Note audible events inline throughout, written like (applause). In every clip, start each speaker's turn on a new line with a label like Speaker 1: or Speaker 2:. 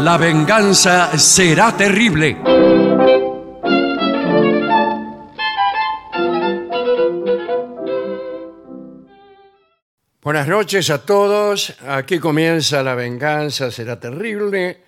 Speaker 1: La venganza será terrible.
Speaker 2: Buenas noches a todos. Aquí comienza La Venganza Será Terrible.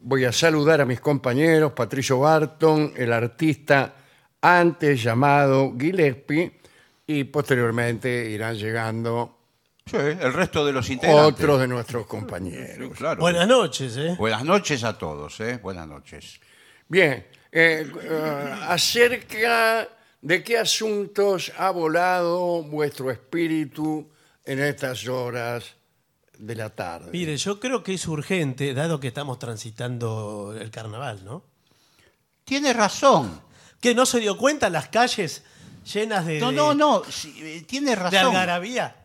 Speaker 2: Voy a saludar a mis compañeros Patricio Barton, el artista antes llamado Gillespie, y posteriormente irán llegando
Speaker 3: Sí, el resto de los integrantes.
Speaker 2: otros de nuestros
Speaker 3: Sí,
Speaker 2: compañeros.
Speaker 3: claro.
Speaker 4: Buenas noches, ¿eh?
Speaker 3: Buenas noches a todos, ¿eh? Buenas noches.
Speaker 2: Bien, eh, eh, acerca de qué asuntos ha volado vuestro espíritu en estas horas de la tarde.
Speaker 4: Mire, yo creo que es urgente, dado que estamos transitando el carnaval, ¿no?
Speaker 3: Tiene razón.
Speaker 4: ¿Que no se dio cuenta las calles llenas de,
Speaker 3: No, no, no. sí, eh, tiene
Speaker 4: de
Speaker 3: razón.
Speaker 4: algarabía?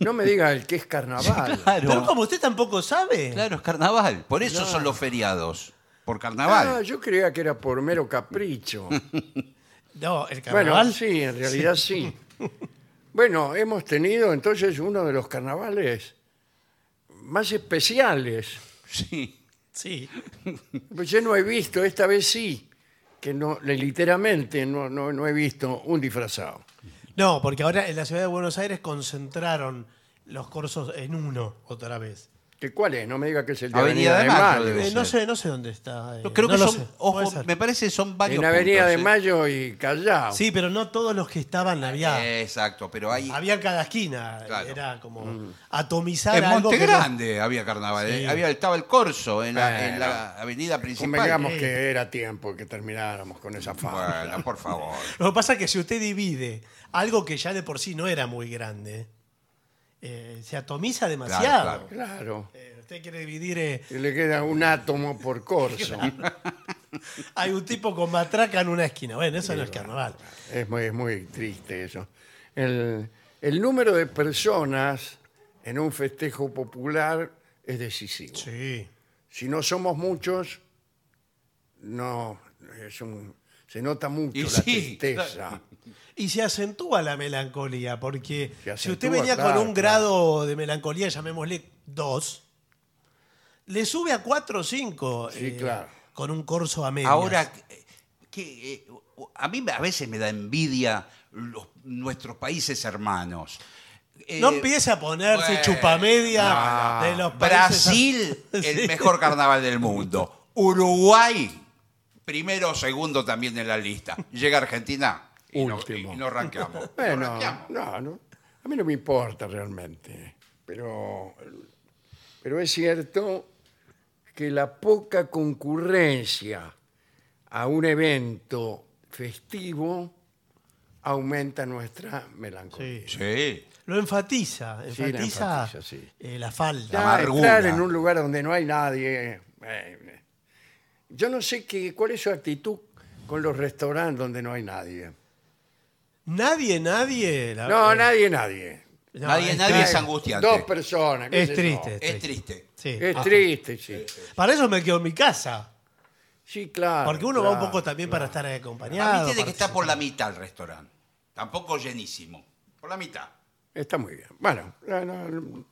Speaker 2: No me diga el que es
Speaker 3: (laughs)
Speaker 2: carnaval.
Speaker 4: Pero como usted tampoco sabe.
Speaker 3: Claro, es carnaval. Por eso son los feriados. Por
Speaker 2: Ah,
Speaker 3: carnaval.
Speaker 2: yo creía que era por mero capricho.
Speaker 4: No, el carnaval.
Speaker 2: bueno, sí, en realidad sí. Bueno, hemos tenido entonces uno de los carnavales más especiales.
Speaker 3: Sí.
Speaker 4: Sí.
Speaker 2: Pues yo no he visto, esta vez sí, que no, literalmente no, no, no he visto un disfrazado.
Speaker 4: No, porque ahora en la ciudad de Buenos Aires concentraron los corsos en uno otra vez.
Speaker 2: ¿Que ¿Cuál es? No me diga que es el de
Speaker 3: Avenida
Speaker 2: Avenida,
Speaker 3: de Mayo
Speaker 2: de Mayo.
Speaker 3: debe
Speaker 4: Eh, no
Speaker 3: ser.
Speaker 4: sé, no sé dónde está. eh,
Speaker 3: Yo creo
Speaker 4: no
Speaker 3: que
Speaker 4: lo
Speaker 3: son.
Speaker 4: sé,
Speaker 3: ojo,
Speaker 4: puede ser.
Speaker 3: me parece son varios.
Speaker 2: En Avenida
Speaker 3: puntos,
Speaker 2: de
Speaker 3: ¿eh?
Speaker 2: Mayo y Callao.
Speaker 4: Sí, pero no todos los que estaban había.
Speaker 3: Exacto, pero ahí.
Speaker 4: había en cada esquina.
Speaker 3: Eh, Claro.
Speaker 4: Era como atomizar
Speaker 3: En
Speaker 4: algo.
Speaker 3: Monte
Speaker 4: que no-
Speaker 3: Grande había carnaval. ¿eh?
Speaker 4: Sí.
Speaker 3: Había, estaba el corso en la,
Speaker 2: Bueno.
Speaker 3: en la avenida principal.
Speaker 2: Convengamos que era tiempo que termináramos con esa fama.
Speaker 3: Bueno, por favor.
Speaker 4: Lo que pasa es que si usted divide algo que ya de por sí no era muy grande, eh, se atomiza
Speaker 3: claro.
Speaker 4: demasiado.
Speaker 2: Claro.
Speaker 4: Eh, usted quiere dividir, eh,
Speaker 2: Y le queda un átomo por corso.
Speaker 4: hay un tipo con matraca en una esquina. Bueno, eso no es carnaval.
Speaker 2: Es muy, es muy triste eso. El, el número de personas en un festejo popular es decisivo.
Speaker 4: Sí.
Speaker 2: Si no somos muchos, no es un- se nota mucho
Speaker 3: Y
Speaker 2: la
Speaker 3: sí,
Speaker 2: tristeza.
Speaker 3: (laughs) claro.
Speaker 4: Y se acentúa la melancolía, porque
Speaker 2: Se
Speaker 4: si usted
Speaker 2: acentúa,
Speaker 4: venía
Speaker 2: claro,
Speaker 4: con un grado de melancolía, llamémosle 2, le sube a 4 o 5
Speaker 2: Sí, claro.
Speaker 4: con un corso a medias.
Speaker 3: Ahora, que- que, eh, a mí a veces me da envidia los- nuestros países hermanos. Eh,
Speaker 4: no empiece a ponerse
Speaker 3: bueno,
Speaker 4: chupamedia
Speaker 3: no, no.
Speaker 4: de los países- (laughs)
Speaker 3: Brasil,
Speaker 4: Sí.
Speaker 3: el mejor carnaval del mundo. Uruguay, primero o segundo también en la lista. Llega Argentina y no-
Speaker 2: Último.
Speaker 3: y no ranqueamos. No
Speaker 2: Bueno,
Speaker 3: ranqueamos.
Speaker 2: no, no, a mí no me importa realmente, pero, pero es cierto que la poca concurrencia a un evento festivo aumenta nuestra melancolía.
Speaker 4: Sí.
Speaker 3: Sí.
Speaker 4: Lo enfatiza,
Speaker 2: Sí, la
Speaker 4: enfatiza,
Speaker 2: enfatiza, sí.
Speaker 4: eh, la falda.
Speaker 2: Ya estar
Speaker 3: amargura.
Speaker 2: en un lugar donde no hay nadie. eh, yo no sé qué, cuál es su actitud con los restaurantes donde no hay nadie.
Speaker 4: Nadie, nadie. la-
Speaker 2: No,
Speaker 4: eh,
Speaker 2: nadie, nadie.
Speaker 4: no,
Speaker 3: Nadie,
Speaker 4: es
Speaker 3: nadie
Speaker 4: triste.
Speaker 3: es angustiante.
Speaker 2: Dos personas. qué
Speaker 4: Es
Speaker 2: sé
Speaker 4: triste.
Speaker 3: Es triste.
Speaker 4: Sí.
Speaker 2: yo. Es
Speaker 4: Ah,
Speaker 2: triste, sí.
Speaker 4: Para eso me quedo en mi casa.
Speaker 2: Sí, claro.
Speaker 4: Porque uno va un
Speaker 2: Ah, claro,
Speaker 4: poco también
Speaker 2: claro.
Speaker 4: para estar
Speaker 3: A
Speaker 4: acompañado.
Speaker 3: mí tiene que estar
Speaker 4: participar.
Speaker 3: por la mitad el restaurante. Tampoco llenísimo. Por la mitad.
Speaker 2: Está muy bien. Bueno, no, no-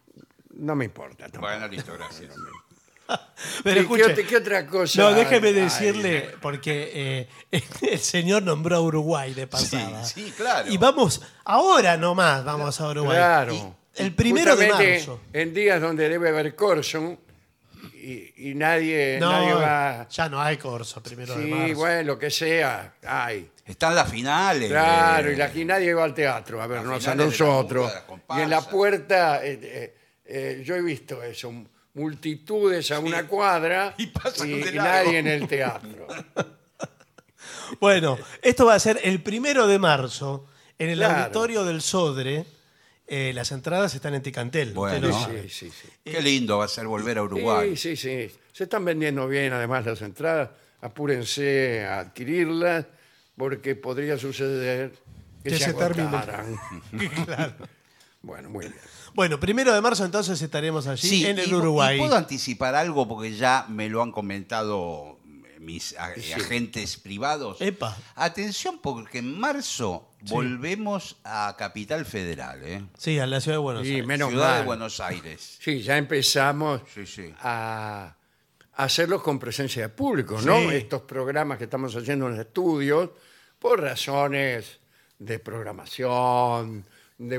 Speaker 2: no me importa. tampoco.
Speaker 3: Bueno, listo, gracias.
Speaker 4: (laughs) Pero
Speaker 2: ¿Y qué
Speaker 4: escuche,
Speaker 2: otra- qué otra cosa
Speaker 4: No, déjeme
Speaker 2: hay?
Speaker 4: decirle, porque eh, (laughs) el señor nombró a Uruguay de pasada.
Speaker 3: sí, claro.
Speaker 4: Y vamos, ahora nomás vamos a Uruguay.
Speaker 2: Claro.
Speaker 4: Y el primero de
Speaker 2: Justamente
Speaker 4: marzo.
Speaker 2: En días donde debe haber corso y, y nadie,
Speaker 4: No,
Speaker 2: nadie va.
Speaker 4: ya no hay corso primero de
Speaker 2: Sí,
Speaker 4: marzo.
Speaker 2: bueno, lo que sea. Ay.
Speaker 3: Están las finales.
Speaker 2: Claro, y la- aquí nadie va al teatro a vernos
Speaker 3: finales
Speaker 2: a
Speaker 3: de la
Speaker 2: nosotros.
Speaker 3: boda, las
Speaker 2: Y
Speaker 3: comparsas.
Speaker 2: en la puerta, eh, eh, eh, yo he visto eso, m- multitudes a una cuadra
Speaker 3: (laughs) Y pasan
Speaker 2: y,
Speaker 3: de
Speaker 2: y
Speaker 3: largo.
Speaker 2: nadie en el
Speaker 3: (laughs)
Speaker 2: teatro.
Speaker 4: Bueno, esto va a ser el primero de marzo en el
Speaker 2: Claro.
Speaker 4: auditorio del Sodre. Eh, las entradas están en Ticantel.
Speaker 3: Bueno.
Speaker 4: usted lo
Speaker 3: Sí,
Speaker 4: sabe.
Speaker 2: Sí, sí, sí.
Speaker 3: Qué lindo va a ser volver a Uruguay.
Speaker 2: Sí, sí, sí. Se están vendiendo bien además las entradas. Apúrense a adquirirlas porque podría suceder que,
Speaker 4: Que
Speaker 2: se,
Speaker 4: se termine.
Speaker 2: agotaran.
Speaker 4: (laughs) Claro.
Speaker 2: Bueno, muy bien.
Speaker 4: Bueno, primero de marzo entonces estaremos allí
Speaker 3: Sí,
Speaker 4: en el
Speaker 3: y-
Speaker 4: Uruguay.
Speaker 3: y puedo anticipar algo porque ya me lo han comentado eh, mis a- agentes privados.
Speaker 4: Epa.
Speaker 3: Atención porque en marzo volvemos a Capital Federal, ¿eh?
Speaker 4: Sí, a la ciudad de Buenos
Speaker 2: Y
Speaker 4: Aires.
Speaker 2: menos
Speaker 3: Ciudad
Speaker 2: mal.
Speaker 3: de Buenos Aires.
Speaker 2: Sí, ya empezamos
Speaker 3: Sí, sí.
Speaker 2: a, hacerlos con presencia de público, ¿no?
Speaker 4: Sí.
Speaker 2: Estos programas que estamos haciendo en los estudios, por razones de programación, de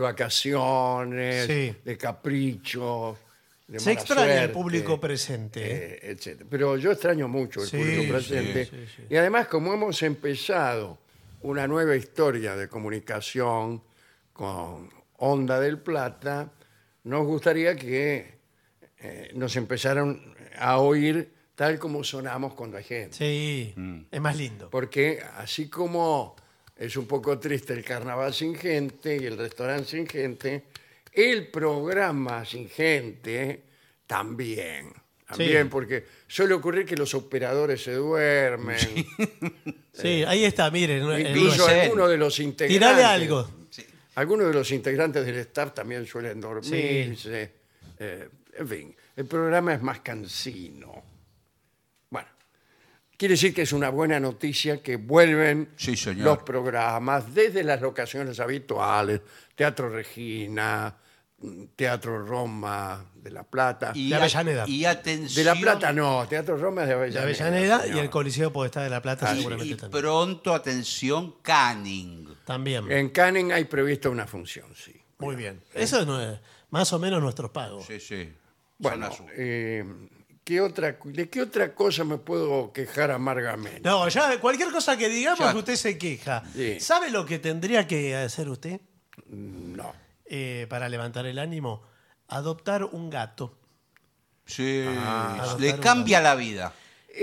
Speaker 2: vacaciones,
Speaker 4: Sí.
Speaker 2: de capricho. De
Speaker 4: Se
Speaker 2: mala
Speaker 4: extraña el
Speaker 2: suerte,
Speaker 4: público presente. ¿eh?
Speaker 2: eh, etcétera. Pero yo extraño mucho el
Speaker 4: Sí,
Speaker 2: público presente.
Speaker 4: sí, sí, sí.
Speaker 2: Y además, como hemos empezado una nueva historia de comunicación con Onda del Plata, nos gustaría que eh, nos empezaran a oír tal como sonamos con la gente.
Speaker 4: Sí,
Speaker 3: Mm.
Speaker 4: es más lindo.
Speaker 2: Porque así como es un poco triste el carnaval sin gente y el restaurante sin gente, el programa sin gente también. También,
Speaker 4: Sí.
Speaker 2: porque suele ocurrir que los operadores se duermen.
Speaker 4: Sí, ahí está, miren. (laughs) el-
Speaker 2: Incluso
Speaker 3: no es él.
Speaker 2: algunos de los integrantes.
Speaker 4: Tirale algo.
Speaker 3: Sí.
Speaker 2: Algunos de los integrantes del staff también suelen dormirse. Eh, en fin, el programa es más cansino. Bueno, quiere decir que es una buena noticia que vuelven
Speaker 3: Sí, señor.
Speaker 2: los programas desde las locaciones habituales, Teatro Regina, mm, Teatro Roma de La Plata.
Speaker 3: Y,
Speaker 4: De
Speaker 3: a-
Speaker 4: Avellaneda.
Speaker 3: y
Speaker 2: de
Speaker 3: atención.
Speaker 2: La Plata no, Teatro Roma es de
Speaker 4: De
Speaker 2: Avellaneda.
Speaker 4: Avellaneda y
Speaker 2: señor.
Speaker 4: el Coliseo Podestá de La Plata,
Speaker 3: Y,
Speaker 4: seguramente
Speaker 3: Ah, y
Speaker 4: también.
Speaker 3: pronto, atención, Canning.
Speaker 4: También.
Speaker 2: En Canning hay prevista una función, sí.
Speaker 4: Muy bien.
Speaker 2: eh.
Speaker 4: Eso es nue- más o menos nuestros pagos.
Speaker 3: Sí, sí.
Speaker 2: Bueno,
Speaker 3: Zona sur.
Speaker 2: eh, ¿qué otra, ¿de qué otra cosa me puedo quejar amargamente?
Speaker 4: No, ya cualquier cosa que digamos
Speaker 3: Ya.
Speaker 4: que usted se queja.
Speaker 2: Sí.
Speaker 4: ¿Sabe lo que tendría que hacer usted
Speaker 2: No.
Speaker 4: eh, para levantar el ánimo? Adoptar un gato.
Speaker 3: Sí.
Speaker 4: Adoptar
Speaker 3: Le
Speaker 4: un
Speaker 3: cambia la vida.
Speaker 2: Eh,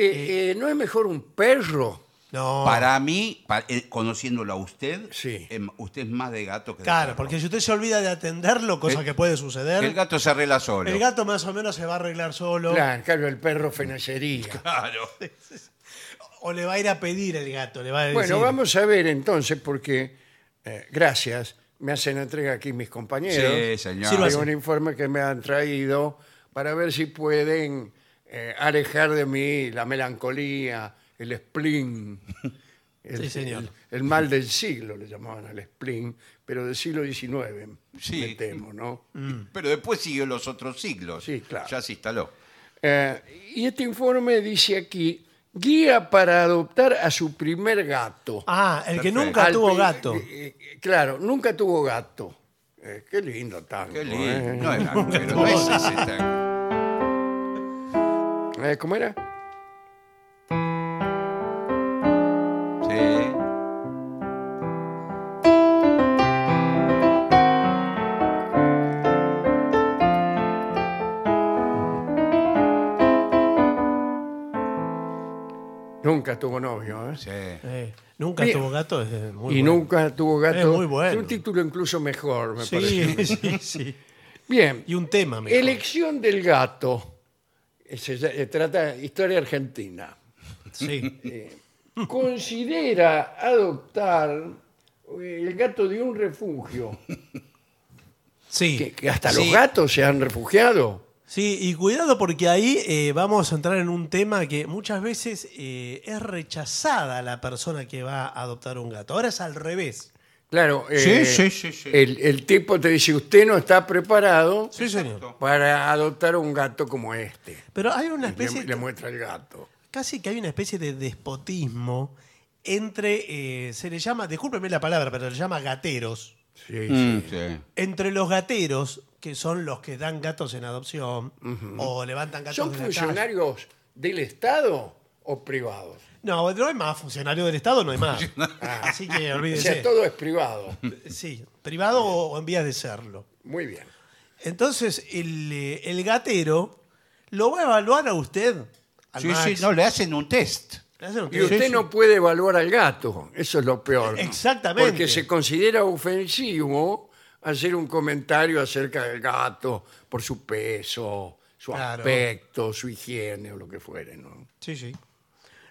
Speaker 2: eh, ¿No es mejor un perro?
Speaker 4: No.
Speaker 3: Para mí, pa- eh, conociéndolo a usted,
Speaker 2: Sí.
Speaker 3: em, usted es más de gato que de
Speaker 4: Claro,
Speaker 3: perro.
Speaker 4: porque si usted se olvida de atenderlo, cosa
Speaker 3: El-
Speaker 4: que puede suceder,
Speaker 3: El gato se arregla solo.
Speaker 4: el gato más o menos se va a arreglar solo.
Speaker 2: Claro, claro, el perro fenecería.
Speaker 3: Claro.
Speaker 4: O le va a ir a pedir el gato, le va a decir.
Speaker 2: Bueno, vamos a ver entonces, porque, eh, gracias, me hacen entrega aquí mis compañeros.
Speaker 3: Sí, señor.
Speaker 4: Sí, lo
Speaker 2: Hay
Speaker 4: hace.
Speaker 2: un informe que me han traído para ver si pueden eh, alejar de mí la melancolía, el spleen. El,
Speaker 4: (laughs) Sí, señor.
Speaker 2: El, el mal del siglo le llamaban al spleen, pero del siglo XIX,
Speaker 3: Sí.
Speaker 2: me temo, ¿no?
Speaker 4: Mm.
Speaker 3: Pero después siguió los otros siglos.
Speaker 2: Sí, claro.
Speaker 3: Ya se instaló.
Speaker 2: Eh, y este informe dice aquí, guía para adoptar a su primer gato.
Speaker 4: Ah, el que
Speaker 3: Perfecto.
Speaker 4: nunca
Speaker 2: Al
Speaker 4: tuvo
Speaker 2: pri-
Speaker 4: gato.
Speaker 2: eh, eh, claro, nunca tuvo gato. Eh, qué lindo tango.
Speaker 3: Qué lindo.
Speaker 2: eh.
Speaker 3: No es
Speaker 4: (laughs)
Speaker 3: gato, pero no es ese tango.
Speaker 2: Eh, ¿Cómo era?
Speaker 3: Sí.
Speaker 2: Nunca tuvo novio, ¿eh?
Speaker 3: Sí.
Speaker 4: Eh, nunca
Speaker 2: Bien.
Speaker 4: tuvo gato es eh, muy
Speaker 2: y
Speaker 4: bueno.
Speaker 2: nunca tuvo gato.
Speaker 4: Es muy bueno.
Speaker 2: Es un título incluso mejor, me parece.
Speaker 4: Sí, (laughs) sí, sí.
Speaker 2: Bien.
Speaker 4: Y un tema mejor.
Speaker 2: Elección del gato. Eh, Se, se trata historia
Speaker 3: (laughs)
Speaker 2: argentina.
Speaker 4: Sí.
Speaker 2: Considera adoptar eh, el gato de un refugio.
Speaker 4: Sí.
Speaker 2: (laughs) Que, que hasta
Speaker 3: Sí.
Speaker 2: los gatos se han refugiado.
Speaker 4: Sí, y cuidado porque ahí eh, vamos a entrar en un tema que muchas veces eh, es rechazada la persona que va a adoptar un gato. Ahora es al revés.
Speaker 2: Claro, eh,
Speaker 3: Sí, sí, sí, sí.
Speaker 2: El, el tipo te dice, usted no está preparado
Speaker 4: Sí, señor.
Speaker 2: para adoptar un gato como este.
Speaker 4: Pero hay una
Speaker 2: Le,
Speaker 4: especie,
Speaker 2: le muestra el gato.
Speaker 4: casi que hay una especie de despotismo entre, eh, se le llama, discúlpeme la palabra, pero se le llama gateros.
Speaker 2: Sí,
Speaker 3: Mm,
Speaker 2: sí.
Speaker 3: sí.
Speaker 4: Entre los gateros, que son los que dan gatos en adopción o levantan gatos
Speaker 2: ¿Son
Speaker 4: de la calle.
Speaker 2: funcionarios del Estado o privados?
Speaker 4: No, no hay más funcionario del Estado, no hay más. Así que
Speaker 2: (laughs) O
Speaker 4: olvídese.
Speaker 2: sea, todo es privado.
Speaker 4: Sí, privado o, o en vías de serlo.
Speaker 2: Muy
Speaker 4: (laughs)
Speaker 2: bien.
Speaker 4: Entonces, el, eh, el gatero lo va a evaluar a usted. Al
Speaker 3: Sí,
Speaker 4: Max.
Speaker 3: sí, no, le hacen un test.
Speaker 4: Le hacen un
Speaker 2: Y
Speaker 4: test.
Speaker 2: usted no puede evaluar al gato. Eso es lo peor.
Speaker 4: Exactamente.
Speaker 2: Porque se considera ofensivo hacer un comentario acerca del gato por su peso, su
Speaker 4: Claro.
Speaker 2: aspecto, su higiene o lo que fuere, ¿no?
Speaker 4: Sí, sí.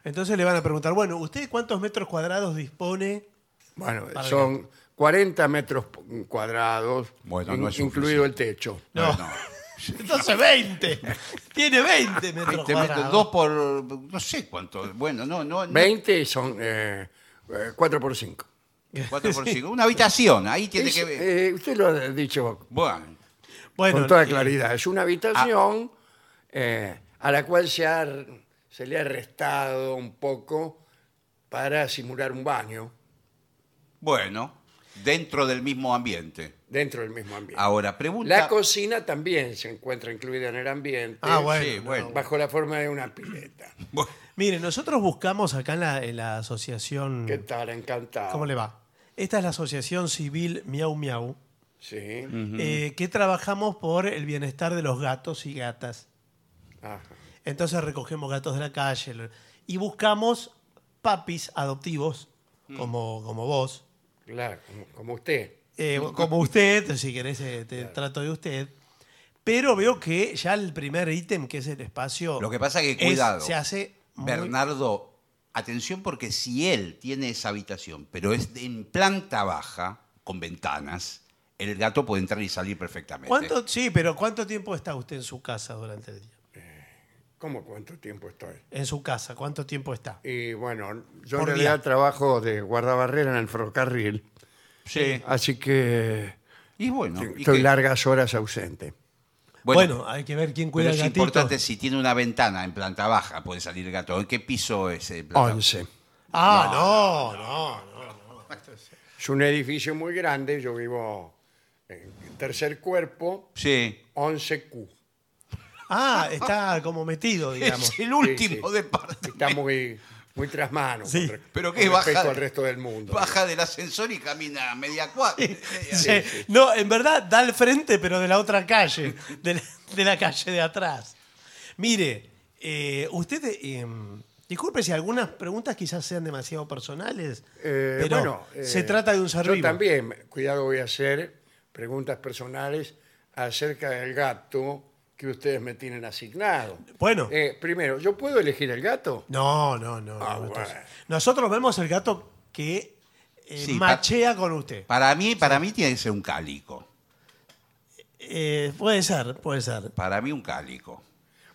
Speaker 4: Entonces le van a preguntar, bueno, ¿usted cuántos metros cuadrados dispone?
Speaker 2: Bueno,
Speaker 4: Para el
Speaker 2: son 40 metros cuadrados,
Speaker 3: Bueno, no es
Speaker 2: incluido el techo.
Speaker 4: No. (laughs) Entonces 20. Tiene 20 metros
Speaker 3: 20
Speaker 4: cuadrados.
Speaker 3: metros, dos por. No sé cuánto. Bueno, no, no. no
Speaker 2: 20 son 4 por 5.
Speaker 3: cuatro por cinco. Una habitación, ahí tiene que ver.
Speaker 4: eh,
Speaker 2: eh, usted lo ha dicho
Speaker 3: Bueno,
Speaker 4: Bueno,
Speaker 2: con toda
Speaker 4: eh,
Speaker 2: claridad. Es una habitación eh, a la cual se, ha- se le ha restado un poco para simular un baño
Speaker 3: Bueno, dentro del mismo ambiente.
Speaker 2: dentro del mismo ambiente.
Speaker 3: Ahora, pregunta.
Speaker 2: la cocina también se encuentra incluida en el ambiente
Speaker 4: Ah, bueno.
Speaker 3: sí,
Speaker 4: no.
Speaker 3: bueno.
Speaker 2: bajo la forma de una pileta.
Speaker 3: Bueno,
Speaker 4: eh, Mire, nosotros buscamos acá en la, en la asociación.
Speaker 2: ¿Qué tal? Encantado.
Speaker 4: ¿Cómo le va? Esta es la asociación civil Miau Miau,
Speaker 2: Sí.
Speaker 3: Mm.
Speaker 4: eh, que trabajamos por el bienestar de los gatos y gatas.
Speaker 2: Ajá.
Speaker 4: Entonces recogemos gatos de la calle lo- y buscamos papis adoptivos,
Speaker 3: Mm.
Speaker 4: como, como vos,
Speaker 2: Claro, como, como usted.
Speaker 3: (laughs)
Speaker 4: eh, como usted, si querés, eh, te trato de usted. Pero veo que ya el primer ítem, que es el espacio.
Speaker 3: Lo que pasa que,
Speaker 4: es-
Speaker 3: cuidado,
Speaker 4: se hace. muy-
Speaker 3: Bernardo, atención porque si él tiene esa habitación, pero es de- en planta baja, con ventanas, el gato puede entrar y salir perfectamente.
Speaker 4: ¿Cuánto, sí, pero ¿cuánto tiempo está usted en su casa durante el día?
Speaker 2: ¿Cómo cuánto tiempo estoy?
Speaker 4: En su casa, ¿cuánto tiempo está?
Speaker 2: Y bueno, yo en
Speaker 4: Por
Speaker 2: realidad
Speaker 4: día.
Speaker 2: trabajo de guardabarrera en el ferrocarril,
Speaker 3: Sí.
Speaker 4: Eh,
Speaker 2: así que
Speaker 3: Y bueno, y
Speaker 2: estoy
Speaker 3: que-
Speaker 2: largas horas ausente.
Speaker 4: Bueno,
Speaker 3: bueno,
Speaker 4: hay que ver quién
Speaker 3: pero
Speaker 4: cuida el
Speaker 3: es
Speaker 4: gatito.
Speaker 3: importante si tiene una ventana en planta baja, puede salir el gato. ¿En qué piso es el planta?
Speaker 2: Once.
Speaker 4: Ah, no, no, no.
Speaker 2: Es un edificio muy grande, yo vivo en tercer cuerpo,
Speaker 3: Sí.
Speaker 2: 11Q.
Speaker 4: Ah, está como
Speaker 3: (laughs)
Speaker 4: metido, digamos.
Speaker 3: Es el último
Speaker 2: sí.
Speaker 3: de parte.
Speaker 2: Está muy, muy tras mano
Speaker 4: Sí,
Speaker 2: con, re-
Speaker 3: pero
Speaker 2: con
Speaker 3: que baja-
Speaker 2: respecto al resto del mundo.
Speaker 3: Baja del ascensor y camina a media cuadra.
Speaker 4: Sí. No, en verdad da al frente, pero de la
Speaker 3: (laughs)
Speaker 4: otra calle, de la, de la calle de atrás. Mire, eh, usted, eh, disculpe si algunas preguntas quizás sean demasiado personales,
Speaker 2: Eh,
Speaker 4: pero
Speaker 2: bueno, eh,
Speaker 4: se trata de un ser
Speaker 2: Yo
Speaker 4: vivo.
Speaker 2: también, cuidado, voy a hacer preguntas personales acerca del gato que ustedes me tienen asignado.
Speaker 4: Bueno.
Speaker 2: Eh, primero, ¿yo puedo elegir el gato?
Speaker 4: No, no, no.
Speaker 2: Ah,
Speaker 4: no, entonces-
Speaker 2: bueno.
Speaker 4: Nosotros vemos el gato que eh,
Speaker 3: Sí, pa-
Speaker 4: machea con usted.
Speaker 3: Para mí, para mí tiene que ser un cálico.
Speaker 4: Eh, puede ser, puede ser.
Speaker 3: Para mí un cálico.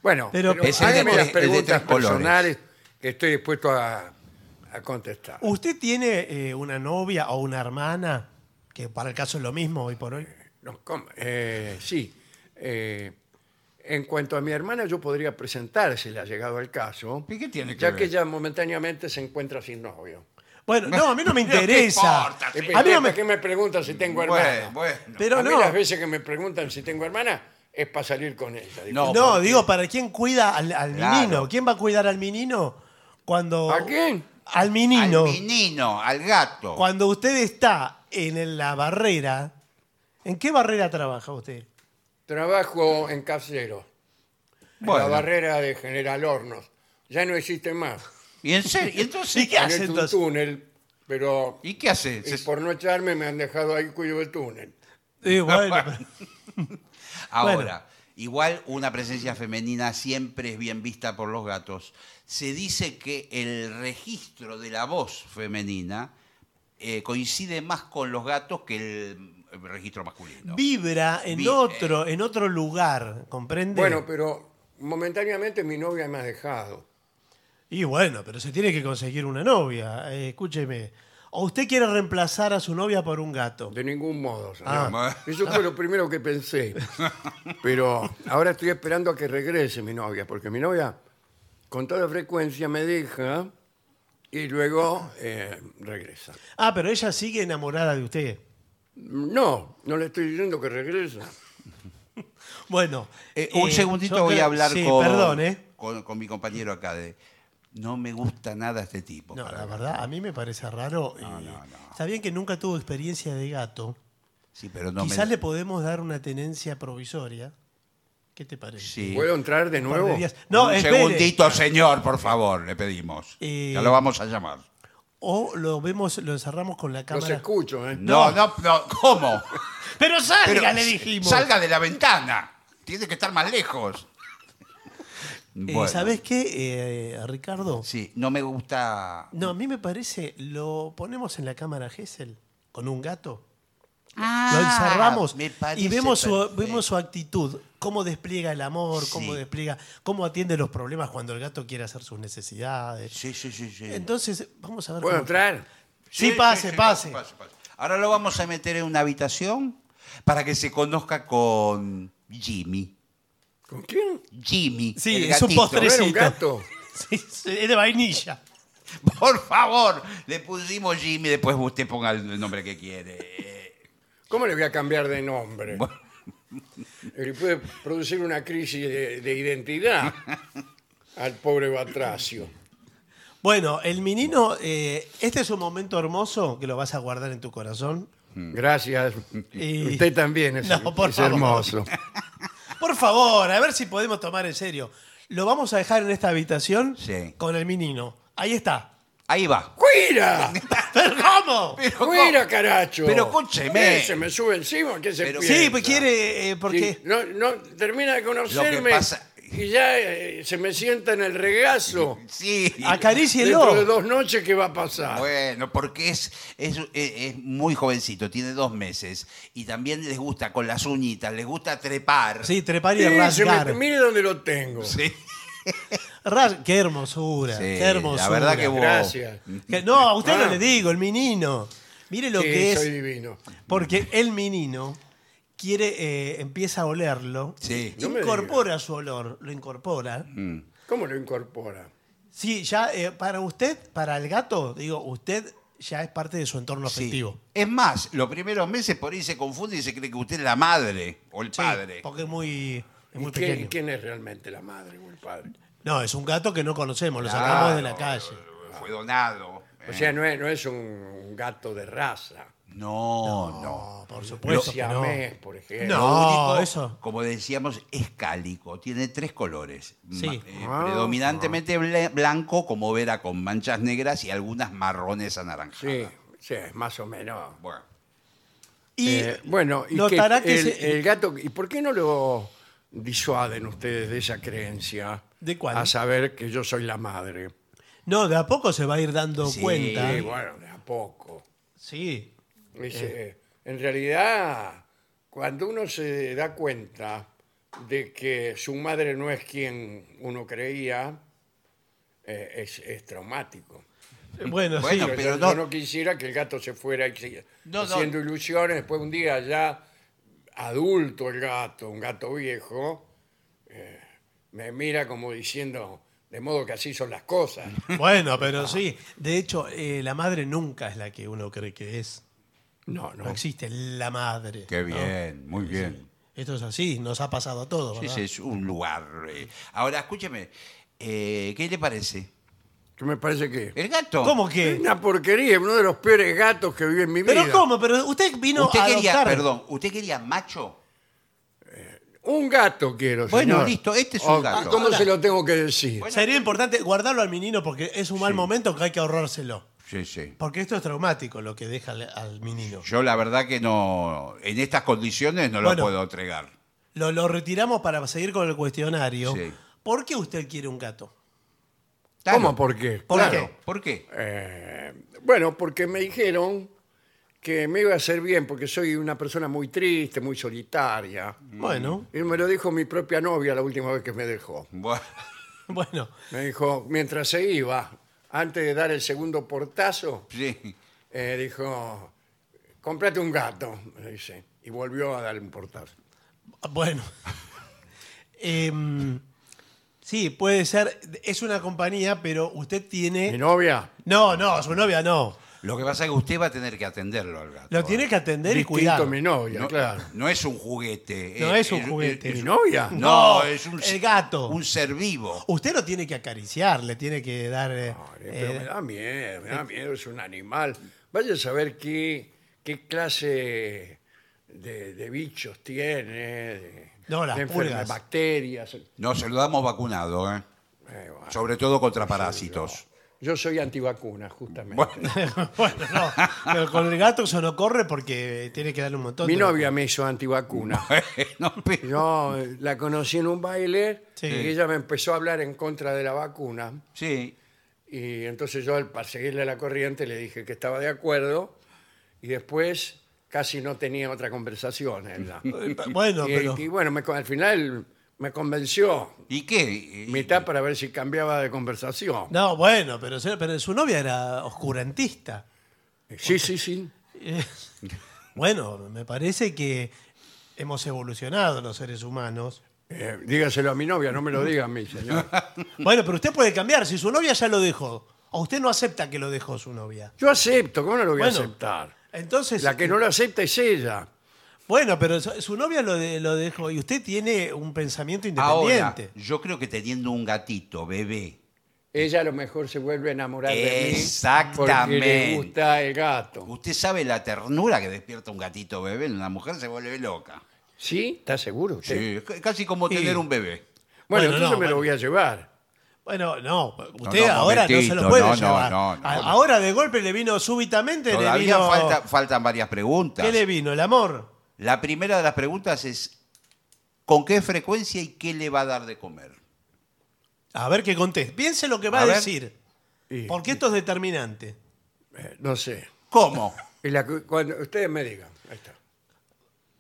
Speaker 2: Bueno,
Speaker 4: Pero-
Speaker 2: pero,
Speaker 4: Es el de
Speaker 2: hágame
Speaker 3: tres-
Speaker 2: las
Speaker 3: el de tres
Speaker 2: preguntas
Speaker 3: colores.
Speaker 2: personales que estoy dispuesto a, a contestar.
Speaker 4: ¿Usted tiene eh, una novia o una hermana? Que para el caso es lo mismo hoy por hoy.
Speaker 2: No, ¿cómo? Eh, sí. Eh, en cuanto a mi hermana, yo podría presentársela, llegado el caso.
Speaker 3: ¿Y qué tiene que
Speaker 2: ya
Speaker 3: ver?
Speaker 2: que ella momentáneamente se encuentra sin novio.
Speaker 4: Bueno, no, a mí no
Speaker 3: (laughs)
Speaker 4: me
Speaker 3: Pero ¿qué
Speaker 4: interesa.
Speaker 3: importa, sí?
Speaker 4: A mí no
Speaker 2: ¿Para
Speaker 4: me...
Speaker 2: qué me preguntan si tengo hermana?
Speaker 3: Bueno, bueno.
Speaker 4: Pero
Speaker 2: a mí
Speaker 4: no,
Speaker 2: las veces que me preguntan si tengo hermana es para salir con ella. digo.
Speaker 3: No.
Speaker 4: no
Speaker 3: porque-
Speaker 4: digo, ¿para quién cuida al, al
Speaker 3: Claro.
Speaker 4: menino? ¿Quién va a cuidar al menino cuando...
Speaker 2: ¿A quién?
Speaker 4: Al menino.
Speaker 3: Al menino, al gato.
Speaker 4: Cuando usted está en la barrera, ¿en qué barrera trabaja usted?
Speaker 2: Trabajo en casero,
Speaker 3: Bueno.
Speaker 2: en la barrera de General Hornos. Ya no existe más.
Speaker 3: ¿Y, en serio? ¿Y entonces
Speaker 4: (laughs) ¿Y qué
Speaker 3: qué hace?
Speaker 4: hace?
Speaker 2: Poner un
Speaker 4: entonces?
Speaker 2: túnel, pero
Speaker 3: ¿Y qué hace?
Speaker 2: y
Speaker 3: Se-
Speaker 2: por no echarme me han dejado ahí cuyo el túnel.
Speaker 3: (laughs)
Speaker 4: Eh, bueno,
Speaker 3: Ahora,
Speaker 4: bueno.
Speaker 3: igual una presencia femenina siempre es bien vista por los gatos. Se dice que el registro de la voz femenina eh, coincide más con los gatos que el el registro masculino.
Speaker 4: vibra en
Speaker 3: Vi-
Speaker 4: otro, en otro lugar, ¿comprende?
Speaker 2: Bueno, pero momentáneamente mi novia me ha dejado.
Speaker 4: Y bueno, pero se tiene que conseguir una novia. Eh, escúcheme. ¿O usted quiere reemplazar a su novia por un gato?
Speaker 2: De ningún modo. señor.
Speaker 4: Ah.
Speaker 2: Eso fue lo primero que
Speaker 3: (laughs)
Speaker 2: pensé. Pero ahora estoy esperando a que regrese mi novia, porque mi novia con toda frecuencia me deja y luego eh, regresa.
Speaker 4: Ah, pero ella sigue enamorada de usted.
Speaker 2: No, no le estoy diciendo que regresa.
Speaker 4: Bueno.
Speaker 3: Eh, un
Speaker 4: eh,
Speaker 3: segundito
Speaker 4: yo
Speaker 3: voy
Speaker 4: creo-
Speaker 3: a hablar
Speaker 4: sí,
Speaker 3: con,
Speaker 4: Perdón, ¿eh?
Speaker 3: con, con mi compañero acá de... No me gusta nada este tipo.
Speaker 4: No,
Speaker 3: para
Speaker 4: la
Speaker 3: mí.
Speaker 4: verdad, a mí me parece raro. eh, Está bien que nunca tuvo experiencia de gato.
Speaker 3: Sí, pero no me-
Speaker 4: Quizás le podemos dar una tenencia provisoria. ¿Qué te parece?
Speaker 3: Sí.
Speaker 2: ¿Puedo entrar de
Speaker 4: Un par de
Speaker 2: nuevo?
Speaker 4: días. No,
Speaker 3: un
Speaker 4: espere.
Speaker 3: segundito, señor, por favor, le pedimos.
Speaker 4: Eh,
Speaker 3: Ya lo vamos a llamar.
Speaker 4: O lo vemos, lo encerramos con la
Speaker 2: Los
Speaker 4: cámara.
Speaker 2: escucho, ¿eh?
Speaker 3: No, no, no,
Speaker 4: (laughs)
Speaker 3: ¿cómo?
Speaker 4: Pero salga,
Speaker 3: Pero
Speaker 4: le dijimos.
Speaker 3: Salga de la ventana. Tiene que estar más lejos.
Speaker 4: Eh,
Speaker 3: Bueno,
Speaker 4: ¿Sabes qué, eh, Ricardo?
Speaker 3: Sí, no me gusta.
Speaker 4: No, a mí me parece, lo ponemos en la cámara Gesell con un gato. lo
Speaker 3: Ah,
Speaker 4: encerramos
Speaker 3: me parece
Speaker 4: y vemos su,
Speaker 3: perfecto.
Speaker 4: vemos su actitud, cómo despliega el amor, cómo
Speaker 3: Sí.
Speaker 4: despliega, cómo atiende los problemas cuando el gato quiere hacer sus necesidades.
Speaker 3: Sí, sí, sí. sí.
Speaker 4: Eh, Entonces, vamos a ver.
Speaker 2: ¿Puedo
Speaker 4: cómo-
Speaker 2: entrar?
Speaker 4: Sí,
Speaker 3: (laughs)
Speaker 4: pase,
Speaker 3: sí,
Speaker 4: pase.
Speaker 3: Ahora lo vamos a meter en una habitación para que se conozca con Jimmy.
Speaker 2: ¿Con quién?
Speaker 3: Jimmy.
Speaker 4: Sí,
Speaker 3: el
Speaker 4: es un
Speaker 3: gatito.
Speaker 2: ¿No
Speaker 4: postre.
Speaker 2: era un
Speaker 4: Pobrecito.
Speaker 2: gato?
Speaker 4: Sí, sí, es de vainilla.
Speaker 3: (laughs) Por favor, le pusimos Jimmy, después usted ponga el nombre que quiere. Eh,
Speaker 2: ¿Cómo le voy a cambiar de nombre? Le puede producir una crisis de, de identidad al pobre Batracio.
Speaker 4: Bueno, el menino, eh, este es un momento hermoso que lo vas a guardar en tu corazón.
Speaker 2: Gracias.
Speaker 4: Y-
Speaker 2: Usted también es,
Speaker 4: No, por
Speaker 2: es
Speaker 4: favor.
Speaker 2: hermoso.
Speaker 4: Por favor, a ver si podemos tomar en serio. Lo vamos a dejar en esta habitación
Speaker 3: Sí.
Speaker 4: con el menino. Ahí está. (laughs)
Speaker 3: Ahí va.
Speaker 2: ¡Cuida!
Speaker 4: ¿Pero cómo?
Speaker 3: Pero,
Speaker 2: ¡Cuida, caracho!
Speaker 3: Pero, escúcheme.
Speaker 2: Eh, Se me sube encima, ¿qué se
Speaker 3: Pero-
Speaker 2: piensa?
Speaker 4: Sí, pues quiere, eh, porque...
Speaker 2: Sí, No, no, termina de conocerme
Speaker 3: Lo que pasa-
Speaker 2: y ya eh, se me sienta en el regazo.
Speaker 3: Sí.
Speaker 2: Dentro de
Speaker 4: Acarícielo.
Speaker 2: dos noches, ¿qué va a pasar?
Speaker 3: Bueno, porque es, es, es- es muy jovencito, tiene dos meses. Y también les gusta con las uñitas, les gusta trepar.
Speaker 4: Sí, trepar y
Speaker 2: Sí, se me-
Speaker 4: rasgar.
Speaker 2: mire dónde lo tengo.
Speaker 3: Sí.
Speaker 4: Ras- Qué hermosura,
Speaker 3: Sí,
Speaker 4: qué hermosura.
Speaker 3: La verdad que vos.
Speaker 2: Gracias.
Speaker 4: Que- No, a usted
Speaker 2: Ah.
Speaker 4: no le digo, el menino. Mire lo
Speaker 2: Sí,
Speaker 4: que es.
Speaker 2: soy divino.
Speaker 4: Porque el menino quiere, eh, empieza a olerlo.
Speaker 3: Sí.
Speaker 2: No me
Speaker 4: incorpora su olor, lo incorpora.
Speaker 3: Mm.
Speaker 2: ¿Cómo lo incorpora?
Speaker 4: Sí, ya eh, para usted, para el gato, digo, usted ya es parte de su entorno
Speaker 3: Sí.
Speaker 4: afectivo.
Speaker 3: Es más, los primeros meses por ahí se confunde y se cree que usted es la madre o el
Speaker 4: Sí,
Speaker 3: padre.
Speaker 4: porque es muy, es muy
Speaker 2: ¿Y quién,
Speaker 4: pequeño.
Speaker 2: quién es realmente la madre o el padre?
Speaker 4: No, es un gato que no conocemos, lo
Speaker 3: Claro,
Speaker 4: sacamos de la calle.
Speaker 3: Fue donado.
Speaker 2: O
Speaker 3: eh.
Speaker 2: sea, no es, no es un, un gato de raza.
Speaker 3: no, no.
Speaker 4: No, por
Speaker 2: Un
Speaker 4: supuesto que no.
Speaker 2: siamés, por ejemplo.
Speaker 4: No.
Speaker 3: Lo único,
Speaker 4: eso.
Speaker 3: Como decíamos, es cálico. Tiene tres colores.
Speaker 4: Sí.
Speaker 3: Ma- eh,
Speaker 2: Ah.
Speaker 3: predominantemente bla- blanco, como vera, con manchas negras y algunas marrones
Speaker 2: Sí,
Speaker 3: anaranjadas.
Speaker 2: sí, es más o menos.
Speaker 3: Bueno.
Speaker 4: Y
Speaker 2: Eh, bueno, y que
Speaker 4: notará que
Speaker 2: el,
Speaker 4: se-
Speaker 2: el gato, ¿y por qué no lo disuaden ustedes de esa creencia?
Speaker 4: ¿De cuál?
Speaker 2: A saber que yo soy la madre.
Speaker 4: No, de a poco se va a ir dando
Speaker 3: Sí.
Speaker 4: cuenta.
Speaker 2: Y bueno, de a poco.
Speaker 4: Sí.
Speaker 2: Dice, en realidad, cuando uno se da cuenta de que su madre no es quien uno creía, eh, es, es traumático.
Speaker 4: Bueno,
Speaker 3: Bueno,
Speaker 4: sí.
Speaker 2: Pero
Speaker 3: pero
Speaker 2: yo,
Speaker 3: no-
Speaker 2: yo no quisiera que el gato se fuera exi-
Speaker 3: No, no.
Speaker 2: haciendo ilusiones. Después un día ya adulto el gato, un gato viejo, eh, me mira como diciendo, de modo que así son las cosas.
Speaker 4: Bueno, pero sí. De hecho, eh, la madre nunca es la que uno cree que es.
Speaker 2: No,
Speaker 4: No
Speaker 2: no.
Speaker 4: existe la madre.
Speaker 3: Qué
Speaker 4: ¿no?
Speaker 3: bien, muy bien.
Speaker 4: Esto es así, nos ha pasado a todos.
Speaker 3: Sí,
Speaker 4: ¿verdad?
Speaker 3: sí, es un lugar. eh. Ahora, escúcheme, eh, ¿qué le parece?
Speaker 2: Que me parece que
Speaker 3: ¿El gato?
Speaker 4: ¿Cómo
Speaker 2: es
Speaker 4: que?
Speaker 2: una porquería, uno de los peores gatos que vi en mi vida.
Speaker 4: Pero ¿cómo? Pero usted vino
Speaker 3: ¿Usted
Speaker 4: a
Speaker 3: quería,
Speaker 4: adoptar.
Speaker 3: perdón, usted quería macho?
Speaker 2: Un gato quiero.
Speaker 3: Bueno,
Speaker 2: señor.
Speaker 3: listo, este es un
Speaker 2: O,
Speaker 3: gato.
Speaker 2: ¿Cómo
Speaker 4: Ahora-
Speaker 2: se lo tengo que decir?
Speaker 3: Bueno.
Speaker 4: Sería importante guardarlo al menino porque es un mal momento que hay que ahorrárselo.
Speaker 3: Sí, sí.
Speaker 4: Porque esto es traumático lo que deja al, al menino.
Speaker 3: Yo la verdad que no, en estas condiciones no
Speaker 4: Bueno.
Speaker 3: lo puedo entregar.
Speaker 4: Lo, lo retiramos para seguir con el cuestionario.
Speaker 3: Sí.
Speaker 4: ¿Por qué usted quiere un gato?
Speaker 2: ¿Cómo? ¿Por qué?
Speaker 4: ¿Por
Speaker 2: Claro.
Speaker 4: qué?
Speaker 3: ¿Por qué?
Speaker 2: Eh, bueno, porque me dijeron que me iba a hacer bien, porque soy una persona muy triste, muy solitaria.
Speaker 4: Bueno,
Speaker 2: Y me lo dijo mi propia novia la última vez que me dejó.
Speaker 3: Bueno, (laughs)
Speaker 2: Mm.
Speaker 4: (laughs) bueno.
Speaker 2: Me dijo, mientras se iba, antes de dar el segundo portazo,
Speaker 3: sí.
Speaker 2: eh, dijo, cómprate un gato, me dice. Y volvió a dar un portazo.
Speaker 4: Bueno. (laughs) Em, sí, puede ser. Es una compañía, pero usted
Speaker 3: ¿Eh?
Speaker 2: Mi
Speaker 4: tiene.
Speaker 2: novia,
Speaker 4: No, no, su novia no.
Speaker 3: Lo que pasa es que usted va a tener que atenderlo al gato. ¿eh?
Speaker 4: Lo tiene que atender y
Speaker 2: distinto
Speaker 4: cuidar.
Speaker 2: a mi novia,
Speaker 3: No,
Speaker 2: claro.
Speaker 3: no es un juguete. eh,
Speaker 4: No es un juguete.
Speaker 2: ¿Mi novia?
Speaker 3: no,
Speaker 4: No,
Speaker 3: es un
Speaker 4: el gato.
Speaker 3: Un ser vivo.
Speaker 4: Usted lo tiene que acariciar, le tiene que dar. eh,
Speaker 2: Madre, Ah, pero me
Speaker 4: eh,
Speaker 2: da miedo, me da miedo, es un animal. Vaya a saber qué, qué clase de, de bichos tiene, de,
Speaker 4: No, las
Speaker 2: de enfermedades,
Speaker 4: pulgas.
Speaker 2: bacterias. Eh,
Speaker 3: No, se lo damos vacunado, ¿eh?
Speaker 2: bueno,
Speaker 3: Sobre todo contra parásitos.
Speaker 2: yo soy antivacuna, justamente.
Speaker 3: Bueno, (laughs)
Speaker 4: (laughs) bueno, no. Pero con el gato eso no corre porque tiene que darle un montón
Speaker 2: Mi
Speaker 4: de-
Speaker 2: novia me hizo antivacuna.
Speaker 3: (laughs) eh, no, pero-
Speaker 2: Yo eh, la conocí en un baile
Speaker 4: Sí.
Speaker 2: y ella me empezó a hablar en contra de la vacuna.
Speaker 3: sí.
Speaker 2: Y entonces yo, al- para seguirle la corriente, le dije que estaba de acuerdo y después casi no tenía otra conversación. ¿verdad?
Speaker 4: Bueno,
Speaker 2: y,
Speaker 4: pero.
Speaker 2: y bueno, me con- al final me convenció.
Speaker 3: ¿Y qué? Y-
Speaker 2: Mitad para ver si cambiaba de conversación.
Speaker 4: No, bueno, pero, se- pero su novia era oscurantista.
Speaker 2: Sí, sí, sí.
Speaker 4: Eh, Bueno, me parece que hemos evolucionado los seres humanos.
Speaker 2: Eh, dígaselo a mi novia, no me lo diga a mí, señor.
Speaker 4: (laughs) Bueno, pero usted puede cambiar. Si su novia ya lo dejó, o usted no acepta que lo dejó su novia.
Speaker 2: Yo acepto, ¿cómo no lo voy
Speaker 4: Bueno.
Speaker 2: a aceptar?
Speaker 4: Entonces.
Speaker 2: La que no lo acepta es ella.
Speaker 4: Bueno, pero su, su novia lo, de- lo dejó y usted tiene un pensamiento
Speaker 3: Ahora,
Speaker 4: independiente.
Speaker 3: yo creo que teniendo un gatito, bebé,
Speaker 2: Ella a lo mejor se vuelve a enamorar de mí. Porque
Speaker 3: Exactamente.
Speaker 2: le gusta el gato.
Speaker 3: usted sabe la ternura que despierta un gatito bebé, en una mujer se vuelve loca.
Speaker 2: ¿Sí? ¿Está seguro usted?
Speaker 3: Sí, c- casi como
Speaker 4: Sí.
Speaker 3: tener un bebé.
Speaker 2: Bueno,
Speaker 4: Bueno,
Speaker 2: entonces
Speaker 4: no,
Speaker 2: me lo
Speaker 4: bueno.
Speaker 2: voy a llevar.
Speaker 4: Bueno, no, usted
Speaker 3: no,
Speaker 4: ahora no se lo
Speaker 3: momentito,
Speaker 4: puede
Speaker 3: no, no,
Speaker 4: llevar.
Speaker 3: no, no.
Speaker 4: A- ahora de golpe le vino súbitamente, le
Speaker 3: Todavía
Speaker 4: vino.
Speaker 3: falta- faltan varias preguntas.
Speaker 4: ¿Qué le vino? ¿El amor?
Speaker 3: La primera de las preguntas es ¿con qué frecuencia y qué le va a dar de comer?
Speaker 4: A ver qué conteste. Piense lo que va
Speaker 3: A
Speaker 4: a,
Speaker 3: ver.
Speaker 4: decir.
Speaker 2: Y,
Speaker 4: Porque esto es determinante.
Speaker 2: eh, no sé.
Speaker 3: ¿Cómo?
Speaker 2: Y la cu- cuando ustedes me digan. Ahí está.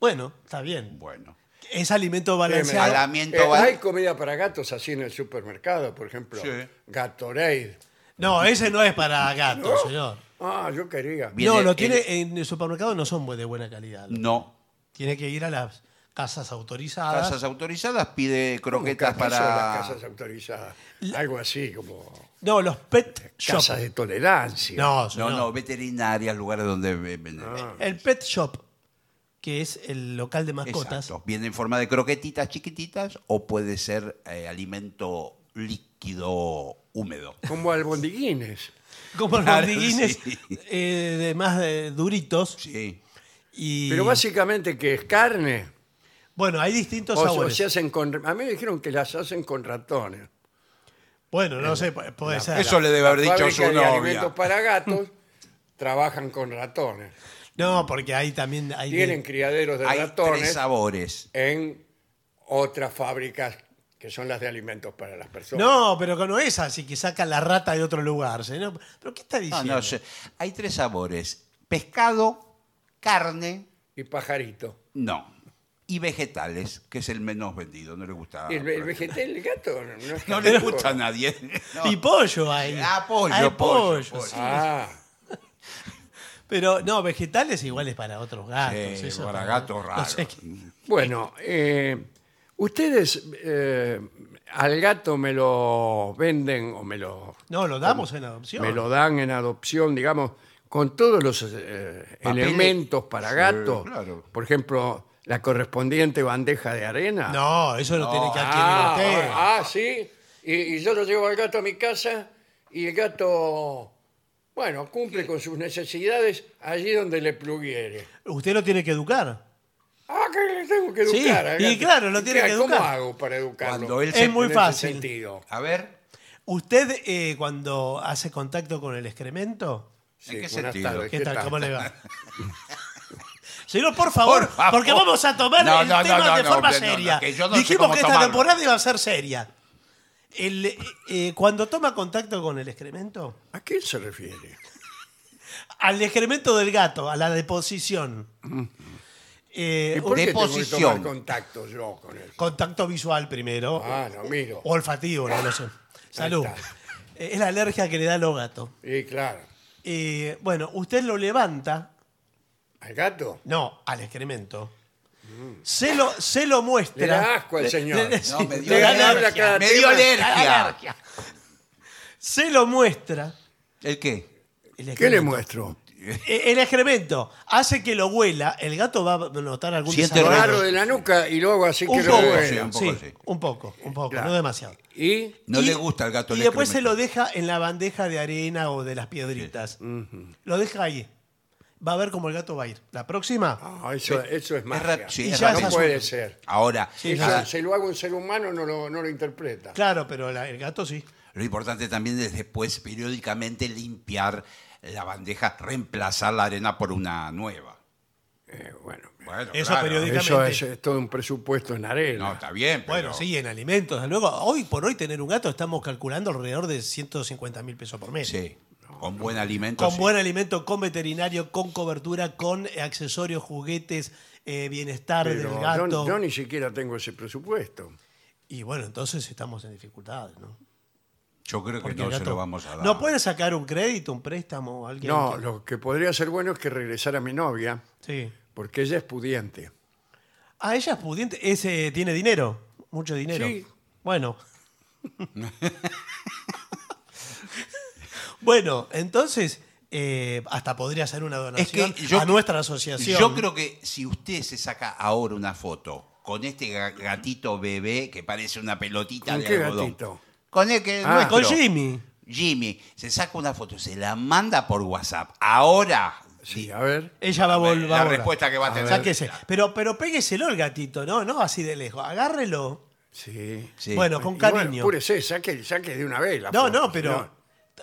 Speaker 4: Bueno, está bien.
Speaker 3: Bueno,
Speaker 4: Es alimento
Speaker 2: Ustedes me digan.
Speaker 4: balanceado.
Speaker 3: Alamiento
Speaker 2: Eh,
Speaker 3: va-
Speaker 2: hay comida para gatos así en el supermercado, por ejemplo.
Speaker 3: Sí.
Speaker 2: Gatorade.
Speaker 4: No, ese no es para gatos, señor.
Speaker 2: Ah, yo quería.
Speaker 3: Viene
Speaker 4: no, lo
Speaker 3: el- Mm.
Speaker 4: tiene en el supermercado no son bu- de buena calidad.
Speaker 3: no.
Speaker 4: Tiene que ir a las casas autorizadas.
Speaker 3: Casas autorizadas pide croquetas
Speaker 2: Nunca pasó
Speaker 3: para...
Speaker 2: las casas autorizadas. Algo así como
Speaker 4: No, los pet shops.
Speaker 2: casas de tolerancia.
Speaker 4: No, Ah.
Speaker 3: No,
Speaker 4: señor.
Speaker 3: no, veterinarias, lugares donde ve- venden.
Speaker 4: El pet shop, que es el local de mascotas.
Speaker 3: Exacto. Viene en forma de croquetitas chiquititas o puede ser eh, alimento líquido húmedo.
Speaker 2: Como albondiguines.
Speaker 4: (laughs) Como los
Speaker 3: Claro,
Speaker 4: amiguines
Speaker 3: sí.
Speaker 4: eh, de más eh, duritos.
Speaker 3: Sí.
Speaker 4: Y,
Speaker 2: Pero básicamente que es carne.
Speaker 4: bueno, hay distintos
Speaker 2: O, o
Speaker 4: sabores.
Speaker 2: se hacen con. A mí me dijeron que las hacen con ratones.
Speaker 4: bueno, no sé, pu- puede ser.
Speaker 3: Eso le debe haber dicho
Speaker 2: Fábrica
Speaker 3: su
Speaker 2: de
Speaker 3: novia.
Speaker 2: alimentos para
Speaker 3: (laughs)
Speaker 2: gatos trabajan con ratones.
Speaker 4: No, porque ahí también hay.
Speaker 2: Tienen criaderos de
Speaker 3: Hay tres
Speaker 2: ratones
Speaker 3: sabores.
Speaker 2: en otras fábricas que son las de alimentos para las personas.
Speaker 4: No, pero que no es así, que sacan la rata de otro lugar. señor. ¿Pero qué está
Speaker 3: No,
Speaker 4: diciendo?
Speaker 3: no, se- hay tres sabores. Pescado, carne,
Speaker 2: Y pajarito.
Speaker 3: no. Y vegetales, que es el menos vendido. No le gusta.
Speaker 2: Y el, el vegetal, el gato. No, es
Speaker 3: Ah, (laughs) No le
Speaker 2: tampoco. (laughs)
Speaker 3: gusta a nadie. No.
Speaker 4: Y pollo hay.
Speaker 3: Ah, pollo,
Speaker 4: Hay
Speaker 3: pollo, pollo.
Speaker 4: sí.
Speaker 2: Ah,
Speaker 4: Pero no, vegetales iguales para otros gatos.
Speaker 3: Sí,
Speaker 4: Pues eso
Speaker 3: Eh, para
Speaker 4: no-
Speaker 3: gatos
Speaker 4: no
Speaker 3: raros.
Speaker 4: sé qué-
Speaker 2: bueno. eh, ustedes eh, al gato me lo venden o me lo
Speaker 4: No, lo damos en adopción.
Speaker 2: me lo dan en adopción, digamos, con todos los eh,
Speaker 3: Papeles.
Speaker 2: elementos para
Speaker 3: Sí,
Speaker 2: gato.
Speaker 3: claro.
Speaker 2: Por ejemplo, la correspondiente bandeja de arena.
Speaker 4: No, eso lo tiene que adquirir
Speaker 2: Ah,
Speaker 4: usted.
Speaker 2: ah, sí. Y, y yo lo llevo al gato a mi casa y el gato, bueno, cumple con sus necesidades allí donde le pluguiere.
Speaker 3: ah.
Speaker 4: Usted lo tiene que educar.
Speaker 2: Ah, que le tengo que educar.
Speaker 4: Sí,
Speaker 2: al
Speaker 4: y
Speaker 2: gato.
Speaker 4: claro, lo tiene
Speaker 2: ¿Qué-
Speaker 4: que
Speaker 2: ¿Cómo
Speaker 4: educar.
Speaker 2: hago para educarlo?
Speaker 3: Cuando él
Speaker 4: Es
Speaker 3: se-
Speaker 4: muy
Speaker 2: En ese
Speaker 4: fácil.
Speaker 2: sentido.
Speaker 3: A ver,
Speaker 4: Usted eh, cuando hace contacto con el excremento,
Speaker 3: ¿en Pues, qué
Speaker 2: buenas
Speaker 3: sentido?
Speaker 2: tardes.
Speaker 4: ¿qué
Speaker 2: ¿Qué
Speaker 4: tal?
Speaker 2: tal?
Speaker 4: ¿Cómo
Speaker 3: (laughs)
Speaker 4: le va? Señor, por favor,
Speaker 3: Por favor.
Speaker 4: porque vamos a tomar
Speaker 3: No,
Speaker 4: el
Speaker 3: no, no,
Speaker 4: tema
Speaker 3: no,
Speaker 4: de
Speaker 3: no,
Speaker 4: forma
Speaker 3: no, no,
Speaker 4: seria.
Speaker 3: que yo no sé
Speaker 4: Dijimos
Speaker 3: cómo
Speaker 4: que esta
Speaker 3: tomarlo.
Speaker 4: temporada iba a ser seria. El, eh, eh, cuando toma contacto con el excremento,
Speaker 2: ¿A qué se refiere?
Speaker 4: al excremento del gato, a la deposición. Eh,
Speaker 2: ¿Y por qué tengo que
Speaker 3: deposición.
Speaker 2: tomar contacto yo con él?
Speaker 4: Contacto visual primero.
Speaker 2: Ah, no, miro.
Speaker 4: O olfativo, no lo sé. Salud.
Speaker 2: Ahí
Speaker 4: Eh, Es la alergia que le da a los gatos.
Speaker 2: Y claro,
Speaker 4: Eh, bueno, usted lo levanta,
Speaker 2: al gato
Speaker 4: no, al excremento. Se lo, se lo muestra.
Speaker 2: le da asco al señor.
Speaker 4: le-
Speaker 3: No, me dio
Speaker 4: le da
Speaker 3: alergia.
Speaker 2: alergia.
Speaker 3: Me dio alergia.
Speaker 4: alergia. Se lo muestra.
Speaker 3: ¿El qué?
Speaker 4: el
Speaker 2: ¿Qué le
Speaker 4: excremento.
Speaker 2: muestro?
Speaker 4: Eh, El excremento hace que lo huela. El gato va a notar algún
Speaker 3: Siente
Speaker 2: Lo
Speaker 3: Pero-
Speaker 4: desarrollo.
Speaker 2: agarro de la nuca y luego así que
Speaker 4: Un
Speaker 2: lo
Speaker 4: poco,
Speaker 3: huela.
Speaker 4: sí,
Speaker 2: veo.
Speaker 4: un
Speaker 3: poco,
Speaker 4: poco,
Speaker 3: sí.
Speaker 4: un poco, un poco,
Speaker 2: Claro.
Speaker 4: no demasiado.
Speaker 2: Y
Speaker 3: No
Speaker 4: Y-
Speaker 3: le gusta al gato.
Speaker 4: Y
Speaker 3: el
Speaker 4: después se
Speaker 3: excremento.
Speaker 4: lo deja en la bandeja de arena o de las piedritas. Lo deja ahí. Va a ver cómo el gato va a ir. La próxima.
Speaker 2: Ah, eso, eso es
Speaker 3: Es
Speaker 2: magia.
Speaker 3: ra- sí,
Speaker 4: Y
Speaker 3: es
Speaker 4: ya
Speaker 2: no
Speaker 4: se-
Speaker 3: rarísimo.
Speaker 2: puede ser.
Speaker 3: Ahora,
Speaker 2: Eso,
Speaker 3: ah,
Speaker 2: se lo hago un ser humano, no lo, no lo interpreta.
Speaker 4: Claro, pero la- el gato sí.
Speaker 3: Lo importante también es después periódicamente limpiar la bandeja, reemplazar la arena por una nueva.
Speaker 2: Eh, bueno,
Speaker 3: Bueno,
Speaker 4: Eso
Speaker 3: claro.
Speaker 4: periódico-
Speaker 2: eso
Speaker 4: Lógicamente.
Speaker 2: es, es todo un presupuesto en
Speaker 3: No,
Speaker 2: arena.
Speaker 3: está bien. pero-
Speaker 4: Bueno, sí, en alimentos. desde Luego, hoy por hoy tener un gato estamos calculando alrededor de 150 mil pesos por mes.
Speaker 3: Sí, con buen alimento.
Speaker 4: Con
Speaker 3: sí.
Speaker 4: buen alimento, con veterinario, con cobertura, con eh, accesorios, juguetes, eh, bienestar
Speaker 2: Pero
Speaker 4: del
Speaker 2: yo,
Speaker 4: gato.
Speaker 2: yo ni siquiera tengo ese presupuesto.
Speaker 4: Y bueno, entonces estamos en dificultades, ¿no?
Speaker 3: Yo creo que
Speaker 4: Porque
Speaker 3: no
Speaker 4: el
Speaker 3: se
Speaker 4: gato-
Speaker 3: lo vamos a dar.
Speaker 4: ¿No puede sacar un crédito, un préstamo? Alguien
Speaker 2: No,
Speaker 4: que-
Speaker 2: lo que podría ser bueno es que regresara mi novia,
Speaker 4: Sí.
Speaker 2: porque ella es pudiente.
Speaker 4: Ah, ella es pudiente. Ese tiene dinero. mucho dinero.
Speaker 2: Sí.
Speaker 4: Bueno. bueno, entonces, eh, hasta podría ser una donación a nuestra asociación.
Speaker 3: Yo creo que si usted se saca ahora una foto con este ga- gatito bebé que parece una pelotita
Speaker 2: ¿Con
Speaker 3: de
Speaker 2: qué
Speaker 3: algodón.
Speaker 2: gatito?
Speaker 3: Con el que es
Speaker 2: Ah.
Speaker 3: nuestro.
Speaker 4: Con Jimmy.
Speaker 3: Jimmy se saca una foto, se la manda por WhatsApp. Ahora.
Speaker 2: Sí, a ver.
Speaker 4: Ella va a
Speaker 3: La
Speaker 4: volver.
Speaker 3: respuesta que va a tener.
Speaker 4: Sáquese. Pero, pero pégueselo el gatito, ¿no? No así de lejos. Agárrelo.
Speaker 2: Sí.
Speaker 3: Sí.
Speaker 4: Bueno, con
Speaker 2: Y
Speaker 4: cariño.
Speaker 2: Bueno, púrese, saque, saque de una
Speaker 3: Ah,
Speaker 2: vez la
Speaker 4: no,
Speaker 2: foto,
Speaker 4: no, pero.
Speaker 2: señor.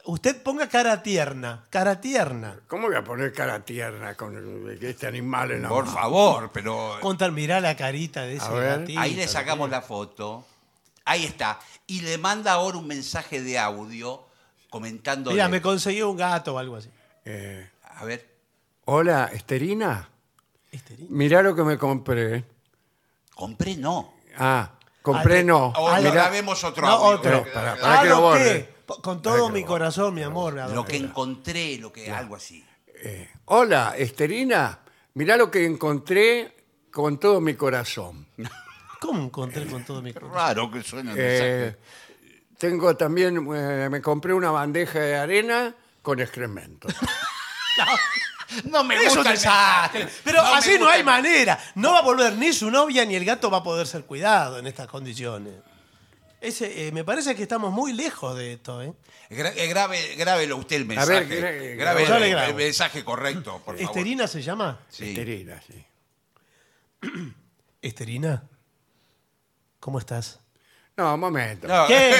Speaker 4: Usted ponga cara tierna. Cara tierna.
Speaker 2: ¿Cómo voy a poner cara tierna con este animal en la
Speaker 3: Por
Speaker 2: mano?
Speaker 3: favor, pero. eh,
Speaker 4: Contar, mirá la carita de ese
Speaker 2: A ver.
Speaker 4: gatito.
Speaker 3: Ahí le sacamos la foto. Ahí está. Y le manda ahora un mensaje de audio comentando.
Speaker 4: Mira, me conseguí un gato o algo así.
Speaker 2: Eh,
Speaker 3: A ver.
Speaker 2: Hola, Esterina.
Speaker 4: Este lindo.
Speaker 2: Mirá lo que me compré.
Speaker 3: Compré no.
Speaker 2: Ah, compré
Speaker 4: Ah,
Speaker 2: no.
Speaker 3: O
Speaker 4: Ah,
Speaker 3: lo
Speaker 4: mirá.
Speaker 3: grabemos otro
Speaker 4: No,
Speaker 3: audio.
Speaker 4: otro.
Speaker 3: Lo-
Speaker 2: Pará, pará.
Speaker 3: lo-
Speaker 2: Para que lo borre.
Speaker 4: Adopté. Po- Con todo mi corazón, mi amor.
Speaker 3: Lo
Speaker 4: adopté.
Speaker 3: que encontré, lo que algo así.
Speaker 2: Eh, Hola, Esterina. Mirá lo que encontré con todo mi corazón.
Speaker 4: ¿Cómo encontré con
Speaker 3: (laughs)
Speaker 4: todo mi corazón?
Speaker 3: Raro que suena el
Speaker 2: Eh,
Speaker 3: mensaje.
Speaker 2: tengo también, eh, me compré una bandeja de arena con excremento.
Speaker 3: No me
Speaker 4: Es un
Speaker 3: gusta el
Speaker 4: desastre.
Speaker 3: mensaje.
Speaker 4: Pero
Speaker 3: me
Speaker 4: así no
Speaker 3: gusta
Speaker 4: hay
Speaker 3: el-
Speaker 4: manera. No va a volver ni su novia ni el gato va a poder ser cuidado en estas condiciones. Ese, eh, me parece que estamos muy lejos de esto. ¿eh?
Speaker 3: Gra- eh, grabe, grábelo usted el mensaje.
Speaker 2: ver, gra-
Speaker 3: Grabe
Speaker 4: yo
Speaker 3: el,
Speaker 4: le grabo.
Speaker 3: el mensaje correcto, por favor.
Speaker 4: ¿Esterina se llama?
Speaker 3: (laughs) Sí.
Speaker 2: Esterina, sí.
Speaker 4: ¿Esterina?
Speaker 3: (laughs)
Speaker 4: ¿Cómo estás?
Speaker 2: No, un momento.
Speaker 3: No,
Speaker 4: ¿Qué?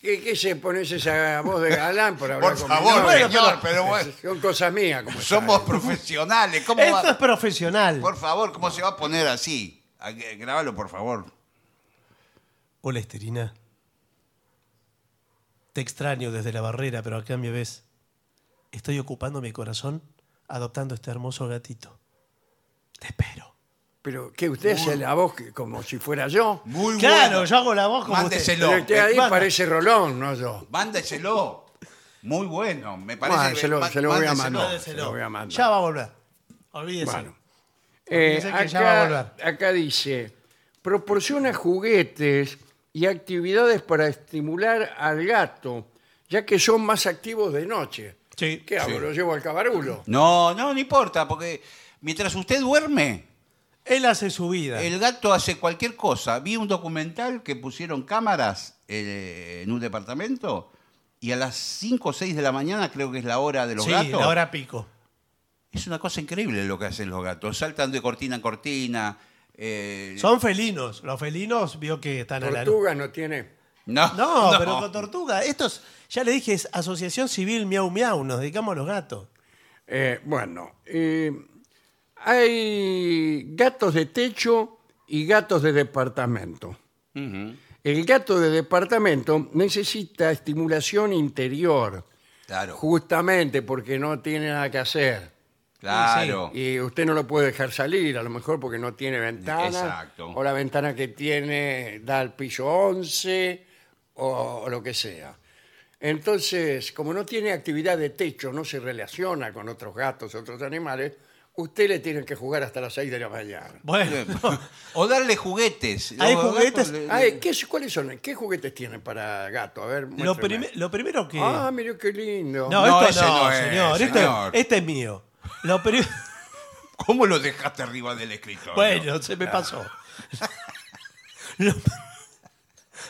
Speaker 2: ¿Qué, qué se pones esa voz de galán por hablar
Speaker 3: Por
Speaker 2: con
Speaker 3: favor,
Speaker 2: mi novia?
Speaker 3: señor, pero bueno.
Speaker 2: Son cosas mías. como
Speaker 3: Somos
Speaker 2: saben.
Speaker 3: profesionales. ¿Cómo va-
Speaker 4: Esto es profesional.
Speaker 3: Por favor, ¿cómo se va a poner así? A- eh, Grábalo, por favor.
Speaker 4: Hola, Esterina. Te extraño desde la barrera, pero acá me ves. Estoy ocupando mi corazón adoptando este hermoso gatito. Te espero.
Speaker 2: Pero que usted hace la voz que- como si fuera yo.
Speaker 3: Muy
Speaker 4: claro,
Speaker 3: bueno.
Speaker 4: yo hago la voz como usted.
Speaker 3: Mándeselo.
Speaker 2: Pero usted ahí
Speaker 4: manda.
Speaker 2: parece Rolón, no yo.
Speaker 3: Mándeselo. Muy bueno, me parece.
Speaker 2: Bueno, se lo-
Speaker 3: ma-
Speaker 2: se lo voy a
Speaker 3: mándeselo.
Speaker 2: mandar.
Speaker 4: Mándeselo.
Speaker 2: Se lo voy a mandar.
Speaker 4: Ya va a volver. Olvídese.
Speaker 2: Bueno.
Speaker 4: Dice
Speaker 2: Eh,
Speaker 4: que ya va a
Speaker 2: acá,
Speaker 4: volver.
Speaker 2: acá dice, proporciona juguetes y actividades para estimular al gato, ya que son más activos de noche.
Speaker 4: Sí.
Speaker 2: ¿Qué hago? ¿Lo llevo al cabarulo?
Speaker 3: No, no, no importa, porque mientras usted duerme,
Speaker 4: Él hace su vida.
Speaker 3: el gato hace cualquier cosa. Vi un documental que pusieron cámaras eh, en un departamento y a las 5 o 6 de la mañana, creo que es la hora de los
Speaker 4: sí,
Speaker 3: gatos.
Speaker 4: la hora pico.
Speaker 3: Es una cosa increíble lo que hacen los gatos. Saltan de cortina en cortina. eh,
Speaker 4: Son felinos. Los felinos vio que están a la luz.
Speaker 2: Tortuga no tiene.
Speaker 3: (laughs) No,
Speaker 4: No, pero con tortuga. Esto es- ya le dije, es Asociación Civil Miau Miau. Nos dedicamos a los gatos.
Speaker 2: Eh, bueno, eh, hay gatos de techo y gatos de departamento.
Speaker 3: Ujú,
Speaker 2: El gato de departamento necesita estimulación interior,
Speaker 3: Claro,
Speaker 2: justamente porque no tiene nada que hacer.
Speaker 3: claro.
Speaker 2: Y usted no lo puede dejar salir, a lo mejor porque no tiene ventana.
Speaker 3: Exacto.
Speaker 2: O la ventana que tiene da al piso 11 o, o lo que sea. Entonces, como no tiene actividad de techo, no se relaciona con otros gatos, otros animales, usted le tiene que jugar hasta las 6 de la mañana.
Speaker 4: Bueno,
Speaker 3: (laughs) O darle juguetes.
Speaker 4: Hay
Speaker 3: Los gatos
Speaker 4: juguetes-
Speaker 3: le-
Speaker 2: Ay, ¿qué, ¿Cuáles son? ¿Qué juguetes tienen para gato? A ver,
Speaker 4: lo,
Speaker 2: muéstreme.
Speaker 4: prime- lo primero que.
Speaker 2: Ah, mira qué lindo.
Speaker 4: no,
Speaker 3: No,
Speaker 4: esto
Speaker 3: ese
Speaker 4: no,
Speaker 3: no es,
Speaker 4: señor. Esto-
Speaker 3: señor.
Speaker 4: este es mío. Lo (laughs) pri-
Speaker 3: ¿Cómo lo dejaste arriba del escritorio?
Speaker 4: Bueno, se me pasó. (laughs) Lo-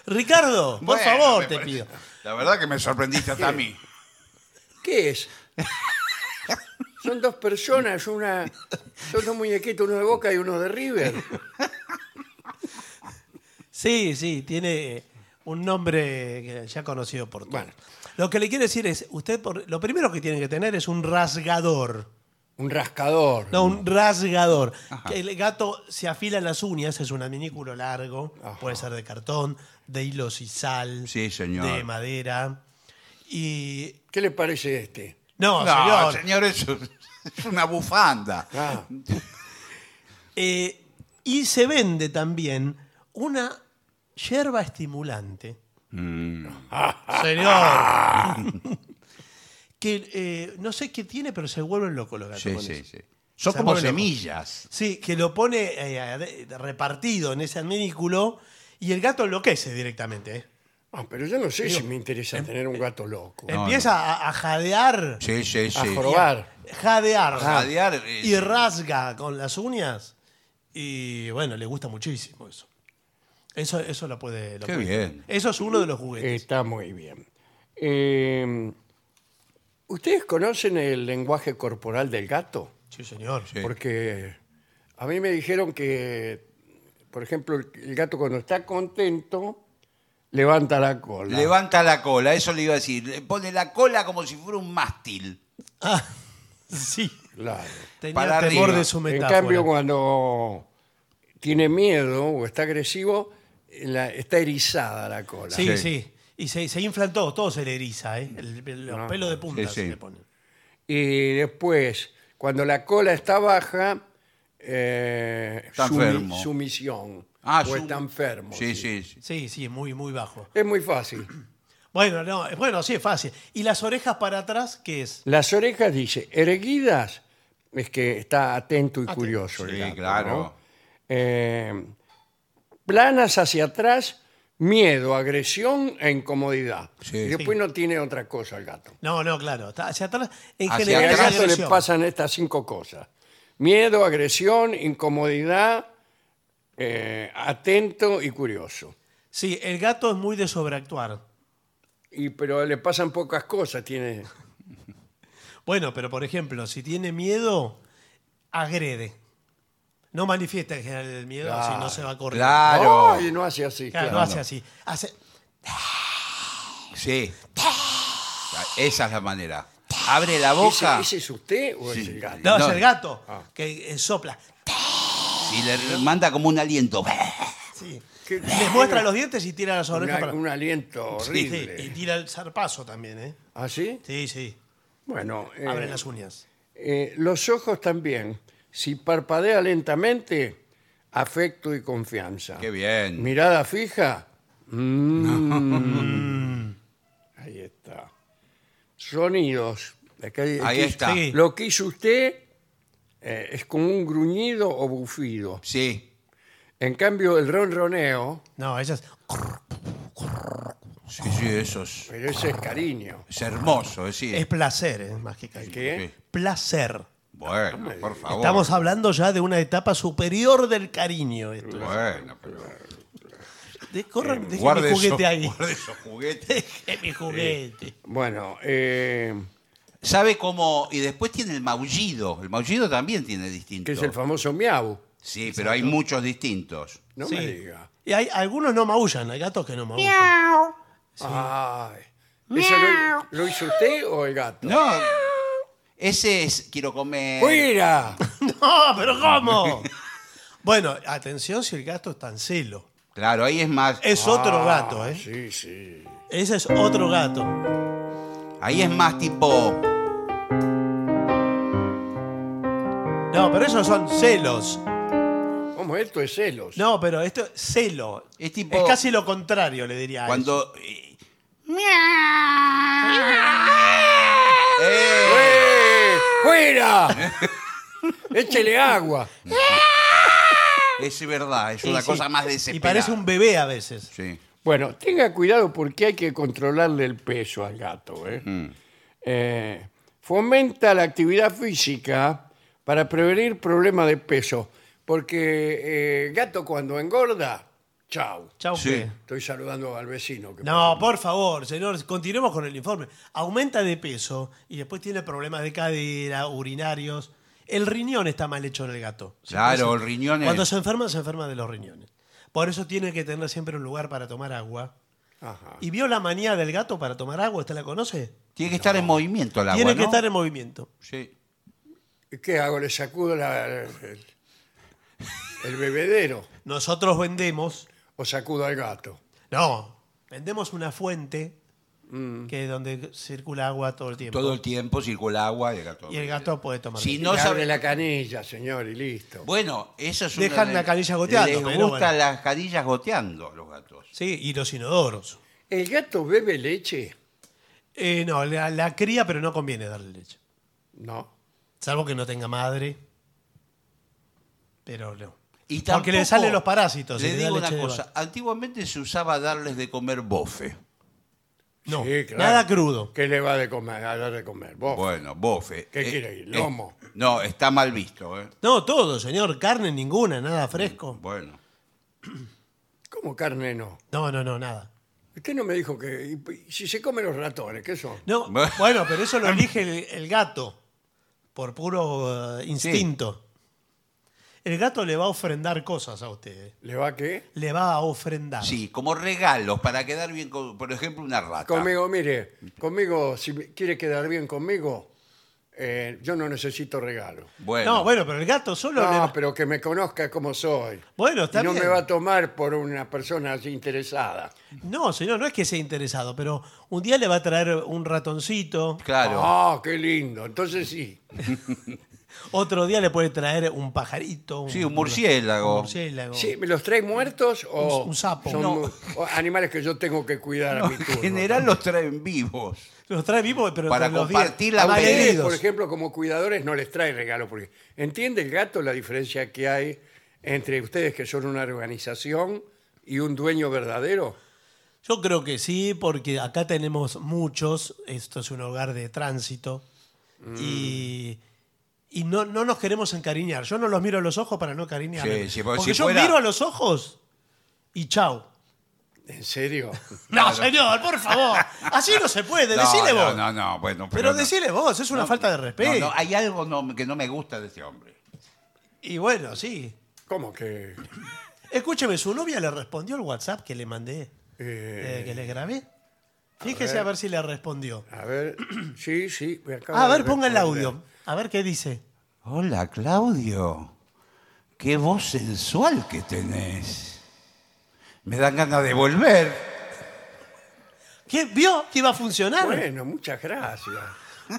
Speaker 4: Ricardo, por
Speaker 3: Bueno,
Speaker 4: favor,
Speaker 3: me
Speaker 4: te
Speaker 3: parece-
Speaker 4: pido.
Speaker 3: La verdad que me sorprendiste hasta a mí.
Speaker 2: ¿Qué es? Son dos personas, una, son dos muñequitos, uno de Boca y uno de River.
Speaker 4: Sí, sí, tiene un nombre que ya conocido por todos.
Speaker 2: Bueno.
Speaker 4: Lo que le quiero decir es, usted por- lo primero que tiene que tener es un rasgador.
Speaker 2: Un rascador.
Speaker 4: No, un rasgador. Que el gato se afila las uñas, es un adminículo largo, puede ser de cartón, de hilo sisal,
Speaker 3: Sí, señor.
Speaker 4: de madera. Y.
Speaker 2: ¿Qué le parece este?
Speaker 4: (laughs) No,
Speaker 3: No,
Speaker 4: señor.
Speaker 3: señor, eso es una bufanda.
Speaker 2: Ah,
Speaker 4: Eh, y se vende también una yerba estimulante.
Speaker 3: Mm. (laughs)
Speaker 4: Señor. que eh, no sé qué tiene, pero se vuelven locos los gatos.
Speaker 3: Sí,
Speaker 4: con
Speaker 3: sí,
Speaker 4: eso.
Speaker 3: sí. Son
Speaker 4: Se
Speaker 3: como
Speaker 4: mueve lejos.
Speaker 3: semillas.
Speaker 4: Sí, que lo pone eh, ade- repartido en ese adminículo y el gato enloquece directamente. ¿eh?
Speaker 2: Ah, pero yo no sé si me interesa
Speaker 4: em,
Speaker 2: tener un gato loco.
Speaker 3: No,
Speaker 4: Empieza A, a jadear,
Speaker 3: Sí, sí,
Speaker 4: Ah,
Speaker 2: A
Speaker 3: sí.
Speaker 2: jorobar.
Speaker 4: jadear,
Speaker 3: Jadear, eh,
Speaker 4: y
Speaker 3: sí.
Speaker 4: rasga con las uñas. Y bueno, le gusta muchísimo eso. Eso, eso lo puede. lo
Speaker 3: Qué
Speaker 4: puede.
Speaker 3: bien.
Speaker 4: Eso es uno de los juguetes.
Speaker 2: Está muy bien. Eh, ¿Ustedes conocen el lenguaje corporal del gato?
Speaker 4: sí, señor.
Speaker 3: Sí.
Speaker 2: Porque a mí me dijeron que, por ejemplo, el- el gato cuando está contento, levanta la cola.
Speaker 3: Levanta la cola, eso le iba a decir. Le Pone la cola como si fuera un mástil.
Speaker 4: Ah, (laughs) sí.
Speaker 2: Claro.
Speaker 4: Tenía
Speaker 3: Para
Speaker 4: temor
Speaker 3: arriba.
Speaker 4: de su
Speaker 2: En
Speaker 4: metáfora.
Speaker 2: cambio, cuando tiene miedo o está agresivo, la- está erizada la cola.
Speaker 4: sí,
Speaker 3: Sí.
Speaker 4: sí, Y se, se inflan todos, todo se le eriza, ¿eh? El- el- los
Speaker 2: Ah,
Speaker 4: pelos de punta
Speaker 3: sí,
Speaker 4: se
Speaker 3: sí.
Speaker 4: le ponen.
Speaker 2: Y después, cuando la cola está baja, eh,
Speaker 3: Está
Speaker 2: sumi-
Speaker 3: enfermo.
Speaker 2: sumisión.
Speaker 3: Ah,
Speaker 2: o
Speaker 3: su-
Speaker 2: está enfermo.
Speaker 3: Sí, sí, sí.
Speaker 4: Sí, sí, muy, muy bajo.
Speaker 2: Es muy fácil.
Speaker 4: Bueno, no, eh, bueno, sí, es fácil. ¿Y las orejas para atrás qué es?
Speaker 2: Las orejas, dice, erguidas, es que está atento y
Speaker 4: Atento,
Speaker 2: curioso. el
Speaker 3: sí,
Speaker 2: gato,
Speaker 3: claro.
Speaker 2: ¿no? Eh, planas hacia atrás, miedo, agresión e incomodidad.
Speaker 3: Sí.
Speaker 2: Y después no tiene otra cosa el gato.
Speaker 4: No, no, claro. está hacia atrás, en
Speaker 3: Hacia
Speaker 2: Y
Speaker 4: general,
Speaker 2: al
Speaker 4: es
Speaker 3: atrás
Speaker 2: gato le
Speaker 4: agresión.
Speaker 2: pasan estas cinco cosas. Miedo, agresión, incomodidad, eh, atento y curioso.
Speaker 4: Sí, el gato es muy de sobreactuar.
Speaker 2: Y, pero le pasan pocas cosas, tiene...
Speaker 4: Bueno, pero por ejemplo, si tiene miedo, agrede. No manifiesta en general el miedo,
Speaker 2: Claro,
Speaker 4: si no se va a correr.
Speaker 3: Claro.
Speaker 2: ¡Ay! no hace así.
Speaker 4: Claro,
Speaker 2: claro.
Speaker 4: no hace así. Hace-
Speaker 3: Sí. Esa es la manera. Abre la
Speaker 2: ¿Ese,
Speaker 3: boca
Speaker 2: ese es usted o es
Speaker 3: Sí.
Speaker 2: el gato?
Speaker 4: No,
Speaker 3: No.
Speaker 4: es el gato que eh, sopla.
Speaker 3: y le manda como un aliento.
Speaker 4: Ah. Sí.
Speaker 2: Qué-
Speaker 4: Les muestra los dientes y tira las
Speaker 2: Una-
Speaker 4: orejas para.
Speaker 2: un aliento
Speaker 4: Sí, sí,
Speaker 2: horrible.
Speaker 4: y tira el zarpazo también, ¿eh?
Speaker 2: ¿Ah, sí?
Speaker 4: Sí, sí.
Speaker 2: Bueno, eh,
Speaker 4: Abren las uñas.
Speaker 2: eh, los ojos también. Si parpadea lentamente, afecto y confianza.
Speaker 3: Qué bien.
Speaker 2: Mirada fija. Mm. (laughs) Ahí está. Sonidos. Acá hay-
Speaker 3: Ahí
Speaker 2: aquí-
Speaker 3: está.
Speaker 4: Sí.
Speaker 2: Lo que hizo usted eh, es como un gruñido o bufido.
Speaker 3: Sí.
Speaker 2: En cambio, el ronroneo,
Speaker 4: No, ellas.
Speaker 3: Sí, sí, eso es,
Speaker 2: pero ese es cariño.
Speaker 3: es hermoso. eh, Sí.
Speaker 4: Es placer, ¿eh? más que cariño.
Speaker 2: ¿Qué?
Speaker 4: Placer.
Speaker 3: Bueno, por favor.
Speaker 4: Estamos hablando ya de una etapa superior del cariño. Esto.
Speaker 3: Bueno, pero
Speaker 4: De-
Speaker 2: Eh,
Speaker 4: corran, dejen
Speaker 3: guarde
Speaker 4: mi juguete
Speaker 2: (laughs)
Speaker 3: esos-
Speaker 4: ahí. (laughs)
Speaker 3: guarde esos juguetes.
Speaker 4: Dejen mi juguete.
Speaker 2: Bueno, eh,
Speaker 3: Sabe cómo. Y después tiene el maullido. El maullido también tiene
Speaker 2: que
Speaker 3: distintos.
Speaker 2: es el famoso miau.
Speaker 3: Sí, pero hay muchos distintos.
Speaker 2: No
Speaker 4: Sí.
Speaker 2: me diga.
Speaker 4: Y hay algunos no maullan, hay gatos que no maullan.
Speaker 2: Ay. ¿Eso lo, lo hizo usted o el gato?
Speaker 3: No. Ese es. Quiero comer.
Speaker 2: ¡Fuera!
Speaker 4: (laughs) No, pero
Speaker 2: (laughs)
Speaker 4: ¿cómo? bueno, atención si el gato está en celo.
Speaker 3: Claro, ahí es más.
Speaker 4: Es otro gato, ¿eh?
Speaker 2: Ah, Sí, sí.
Speaker 4: Ese es otro gato.
Speaker 3: Ahí es más tipo.
Speaker 4: No, pero esos son celos.
Speaker 2: ¿Cómo esto es celos?
Speaker 4: No, pero esto es celo.
Speaker 3: Es tipo-
Speaker 4: casi lo contrario, le diría. a eso.
Speaker 3: Cuando. eh,
Speaker 2: ¡Eh! ¡Fuera! Échele agua.
Speaker 3: Es verdad, es
Speaker 4: Sí,
Speaker 3: una
Speaker 4: sí.
Speaker 3: cosa más
Speaker 4: Y
Speaker 3: desesperada.
Speaker 4: parece un bebé a veces.
Speaker 3: Sí.
Speaker 2: Bueno, tenga cuidado porque hay que controlarle el peso al gato. ¿eh? Eh, fomenta la actividad física para prevenir problemas de peso. Porque eh, gato cuando engorda, chau.
Speaker 4: Chau,
Speaker 3: Sí.
Speaker 4: ¿qué?
Speaker 2: Estoy saludando al vecino. que
Speaker 4: No, por favor, señor, continuemos con el informe. Aumenta de peso y después tiene problemas de cadera, urinarios. El riñón está mal hecho en el gato. Se
Speaker 3: Claro,
Speaker 4: parece-
Speaker 3: el riñón es-
Speaker 4: Cuando se enferma, se enferma de los riñones. Por eso tiene que tener siempre un lugar para tomar agua.
Speaker 2: Ajá.
Speaker 4: ¿Y vio la manía del gato para tomar agua? ¿Usted la conoce?
Speaker 3: Tiene que estar en movimiento el agua.
Speaker 4: tiene que
Speaker 3: ¿no?
Speaker 4: estar en movimiento.
Speaker 3: Sí.
Speaker 2: ¿Qué hago? ¿Le sacudo la- el, el bebedero
Speaker 4: Nosotros vendemos,
Speaker 2: o sacudo al gato?
Speaker 4: no, vendemos una fuente que es donde circula agua todo el tiempo.
Speaker 3: Mm. Todo el tiempo circula agua y el gato.
Speaker 4: Y el gato puede tomar.
Speaker 3: Si
Speaker 2: No
Speaker 3: no
Speaker 2: sabe
Speaker 3: sabe.
Speaker 2: la canilla, señor, y listo.
Speaker 3: Bueno, eso es una
Speaker 4: Dejan
Speaker 3: de-
Speaker 4: la canilla goteando,
Speaker 3: Les
Speaker 4: pero
Speaker 3: gustan
Speaker 4: bueno.
Speaker 3: las canillas goteando a los gatos.
Speaker 4: Sí, y los inodoros.
Speaker 2: ¿El gato bebe leche?
Speaker 4: Eh, no, la, la cría, pero no conviene darle leche.
Speaker 2: No.
Speaker 4: Salvo que no tenga madre. pero no.
Speaker 3: Y
Speaker 4: Porque le
Speaker 3: tampoco-
Speaker 4: salen los parásitos. eh, y
Speaker 3: Le
Speaker 4: da
Speaker 3: digo una
Speaker 4: leche de
Speaker 3: cosa,
Speaker 4: vaca.
Speaker 3: antiguamente se usaba darles de comer bofe.
Speaker 4: No,
Speaker 2: Sí, claro.
Speaker 4: nada crudo.
Speaker 2: ¿Qué le va de comer? A dar de comer. Vos.
Speaker 3: Bueno, bofe.
Speaker 2: ¿Qué quiere ir? Lomo.
Speaker 3: eh, no, está mal visto. eh.
Speaker 4: No, todo, señor. Carne ninguna, nada fresco.
Speaker 3: Bueno.
Speaker 2: ¿Cómo carne no?
Speaker 4: No, no, no, nada.
Speaker 2: ¿Qué no me dijo que y- y si se comen los ratones, qué son? (laughs)
Speaker 4: No,
Speaker 3: Bueno.
Speaker 4: bueno, pero eso lo elige el, el gato, por puro eh, instinto. El gato le va a ofrendar cosas a usted. eh.
Speaker 2: ¿Le va a qué?
Speaker 4: Le va a ofrendar.
Speaker 3: Sí, como regalos, para quedar bien con, por ejemplo, una
Speaker 4: Ah.
Speaker 3: rata.
Speaker 2: Conmigo, mire, conmigo, si me- quiere quedar bien conmigo, eh, yo no necesito regalo.
Speaker 3: Bueno,
Speaker 4: No, bueno, pero el gato solo le
Speaker 2: No,
Speaker 4: va-
Speaker 2: pero que me conozca como soy.
Speaker 4: Bueno, está
Speaker 2: Y no
Speaker 4: bien.
Speaker 2: me va a tomar por una persona así interesada.
Speaker 4: No, señor, no es que sea interesado, pero un día le va a traer un ratoncito,
Speaker 3: claro.
Speaker 2: Ah, qué lindo. Entonces sí.
Speaker 4: otro día le puede traer un pajarito.
Speaker 3: Sí, un murciélago.
Speaker 4: un murciélago.
Speaker 2: Sí, ¿Me los trae muertos o
Speaker 4: Un- un sapo.
Speaker 2: son
Speaker 4: No.
Speaker 2: mu- o animales que yo tengo que cuidar a mi
Speaker 3: en
Speaker 2: turno?
Speaker 3: general los traen vivos.
Speaker 4: Los trae vivo, pero
Speaker 3: Para
Speaker 4: entre los diez-
Speaker 3: compartir la
Speaker 4: mal
Speaker 3: ustedes,
Speaker 2: Ustedes,
Speaker 4: heridos.
Speaker 2: por ejemplo, como cuidadores no les trae regalos. Porque ¿Entiende el gato la diferencia que hay entre ustedes que son una organización y un dueño verdadero?
Speaker 4: Yo creo que sí, porque acá tenemos muchos. Esto es un hogar de tránsito. Y, y no, no nos queremos encariñar. Yo no los miro a los ojos para no encariñarme.
Speaker 3: Sí, sí, porque
Speaker 4: porque
Speaker 3: si
Speaker 4: yo
Speaker 3: fuera-
Speaker 4: miro a los ojos y chau.
Speaker 2: ¿En
Speaker 4: (laughs)
Speaker 2: serio?
Speaker 4: No, señor, por favor. Así no se
Speaker 3: (laughs)
Speaker 4: puede.
Speaker 3: No,
Speaker 4: decile
Speaker 3: no,
Speaker 4: vos.
Speaker 3: No, no, bueno.
Speaker 4: pero
Speaker 3: no.
Speaker 4: decile vos, es una
Speaker 3: No,
Speaker 4: falta de respeto.
Speaker 3: No, no, hay algo no- que no me gusta de este hombre.
Speaker 4: Y bueno, sí.
Speaker 2: ¿Cómo que?
Speaker 4: Escúcheme, su novia le respondió al WhatsApp que le mandé, eh, que
Speaker 2: eh,
Speaker 4: le grabé. Fíjese a ver si le respondió.
Speaker 2: a ver, sí, sí. me acaba
Speaker 4: A
Speaker 2: de
Speaker 4: ver, ponga el
Speaker 2: responder.
Speaker 4: audio. A ver qué dice.
Speaker 3: Hola, Claudio. Qué voz sensual que tenés. Me dan ganas de volver.
Speaker 4: ¿Qué? ¿Vio que iba a funcionar?
Speaker 2: Bueno, muchas gracias.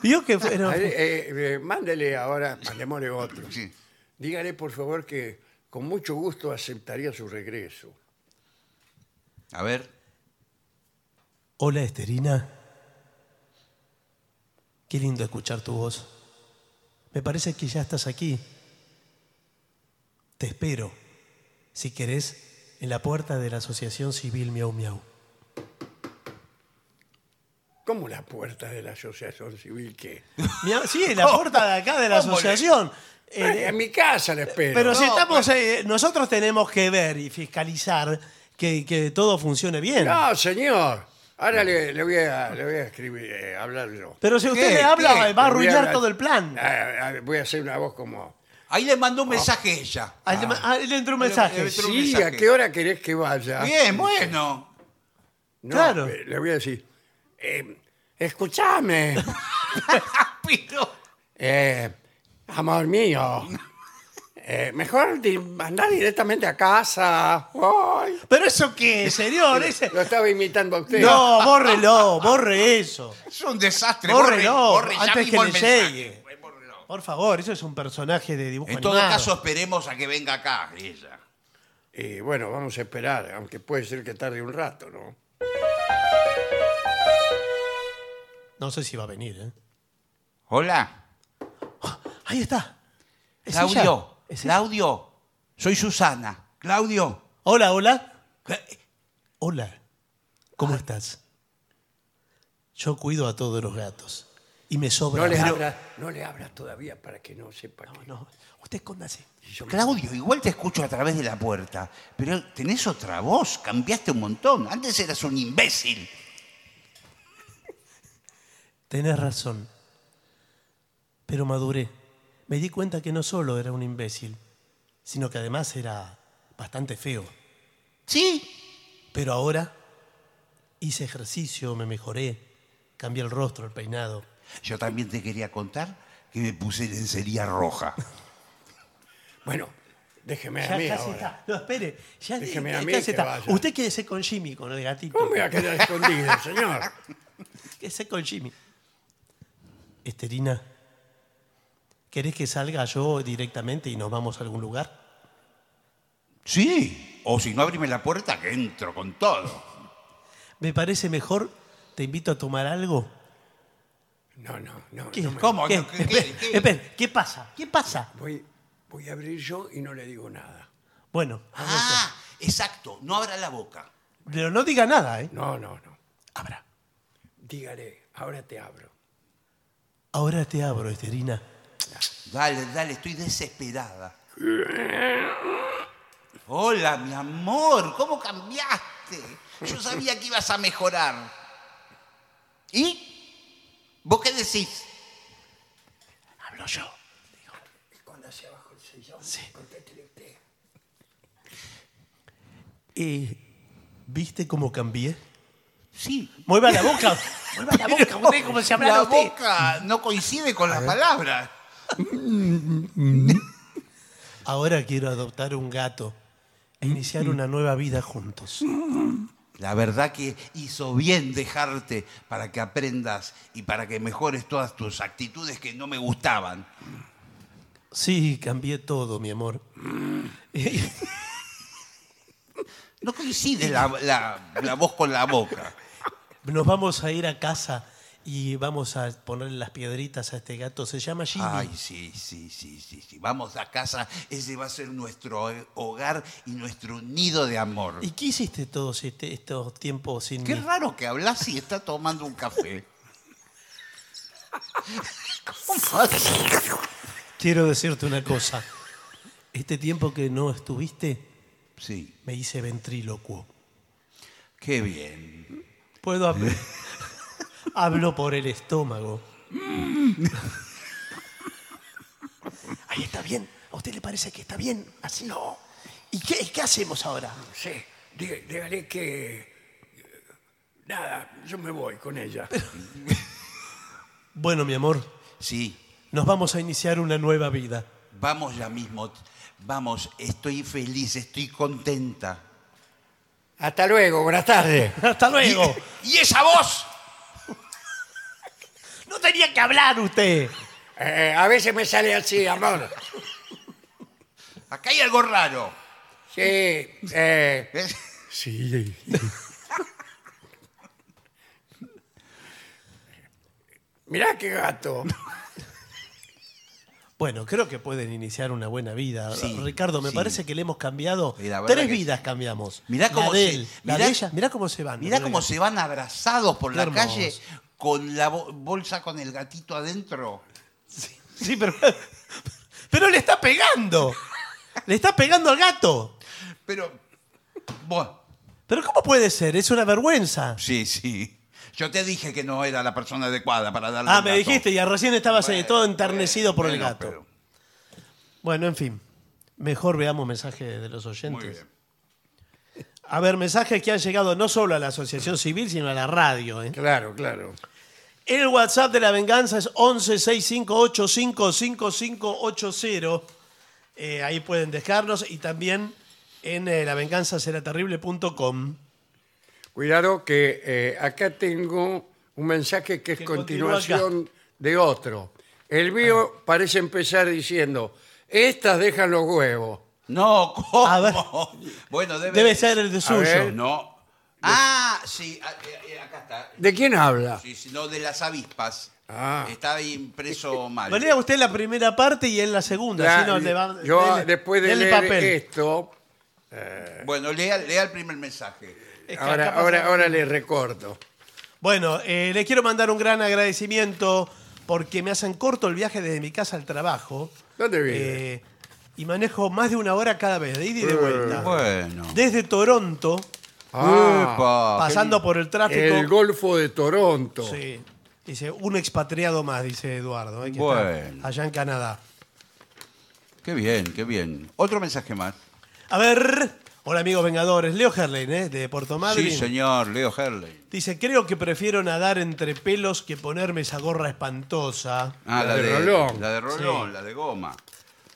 Speaker 4: ¿Vio que fue- no,
Speaker 2: A ver, eh, eh, mándele ahora, mandémosle otro.
Speaker 3: Sí.
Speaker 2: Dígale, por favor, que con mucho gusto aceptaría su regreso.
Speaker 3: A ver.
Speaker 4: Hola, Esterina. Qué lindo escuchar tu voz. Me parece que ya estás aquí. Te espero, si querés, en la puerta de la Asociación Civil
Speaker 2: (laughs)
Speaker 4: Miau Miau.
Speaker 2: ¿Cómo la puerta de la asociación civil qué?
Speaker 4: Miau- Sí, en la puerta de acá de la
Speaker 3: ¿Cómo le-
Speaker 4: asociación. Eh,
Speaker 2: Eh, en mi casa la espero.
Speaker 4: Pero si
Speaker 3: No,
Speaker 4: estamos, eh, nosotros tenemos que ver y fiscalizar que, que todo funcione bien.
Speaker 2: No, señor. Ahora le, le voy, a, le voy a escribir, eh, hablar yo.
Speaker 4: Pero si usted
Speaker 3: ¿Qué?
Speaker 4: le habla,
Speaker 3: ¿Qué?
Speaker 4: va a
Speaker 2: Le voy
Speaker 4: arruinar
Speaker 2: hablar-
Speaker 4: todo el plan.
Speaker 2: Ah, ah, voy a hacer una voz como...
Speaker 3: Ahí le mandó un mensaje ella.
Speaker 4: Ahí le- ahí le entró un
Speaker 3: Le-
Speaker 4: mensaje.
Speaker 3: le- Otro
Speaker 2: Sí, ¿a
Speaker 3: mensaje.
Speaker 2: qué hora querés que vaya?
Speaker 3: Bien, bueno.
Speaker 2: No,
Speaker 4: claro.
Speaker 2: eh, Le voy a decir, eh, escúchame,
Speaker 3: Pero
Speaker 2: eh, amor mío. eh, mejor di- mandá directamente a casa. Ay,
Speaker 4: Pero eso qué, señor, ese...
Speaker 2: lo estaba imitando a usted.
Speaker 4: No, bórrelo, borre eso.
Speaker 3: es un desastre.
Speaker 4: Bórrelo,
Speaker 3: borre, borre ya
Speaker 4: antes
Speaker 3: mismo
Speaker 4: que
Speaker 3: el
Speaker 4: le
Speaker 3: mensaje.
Speaker 4: llegue.
Speaker 3: Bórrelo.
Speaker 4: Por favor, eso es un personaje de dibujo
Speaker 3: En todo
Speaker 4: animado.
Speaker 3: caso, esperemos a que venga acá ella.
Speaker 2: Y bueno, vamos a esperar, aunque puede ser que tarde un rato, ¿no?
Speaker 4: No sé si va a venir, ¿eh?
Speaker 3: Hola.
Speaker 4: Ahí está. ¿Es
Speaker 3: Claudio.
Speaker 4: ella? ¿Es ella?
Speaker 3: Claudio. Soy Susana. Claudio.
Speaker 4: Hola, hola. Hola, ¿cómo
Speaker 3: Ah.
Speaker 4: estás? Yo cuido a todos los gatos y me sobra.
Speaker 2: No le
Speaker 4: pero-
Speaker 2: abras, no le abras todavía para que no sepa que-
Speaker 4: No, usted escóndase.
Speaker 3: Claudio, igual te escucho a través de la puerta, pero tenés otra voz, cambiaste un montón. Antes eras un imbécil.
Speaker 4: Tenés razón. Pero maduré. Me di cuenta que no solo era un imbécil, sino que además era bastante feo.
Speaker 3: Sí.
Speaker 4: Pero ahora hice ejercicio, me mejoré, cambié el rostro, el peinado.
Speaker 3: Yo también te quería contar que me puse lencería roja.
Speaker 2: Bueno, déjeme a
Speaker 4: Ya
Speaker 2: mí
Speaker 4: casi
Speaker 2: ahora.
Speaker 4: está. No, espere. Ya
Speaker 2: Déjeme a
Speaker 4: ya
Speaker 2: mí
Speaker 4: casi
Speaker 2: que
Speaker 4: está.
Speaker 2: vaya.
Speaker 4: Usted quédese con Jimmy, con el gatito.
Speaker 2: ¿Cómo me va a quedar escondido, señor?
Speaker 4: Quédese con Jimmy. Esterina, ¿querés que salga yo directamente y nos vamos a algún lugar?
Speaker 3: Sí. O si no, abrime la puerta que entro con todo.
Speaker 4: Me parece mejor, te invito a tomar algo.
Speaker 2: No, no, no.
Speaker 4: ¿Qué?
Speaker 2: no me-
Speaker 3: ¿Cómo?
Speaker 4: ¿Qué?
Speaker 3: ¿Qué? ¿Qué?
Speaker 4: Espera, espera, ¿qué pasa? ¿Qué pasa?
Speaker 2: Voy, voy a abrir yo y no le digo nada.
Speaker 4: Bueno,
Speaker 3: Ah, exacto. No abra la boca.
Speaker 4: pero no diga nada, ¿eh?
Speaker 2: No, no, no.
Speaker 4: Abra.
Speaker 2: Dígale, ahora te abro.
Speaker 4: Ahora te abro, Esterina.
Speaker 3: Dale, dale, estoy desesperada. Hola, mi amor, ¿cómo cambiaste? Yo sabía que ibas a mejorar. ¿Y? ¿Vos qué decís?
Speaker 4: Hablo yo.
Speaker 2: Escóndase abajo el sillón.
Speaker 4: Sí.
Speaker 2: Contéstele usted.
Speaker 4: Eh, ¿Viste cómo cambié?
Speaker 3: Sí.
Speaker 4: Mueva la boca. (laughs) Mueva la
Speaker 3: (laughs)
Speaker 4: boca. Usted como se hablara
Speaker 3: la
Speaker 4: usted.
Speaker 3: boca no coincide con la palabra.
Speaker 4: Ahora quiero adoptar un gato e iniciar una nueva vida juntos.
Speaker 3: La verdad que hizo bien dejarte para que aprendas y para que mejores todas tus actitudes que no me gustaban.
Speaker 4: Sí, cambié todo, mi amor. Mm. (laughs)
Speaker 3: No coincide la, la- la voz con la boca.
Speaker 4: Nos vamos a ir a casa y vamos a ponerle las piedritas a este gato. Se llama Jimmy.
Speaker 3: Ay, sí, sí, sí, sí, sí. Vamos a casa, ese va a ser nuestro eh, hogar y nuestro nido de amor.
Speaker 4: ¿Y qué hiciste todos este- estos tiempos sin
Speaker 3: Qué
Speaker 4: mí?
Speaker 3: raro que hablas y está tomando un (laughs) café.
Speaker 4: Quiero decirte una cosa. Este tiempo que no estuviste,
Speaker 3: Sí,
Speaker 4: me hice ventrílocuo.
Speaker 3: qué bien.
Speaker 4: Puedo (laughs) hablar. Hablo por el estómago. (laughs) Ahí está bien. ¿A usted le parece que está bien? Así. No. ¿Y qué, qué hacemos ahora?
Speaker 2: Sí, dí- dígale que... eh, Nada, yo me voy con ella.
Speaker 4: Bueno, mi amor,
Speaker 3: Sí,
Speaker 4: nos vamos a iniciar una nueva vida.
Speaker 3: vamos ya mismo. Vamos, estoy feliz, estoy contenta.
Speaker 2: Hasta luego, buenas tardes.
Speaker 4: Hasta luego.
Speaker 3: ¿Y esa voz?
Speaker 4: No tenía que hablar usted.
Speaker 2: Eh, a veces me sale así, amor.
Speaker 3: Acá hay algo raro.
Speaker 2: Sí, eh,
Speaker 3: ¿Ves?
Speaker 2: Sí. (laughs) Mirá qué gato.
Speaker 4: Bueno, creo que pueden iniciar una buena vida.
Speaker 3: Sí,
Speaker 4: Ricardo, me
Speaker 3: sí.
Speaker 4: parece que le hemos cambiado.
Speaker 3: Y la verdad
Speaker 4: Tres
Speaker 3: que
Speaker 4: vidas cambiamos.
Speaker 3: Mirá cómo
Speaker 4: la de
Speaker 3: se-
Speaker 4: él, la
Speaker 3: mirá-
Speaker 4: de ella, mirá cómo se van.
Speaker 3: Mirá
Speaker 4: Mirá
Speaker 3: cómo se van abrazados por
Speaker 4: Qué
Speaker 3: la
Speaker 4: hermoso.
Speaker 3: calle con la bo- bolsa con el gatito adentro.
Speaker 4: Sí, pero. (laughs) Pero le está pegando. Le está pegando al gato.
Speaker 3: Pero, bueno,
Speaker 4: Pero ¿cómo puede ser? Es una vergüenza.
Speaker 3: Sí, sí. Yo te dije que no era la persona adecuada para darle
Speaker 4: Ah,
Speaker 3: un
Speaker 4: me
Speaker 3: gato.
Speaker 4: dijiste, y recién estabas eh, todo
Speaker 3: Bueno,
Speaker 4: enternecido por el
Speaker 3: bueno,
Speaker 4: gato.
Speaker 3: pero-
Speaker 4: Bueno, en fin. Mejor veamos mensajes de los oyentes.
Speaker 3: muy bien.
Speaker 4: A ver, mensajes que han llegado no solo a la Asociación Civil, sino a la radio. ¿eh?
Speaker 2: Claro, claro.
Speaker 4: El WhatsApp de la venganza es 1165855580. Eh, ahí pueden dejarnos y también en eh, lavenganzaseraterrible.com.
Speaker 2: Cuidado que eh, acá tengo un mensaje que es
Speaker 4: Que continúa acá. Ah.
Speaker 2: continuación de otro. El mío parece empezar diciendo, estas dejan los huevos.
Speaker 3: No, ¿cómo?
Speaker 4: A ver.
Speaker 3: Bueno, debe,
Speaker 4: Debe ser el de suyo.
Speaker 2: ver.
Speaker 3: No. Ah, sí, a- eh, eh, acá está.
Speaker 2: ¿De quién habla?
Speaker 3: Sí, sí, no, de las avispas.
Speaker 2: Ah.
Speaker 3: Está ahí
Speaker 2: (laughs)
Speaker 3: impreso mal.
Speaker 4: Valía usted la primera parte y él la segunda.
Speaker 2: La-
Speaker 4: así no le va-
Speaker 2: yo
Speaker 4: dele-
Speaker 2: después de
Speaker 4: dele
Speaker 2: leer este.
Speaker 4: papel.
Speaker 2: esto,
Speaker 3: Bueno, lea, lea el primer mensaje.
Speaker 4: Es que
Speaker 2: ahora,
Speaker 4: acá pasa-
Speaker 2: ahora, ahora le recorto.
Speaker 4: Bueno, eh, le quiero mandar un gran agradecimiento porque me hacen corto el viaje desde mi casa al trabajo.
Speaker 2: ¿Dónde vive?
Speaker 4: Eh, y manejo más de una hora cada vez, de ida y de vuelta.
Speaker 3: Bueno.
Speaker 4: Desde Toronto, eh,
Speaker 2: Ah,
Speaker 3: Epa.
Speaker 4: pasando por el tráfico.
Speaker 2: el Golfo de Toronto.
Speaker 3: Oh.
Speaker 4: Sí. Dice, un expatriado más, dice Eduardo. eh, que está
Speaker 3: Bueno.
Speaker 4: allá en Canadá.
Speaker 3: Qué bien, qué bien. Otro mensaje más.
Speaker 4: A ver. Hola, amigos vengadores. Leo Herlein, eh, de Puerto Madryn.
Speaker 3: Sí, señor, Leo Herley.
Speaker 4: Dice, creo que prefiero nadar entre pelos que ponerme esa gorra espantosa.
Speaker 2: La
Speaker 3: Ah, la,
Speaker 2: de
Speaker 3: de
Speaker 2: Rolón.
Speaker 3: La de Rolón,
Speaker 4: Sí.
Speaker 3: la de goma.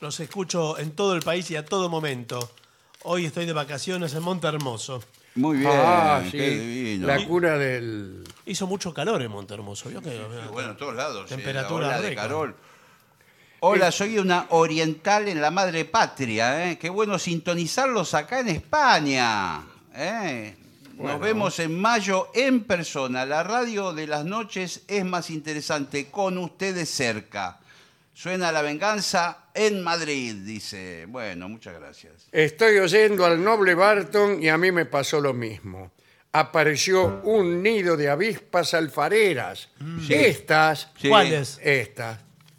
Speaker 4: Los escucho en todo el país y a todo momento. Hoy estoy de vacaciones en Monte Hermoso.
Speaker 3: Muy bien,
Speaker 2: Ah, sí.
Speaker 3: qué divino.
Speaker 2: La cuna del.
Speaker 4: Hizo mucho calor en Monte Hermoso. ¿vio que- eh,
Speaker 3: Sí, Bueno, en todos lados. sí,
Speaker 4: Temperatura
Speaker 3: la ola de
Speaker 4: récord.
Speaker 3: Carol. Hola, soy una oriental en la madre patria. ¿eh? Qué bueno sintonizarlos acá en España. ¿eh? Nos vemos en mayo en persona. La radio de las noches es más interesante con ustedes cerca. Suena la venganza en Madrid, dice. Bueno, muchas gracias.
Speaker 2: Estoy oyendo al noble Barton y a mí me pasó lo mismo. Apareció un nido de avispas alfareras. Estas,
Speaker 3: Sí.
Speaker 4: ¿Cuál es?
Speaker 2: estas,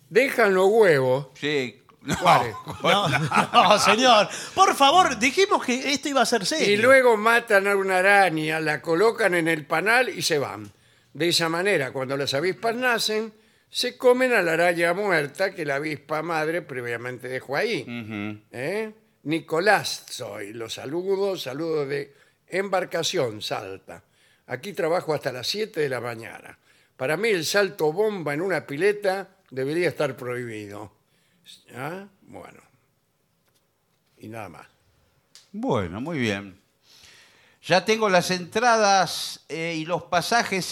Speaker 2: dejan los huevos.
Speaker 3: Sí. (laughs) No,
Speaker 2: ¿Cuáles?
Speaker 4: No, no, (laughs) señor. Por favor, dijimos que esto iba a ser serio.
Speaker 2: Y luego matan a una araña, la colocan en el panal y se van. De esa manera, cuando las avispas nacen, se comen a la araña muerta que la avispa madre previamente dejó ahí. ¿Eh? Nicolás soy, los saludos, saludos de embarcación, Salta. Aquí trabajo hasta las 7 de la mañana. Para mí el salto bomba en una pileta debería estar prohibido. ¿Ah? Bueno. Y nada más.
Speaker 3: Bueno, muy bien. Ya tengo las entradas eh, y los pasajes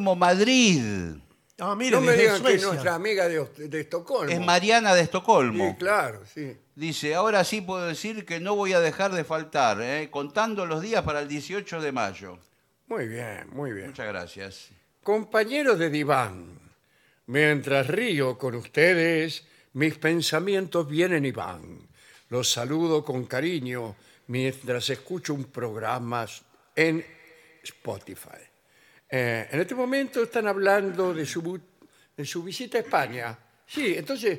Speaker 3: Estocolmo-Madrid.
Speaker 4: Ah, mire,
Speaker 2: No me
Speaker 4: desde
Speaker 2: digan que
Speaker 4: Suecia.
Speaker 2: nuestra amiga de, Ost- de Estocolmo.
Speaker 3: Es Mariana de Estocolmo.
Speaker 2: Sí, claro, sí.
Speaker 3: Dice, ahora sí puedo decir que no voy a dejar de faltar, ¿eh? contando los días para el 18 de mayo.
Speaker 2: Muy bien, muy bien.
Speaker 3: Muchas gracias.
Speaker 2: Compañeros de diván, mientras río con ustedes, mis pensamientos vienen y van. Los saludo con cariño mientras escucho un programa en Spotify. Eh, en este momento están hablando de su, bu- de su visita a España. Sí, entonces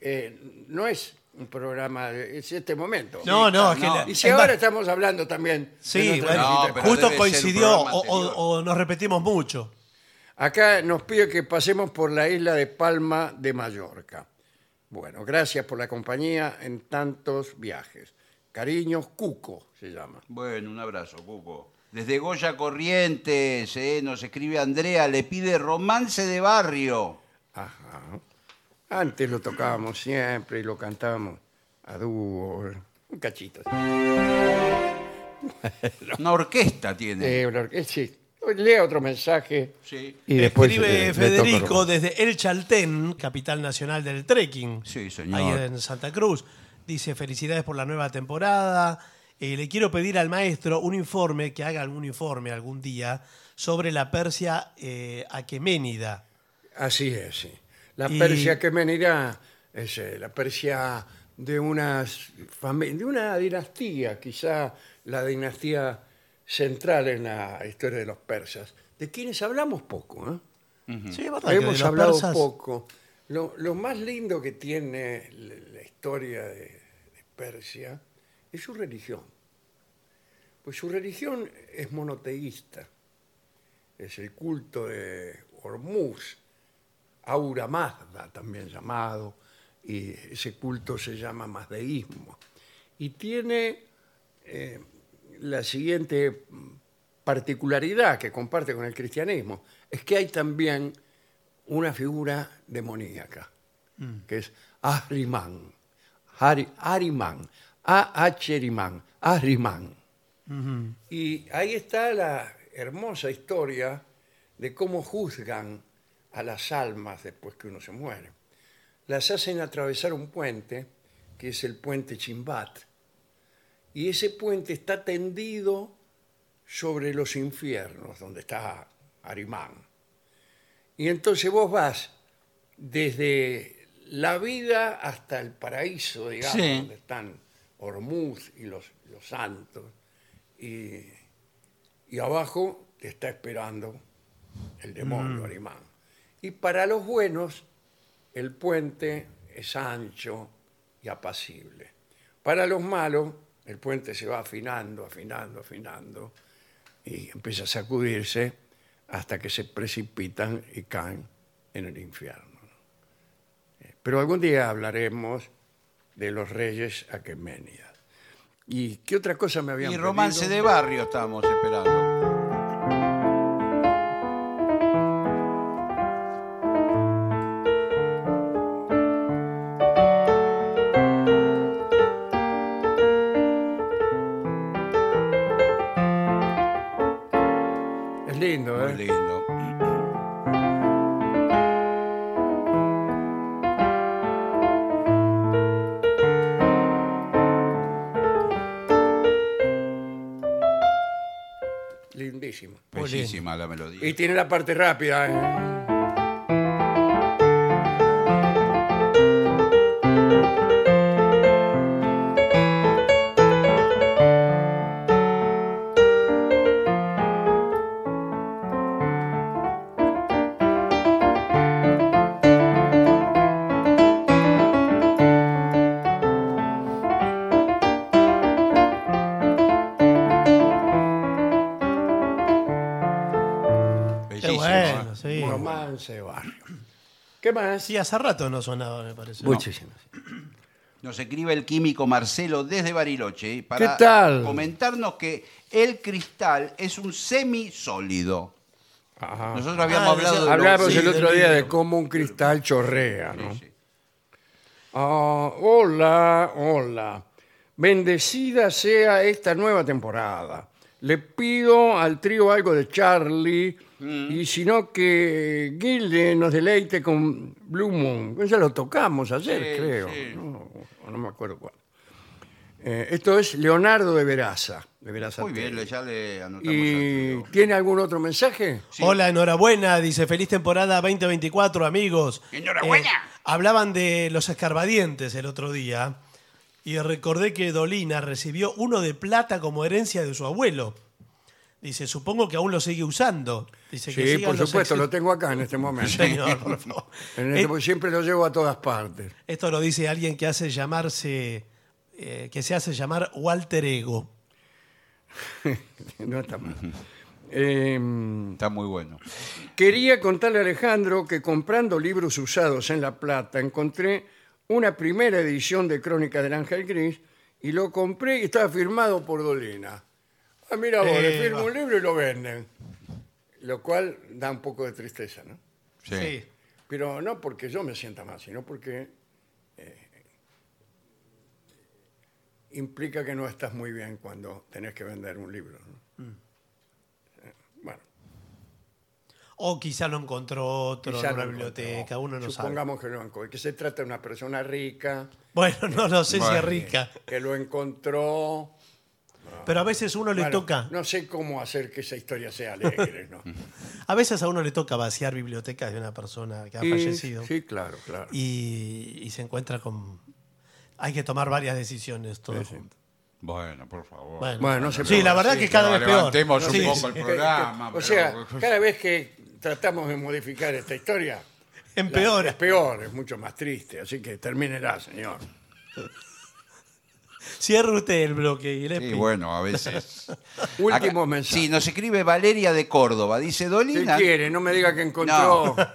Speaker 2: eh, no es un programa, de- es este momento.
Speaker 4: No, no, es que.
Speaker 3: No.
Speaker 4: (laughs) la-
Speaker 2: Y si
Speaker 4: es
Speaker 2: ahora
Speaker 4: más-
Speaker 2: estamos hablando también. de
Speaker 4: Sí,
Speaker 2: nuestra
Speaker 4: bueno,
Speaker 3: No,
Speaker 2: visita a
Speaker 3: pero
Speaker 4: justo
Speaker 3: debe ser un
Speaker 4: coincidió
Speaker 3: programa
Speaker 4: o,
Speaker 3: anterior.
Speaker 4: o- o nos repetimos mucho.
Speaker 2: Acá nos pide que pasemos por la isla de Palma de Mallorca. Bueno, gracias por la compañía en tantos viajes. Cariños, Cuco se llama.
Speaker 3: Bueno, un abrazo, Cuco. Desde Goya Corrientes, ¿eh? nos escribe Andrea, le pide romance de barrio.
Speaker 2: Ajá. Antes lo tocábamos siempre y lo cantábamos a dúo. Un cachito.
Speaker 3: Una orquesta tiene.
Speaker 2: Eh, una orque- sí. Lea otro mensaje.
Speaker 3: Sí,
Speaker 2: Y después eh,
Speaker 4: Escribe
Speaker 2: le- le toco
Speaker 4: Federico
Speaker 2: el-
Speaker 4: desde El Chaltén, capital nacional del trekking.
Speaker 3: Sí, señor.
Speaker 4: Ahí en Santa Cruz. Dice, felicidades por la nueva temporada. Eh, le quiero pedir al maestro un informe, que haga algún informe algún día, sobre la Persia eh, aqueménida.
Speaker 2: Así es, sí. La
Speaker 4: Y-
Speaker 2: Persia que venirá es eh, la Persia de unas fami- de una dinastía, quizá la dinastía central en la historia de los persas, de quienes hablamos poco, ¿eh?
Speaker 4: Sí, es verdad que de
Speaker 2: Hemos
Speaker 4: los
Speaker 2: hablado
Speaker 4: persas-
Speaker 2: poco. Lo, lo más lindo que tiene la, la historia de, de Persia es su religión. Pues su religión es monoteísta. Es el culto de Hormuz, Aura Mazda también llamado, y ese culto se llama mazdeísmo. Y tiene eh, la siguiente particularidad que comparte con el cristianismo, es que hay también una figura demoníaca, que es Ahriman, Hari- Ahriman, Ahrimán, Ahriman. Y ahí está la hermosa historia de cómo juzgan a las almas después que uno se muere. Las hacen atravesar un puente, que es el puente Chimbat, y ese puente está tendido sobre los infiernos, donde está Arimán. Y entonces vos vas desde la vida hasta el paraíso, digamos,
Speaker 3: Sí.
Speaker 2: donde están Hormuz y los, los santos. Y, y abajo te está esperando el demonio Arimán. Y para los buenos, el puente es ancho y apacible. Para los malos, el puente se va afinando, afinando, afinando y empieza a sacudirse hasta que se precipitan y caen en el infierno. Eh, Pero algún día hablaremos de los reyes aqueménidas. ¿Y qué otra cosa me habían
Speaker 3: Y romance de
Speaker 2: pedido?
Speaker 3: barrio estamos esperando.
Speaker 2: Es lindo,
Speaker 3: Muy
Speaker 2: ¿eh?
Speaker 3: lindo.
Speaker 2: Lindísimo.
Speaker 4: Muy lindo.
Speaker 3: Bellísima la melodía.
Speaker 2: Y tiene la parte rápida. ¿eh?
Speaker 4: Qué
Speaker 3: bellísimo.
Speaker 4: bueno,
Speaker 3: ¿eh?
Speaker 4: sí.
Speaker 2: Un romance de barrio. ¿Qué más?
Speaker 4: Sí, hace rato no sonaba, me parece.
Speaker 2: Muchísimas.
Speaker 3: Nos escribe el químico Marcelo desde Bariloche para
Speaker 2: ¿Qué tal?
Speaker 3: comentarnos que el cristal es un semisólido.
Speaker 2: Ajá.
Speaker 3: Nosotros habíamos
Speaker 4: Ah,
Speaker 3: hablado de
Speaker 2: Hablábamos
Speaker 4: Sí,
Speaker 2: el otro
Speaker 4: del
Speaker 2: día
Speaker 4: vidrio.
Speaker 2: de cómo un cristal chorrea, ¿no?
Speaker 3: Sí, sí.
Speaker 2: Ah, hola, hola. Bendecida sea esta nueva temporada. Le pido al trío algo de Charlie
Speaker 3: Mm.
Speaker 2: y si no que Gilde nos deleite con Blue Moon. Ya lo tocamos ayer,
Speaker 3: Sí,
Speaker 2: creo.
Speaker 3: sí.
Speaker 2: No, no me acuerdo cuál. Eh, esto es Leonardo de Veraza. De Veraza
Speaker 3: Muy bien,
Speaker 2: Tele.
Speaker 3: le- ya le anotamos.
Speaker 2: ¿Y
Speaker 3: al trío.
Speaker 2: tiene algún otro mensaje?
Speaker 3: Sí.
Speaker 4: Hola, enhorabuena, dice feliz temporada 2024, amigos.
Speaker 3: Enhorabuena.
Speaker 4: Eh, hablaban de los escarbadientes el otro día y recordé que Dolina recibió uno de plata como herencia de su abuelo. Dice, supongo que aún lo sigue usando. Dice que
Speaker 2: Sí,
Speaker 4: sigan
Speaker 2: por
Speaker 4: los
Speaker 2: supuesto,
Speaker 4: exi-
Speaker 2: lo tengo acá en este momento.
Speaker 4: (laughs)
Speaker 2: (laughs)
Speaker 4: Señor, por favor.
Speaker 2: En este-
Speaker 4: Eh,
Speaker 2: porque siempre lo llevo a todas partes. (laughs)
Speaker 4: Esto lo dice alguien que hace llamarse, eh, que se hace llamar Walter Ego.
Speaker 2: No está mal. Eh,
Speaker 3: Está muy bueno.
Speaker 2: quería contarle a Alejandro que comprando libros usados en La Plata encontré una primera edición de Crónica del Ángel Gris y lo compré y estaba firmado por Dolina. Ah, mira vos, le
Speaker 4: Eh,
Speaker 2: firmo
Speaker 4: va.
Speaker 2: un libro y lo venden. Lo cual da un poco de tristeza, ¿no?
Speaker 3: Sí.
Speaker 2: Pero no porque yo me sienta mal, sino porque eh, implica que no estás muy bien cuando tenés que vender un libro. ¿no?
Speaker 4: Mm.
Speaker 2: Eh, Bueno,
Speaker 4: O quizá lo encontró otro
Speaker 2: quizá
Speaker 4: en una
Speaker 2: lo
Speaker 4: biblioteca,
Speaker 2: encontró.
Speaker 4: uno no sabe.
Speaker 2: Supongamos que lo encontró, que se trata de una persona rica
Speaker 4: Bueno, no lo sé si es
Speaker 3: Bueno.
Speaker 4: rica,
Speaker 2: que lo encontró.
Speaker 4: pero a veces uno le
Speaker 2: Bueno,
Speaker 4: toca,
Speaker 2: No sé cómo hacer que esa historia sea alegre, (laughs) ¿no?
Speaker 4: a veces a uno le toca vaciar bibliotecas de una persona que ha
Speaker 2: Y-
Speaker 4: fallecido
Speaker 2: Sí, claro, claro.
Speaker 4: y, y se encuentra con... Hay que tomar varias decisiones todo junto.
Speaker 3: Bueno, por favor.
Speaker 2: Bueno, no se
Speaker 4: sí, la
Speaker 2: puede,
Speaker 4: verdad
Speaker 2: sí,
Speaker 4: que es cada
Speaker 3: no,
Speaker 4: vez peor.
Speaker 3: levantemos un
Speaker 4: Sí,
Speaker 3: poco
Speaker 4: sí.
Speaker 3: el programa.
Speaker 2: (laughs) o sea,
Speaker 3: pero-
Speaker 2: cada vez que tratamos de modificar esta historia,
Speaker 4: (laughs) Empeora.
Speaker 2: Es peor, es mucho más triste. Así que termínela, señor.
Speaker 4: Cierre usted el bloque y
Speaker 3: Sí, bueno, a
Speaker 2: (laughs)
Speaker 3: veces.
Speaker 2: Último
Speaker 3: Acá-
Speaker 2: mensaje.
Speaker 3: Sí, nos escribe Valeria de Córdoba. Dice
Speaker 2: ¿Qué
Speaker 3: Dolina.
Speaker 2: quiere? No me diga que encontró. (laughs)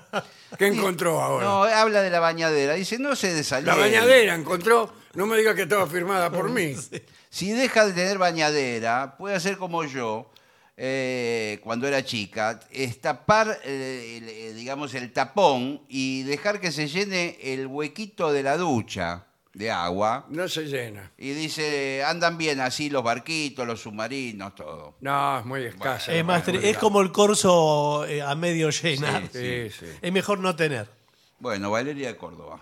Speaker 2: ¿Qué encontró ahora?
Speaker 3: No, habla de la bañadera. Dice, no se desaliente.
Speaker 2: La bañadera encontró. No me diga que estaba firmada por mí.
Speaker 3: Si deja de tener bañadera, puede hacer como yo, eh, cuando era chica, es tapar, eh, el- eh, digamos, el tapón y dejar que se llene el huequito de la ducha de agua.
Speaker 2: No se llena.
Speaker 3: Y dice, andan bien así los barquitos, los submarinos, todo.
Speaker 2: No, es muy escasa.
Speaker 4: es, más tri-
Speaker 2: Bueno,
Speaker 4: es como el corso eh, a medio llenar.
Speaker 2: Sí, sí.
Speaker 4: Es mejor no tener.
Speaker 3: Bueno, Valeria de Córdoba.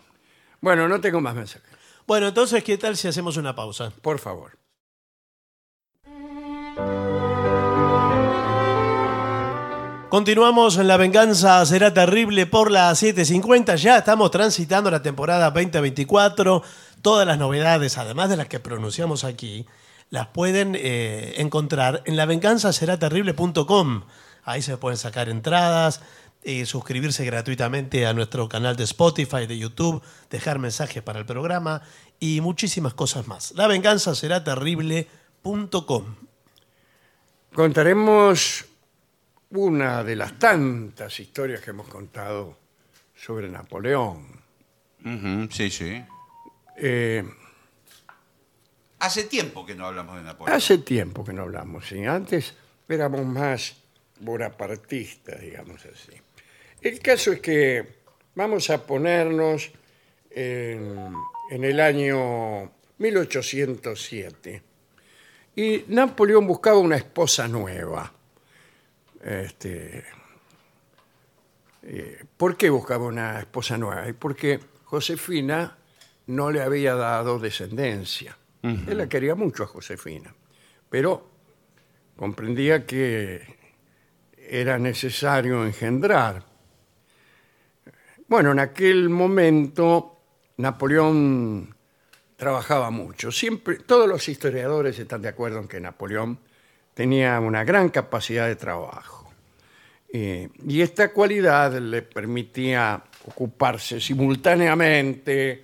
Speaker 2: Bueno, no tengo más mensajes.
Speaker 4: Bueno, entonces, ¿qué tal si hacemos una pausa?
Speaker 2: Por favor.
Speaker 4: Continuamos en La Venganza Será Terrible por las 7.50. Ya estamos transitando la temporada 2024. Todas las novedades, además de las que pronunciamos aquí, las pueden eh, encontrar en lavenganzaseraterrible.com. Ahí se pueden sacar entradas, eh, suscribirse gratuitamente a nuestro canal de Spotify, de YouTube, dejar mensajes para el programa y muchísimas cosas más. Lavenganzaseraterrible.com.
Speaker 2: Contaremos una de las tantas historias que hemos contado sobre Napoleón.
Speaker 3: Ujú, sí, sí.
Speaker 2: Eh,
Speaker 3: Hace tiempo que no hablamos de Napoleón.
Speaker 2: Hace tiempo que no hablamos, sí. Antes éramos más bonapartistas, digamos así. El caso es que vamos a ponernos en, en el año 1807. Y Napoleón buscaba una esposa nueva. Este, eh, ¿Por qué buscaba una esposa nueva? Y Porque Josefina no le había dado descendencia. Él la quería mucho a Josefina, pero comprendía que era necesario engendrar. Bueno, en aquel momento Napoleón trabajaba mucho. Siempre, todos los historiadores están de acuerdo en que Napoleón tenía una gran capacidad de trabajo. Eh, y esta cualidad le permitía ocuparse simultáneamente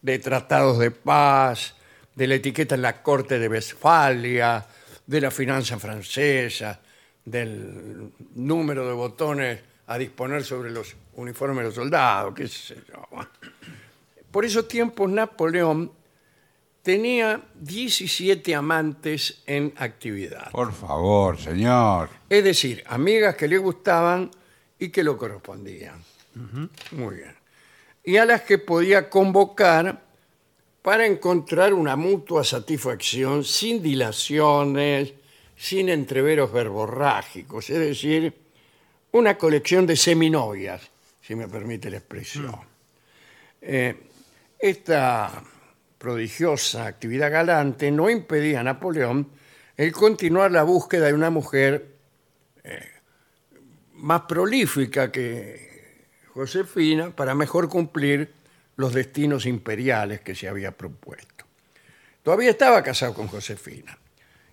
Speaker 2: de tratados de paz, de la etiqueta en la corte de Westfalia, de la finanza francesa, del número de botones a disponer sobre los uniformes de los soldados, qué sé yo. Por esos tiempos Napoleón tenía 17 amantes en actividad.
Speaker 3: Por favor, señor.
Speaker 2: Es decir, amigas que le gustaban y que lo correspondían. Muy bien. Y a las que podía convocar para encontrar una mutua satisfacción sin dilaciones, sin entreveros verborrágicos. Es decir, una colección de seminovias, si me permite la expresión. Eh, esta prodigiosa actividad galante no impedía a Napoleón el continuar la búsqueda de una mujer eh, más prolífica que Josefina para mejor cumplir los destinos imperiales que se había propuesto. Todavía estaba casado con Josefina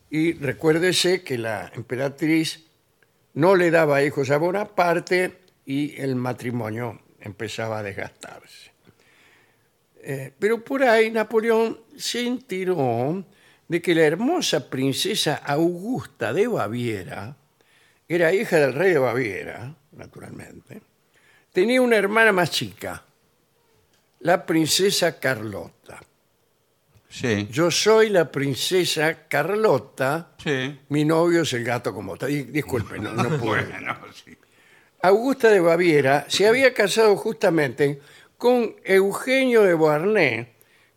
Speaker 2: y recuérdese que la emperatriz no le daba hijos a Bonaparte y el matrimonio empezaba a desgastarse. Eh, pero por ahí Napoleón se enteró de que la hermosa princesa Augusta de Baviera era hija del rey de Baviera, naturalmente. Tenía una hermana más chica, la princesa Carlota.
Speaker 3: Sí.
Speaker 2: Yo soy la princesa Carlota,
Speaker 3: Sí.
Speaker 2: mi novio es el gato como está. Di- Disculpe, no,
Speaker 3: (laughs)
Speaker 2: no puedo.
Speaker 3: Bueno, sí.
Speaker 2: Augusta de Baviera se había casado justamente con Eugenio de Beauharnais,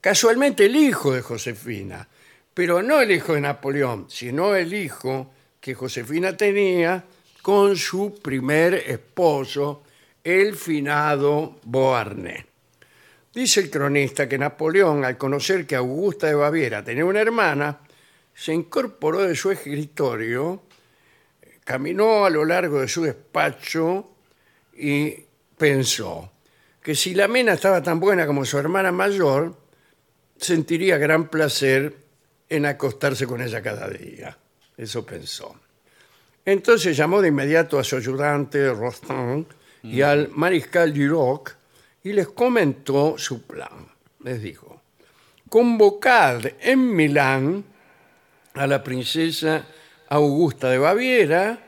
Speaker 2: casualmente el hijo de Josefina, pero no el hijo de Napoleón, sino el hijo que Josefina tenía con su primer esposo, el finado Beauharnais. Dice el cronista que Napoleón, al conocer que Augusta de Baviera tenía una hermana, se incorporó de su escritorio caminó a lo largo de su despacho y pensó que si la mena estaba tan buena como su hermana mayor, sentiría gran placer en acostarse con ella cada día. Eso pensó. Entonces llamó de inmediato a su ayudante Rostand y al mariscal Duroc y les comentó su plan. Les dijo, convocad en Milán a la princesa Augusta de Baviera,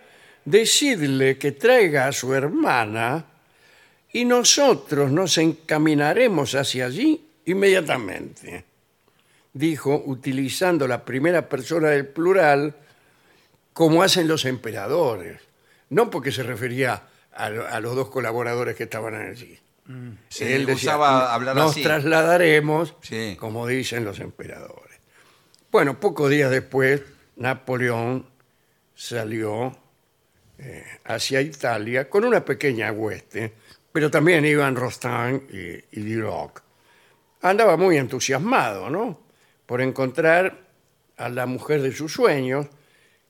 Speaker 2: decidle que traiga a su hermana y nosotros nos encaminaremos hacia allí inmediatamente. Dijo, utilizando la primera persona del plural, como hacen los emperadores. No porque se refería a, lo- a los dos colaboradores que estaban allí.
Speaker 3: Sí,
Speaker 2: Él decía,
Speaker 3: usaba hablar
Speaker 2: nos
Speaker 3: así.
Speaker 2: trasladaremos,
Speaker 3: Sí.
Speaker 2: como dicen los emperadores. Bueno, pocos días después, Napoleón salió eh, hacia Italia con una pequeña hueste, pero también iban Rostand y, y Duroc. Andaba muy entusiasmado, ¿no? Por encontrar a la mujer de sus sueños,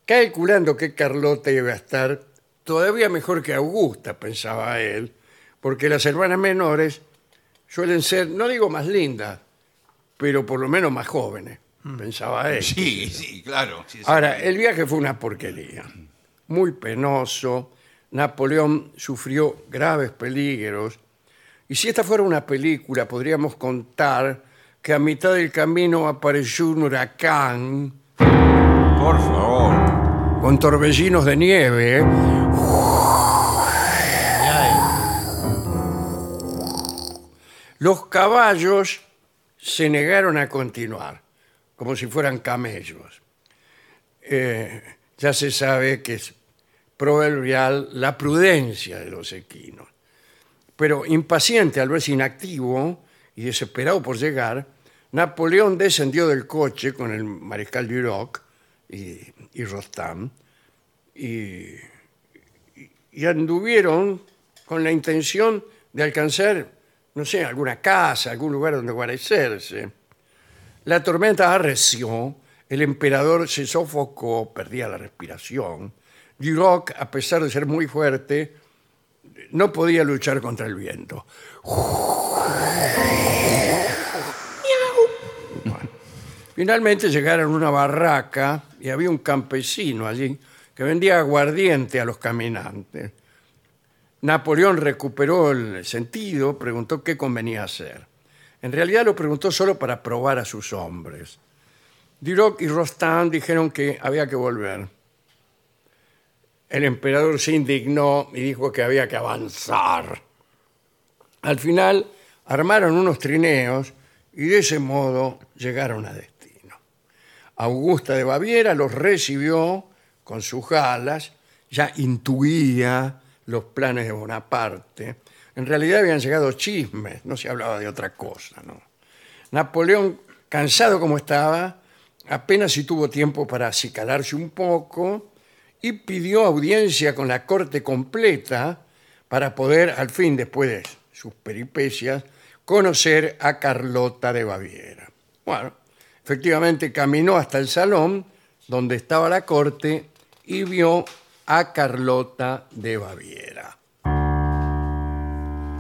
Speaker 2: calculando que Carlota iba a estar todavía mejor que Augusta, pensaba él, porque las hermanas menores suelen ser, no digo más lindas, pero por lo menos más jóvenes, pensaba él.
Speaker 3: Sí, sí, claro. sí, sí.
Speaker 2: Ahora, el viaje fue una porquería, muy penoso. Napoleón sufrió graves peligros. Y si esta fuera una película, podríamos contar que a mitad del camino apareció un huracán
Speaker 3: Por favor.
Speaker 2: con torbellinos de nieve. ¿eh? Los caballos se negaron a continuar, como si fueran camellos. Eh, ya se sabe que es proverbial la prudencia de los equinos. Pero impaciente al verse inactivo y desesperado por llegar, Napoleón descendió del coche con el mariscal Duroc y, y Rostand y, y anduvieron con la intención de alcanzar, no sé, alguna casa, algún lugar donde guarecerse. La tormenta arreció, el emperador se sofocó, perdía la respiración. Duroc, a pesar de ser muy fuerte, no podía luchar contra el viento. Finalmente llegaron a una barraca y había un campesino allí que vendía aguardiente a los caminantes. Napoleón recuperó el sentido, preguntó qué convenía hacer. En realidad lo preguntó solo para probar a sus hombres. Duroc y Rostand dijeron que había que volver. el emperador se indignó y dijo que había que avanzar. Al final armaron unos trineos y de ese modo llegaron a destino. Augusta de Baviera los recibió con sus jalas, ya intuía los planes de Bonaparte. En realidad habían llegado chismes, no se hablaba de otra cosa. ¿no? Napoleón, cansado como estaba, apenas si tuvo tiempo para acicalarse un poco y pidió audiencia con la corte completa para poder, al fin, después de sus peripecias, conocer a Carlota de Baviera. Bueno, efectivamente caminó hasta el salón donde estaba la corte y vio a Carlota de Baviera.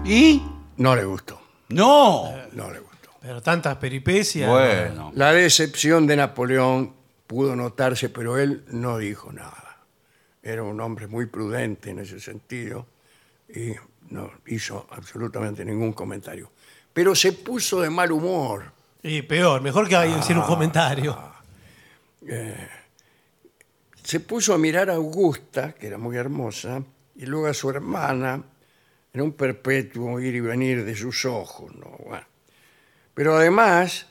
Speaker 3: ¿Y?
Speaker 2: No le gustó,
Speaker 3: ¡No!
Speaker 2: no le gustó.
Speaker 4: Pero tantas peripecias.
Speaker 3: Eh, Bueno.
Speaker 2: La decepción de Napoleón pudo notarse, pero él no dijo nada. Era un hombre muy prudente en ese sentido y no hizo absolutamente ningún comentario. Pero se puso de mal humor.
Speaker 4: Y peor, mejor que hacer
Speaker 3: Ah.
Speaker 4: un comentario.
Speaker 2: Se puso a mirar a Augusta, que era muy hermosa, y luego a su hermana, en un perpetuo ir y venir de sus ojos. ¿no? Bueno. Pero además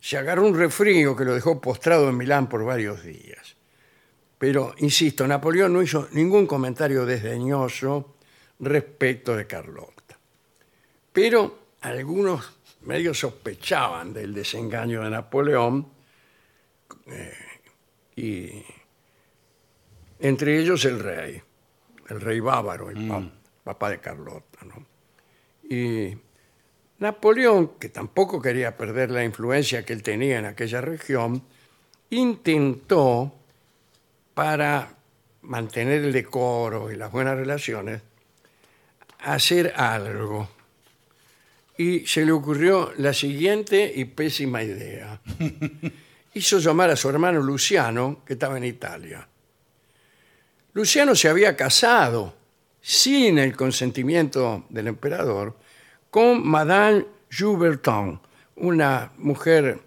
Speaker 2: se agarró un refrío que lo dejó postrado en Milán por varios días. Pero, insisto, Napoleón no hizo ningún comentario desdeñoso respecto de Carlota. Pero algunos medios sospechaban del desengaño de Napoleón eh, y entre ellos el rey, el rey bávaro, el pa- papá de Carlota. ¿no? Y Napoleón, que tampoco quería perder la influencia que él tenía en aquella región, intentó, para mantener el decoro y las buenas relaciones, hacer algo. Y se le ocurrió la siguiente y pésima idea. Hizo llamar a su hermano Luciano, que estaba en Italia. Luciano se había casado, sin el consentimiento del emperador, con Madame Jouberton, una mujer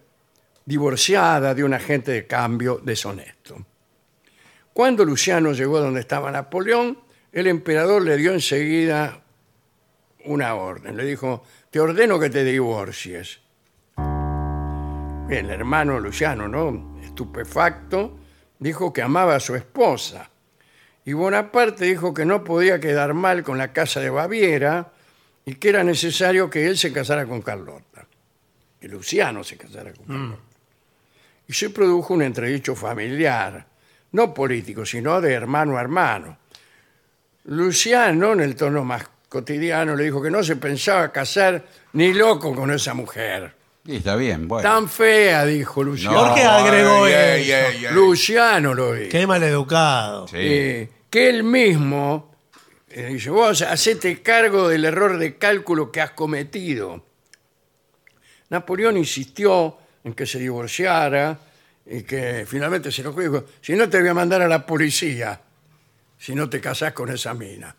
Speaker 2: divorciada de un agente de cambio deshonesto. Cuando Luciano llegó a donde estaba Napoleón, el emperador le dio enseguida una orden. Le dijo, te ordeno que te divorcies. El hermano Luciano, ¿no? Estupefacto, dijo que amaba a su esposa. Y Bonaparte dijo que no podía quedar mal con la casa de Baviera y que era necesario que él se casara con Carlota. Que Luciano se casara con Carlota.
Speaker 4: Mm.
Speaker 2: Y se produjo un entredicho familiar, no político, sino de hermano a hermano. Luciano, en el tono más cotidiano, le dijo que no se pensaba casar ni loco con esa mujer.
Speaker 3: Y está bien, bueno.
Speaker 2: Tan fea, dijo
Speaker 3: No, eh,
Speaker 2: Luciano.
Speaker 4: ¿Por qué agregó
Speaker 3: ey, ey,
Speaker 4: eso?
Speaker 3: ey, ey.
Speaker 2: Luciano lo dijo.
Speaker 4: Qué maleducado.
Speaker 3: eh, Sí.
Speaker 2: Eh, que él mismo eh, dice, vos hacete cargo del error de cálculo que has cometido. Napoleón insistió en que se divorciara y que finalmente se lo dijo, si no te voy a mandar a la policía si no te casás con esa mina.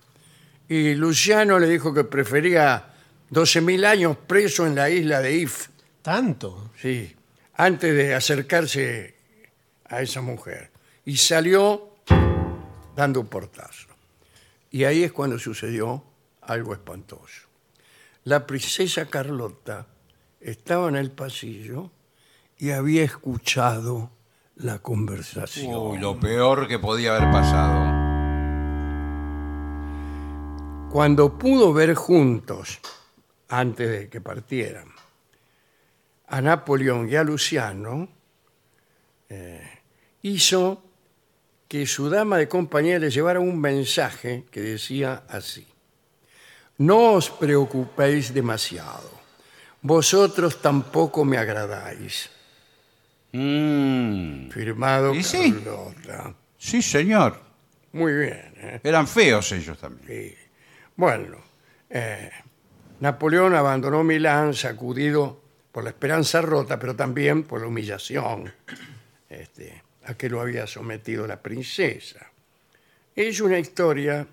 Speaker 2: Y Luciano le dijo que prefería 12.000 años preso en la isla de If,
Speaker 4: Tanto.
Speaker 2: sí, antes de acercarse a esa mujer. Y salió dando un portazo. Y ahí es cuando sucedió algo espantoso. La princesa Carlota estaba en el pasillo y había escuchado la conversación.
Speaker 3: Uy, lo peor que podía haber pasado.
Speaker 2: cuando pudo ver juntos, antes de que partieran, a Napoleón y a Luciano, eh, hizo que su dama de compañía le llevara un mensaje que decía así, no os preocupéis demasiado, vosotros tampoco me agradáis.
Speaker 3: Mm.
Speaker 2: Firmado
Speaker 3: Y sí.
Speaker 2: Carlota.
Speaker 3: Sí, señor.
Speaker 2: Muy bien, ¿eh?
Speaker 3: Eran feos ellos también.
Speaker 2: Sí. Bueno, eh, Napoleón abandonó Milán sacudido por la esperanza rota, pero también por la humillación este, a que lo había sometido la princesa. Es una historia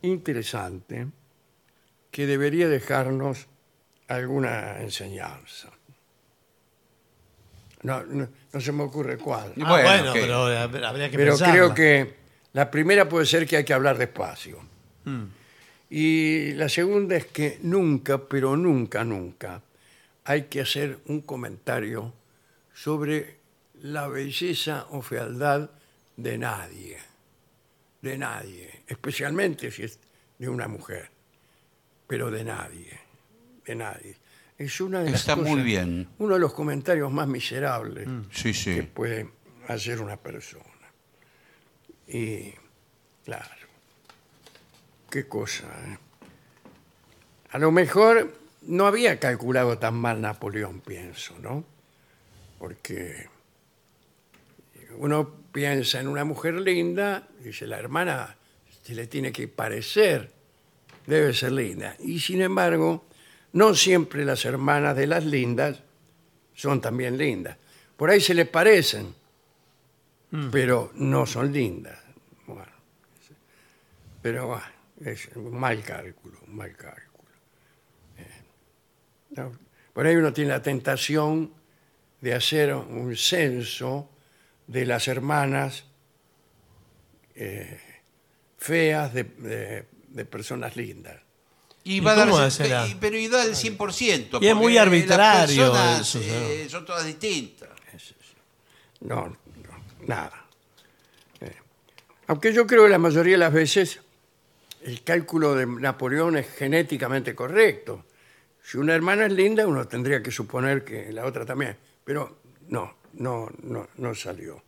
Speaker 2: interesante que debería dejarnos alguna enseñanza. No, no- no se me ocurre cuál,
Speaker 3: Y
Speaker 4: Ah,
Speaker 3: bueno,
Speaker 4: bueno,
Speaker 3: ¿qué?
Speaker 4: pero eh, habría que
Speaker 2: pero
Speaker 4: pensarla.
Speaker 2: creo que La primera puede ser que hay que hablar despacio.
Speaker 4: Hmm.
Speaker 2: Y la segunda es que nunca, pero nunca, nunca, hay que hacer un comentario sobre la belleza o fealdad de nadie. De nadie. Especialmente si es de una mujer. Pero de nadie. De nadie. Es una de las
Speaker 3: Está muy
Speaker 2: cosas-
Speaker 3: bien.
Speaker 2: Uno de los comentarios más miserables
Speaker 4: Hmm.
Speaker 3: Sí,
Speaker 2: que
Speaker 3: sí.
Speaker 2: puede hacer una persona. Y claro, qué cosa. ¿eh? A lo mejor no había calculado tan mal Napoleón, pienso, ¿no? Porque uno piensa en una mujer linda, dice, la hermana se le tiene que parecer, debe ser linda. Y sin embargo, no siempre las hermanas de las lindas son también lindas. Por ahí se le parecen, pero no son lindas. Bueno, pero bueno, es un mal cálculo, un mal cálculo. Eh, no, Por ahí uno tiene la tentación de hacer un censo de las hermanas eh, feas de- de- de personas lindas.
Speaker 3: Y
Speaker 4: ¿Y
Speaker 3: va a
Speaker 4: cómo
Speaker 3: darse-
Speaker 4: será?
Speaker 3: y- pero y da el 100%.
Speaker 4: Y es muy
Speaker 3: porque
Speaker 4: arbitrario
Speaker 3: Las personas
Speaker 4: eso,
Speaker 3: eh, son todas distintas.
Speaker 2: No, no, nada. Eh, aunque yo creo que la mayoría de las veces el cálculo de Napoleón es genéticamente correcto. Si una hermana es linda, uno tendría que suponer que la otra también. Pero no, no, no, no salió.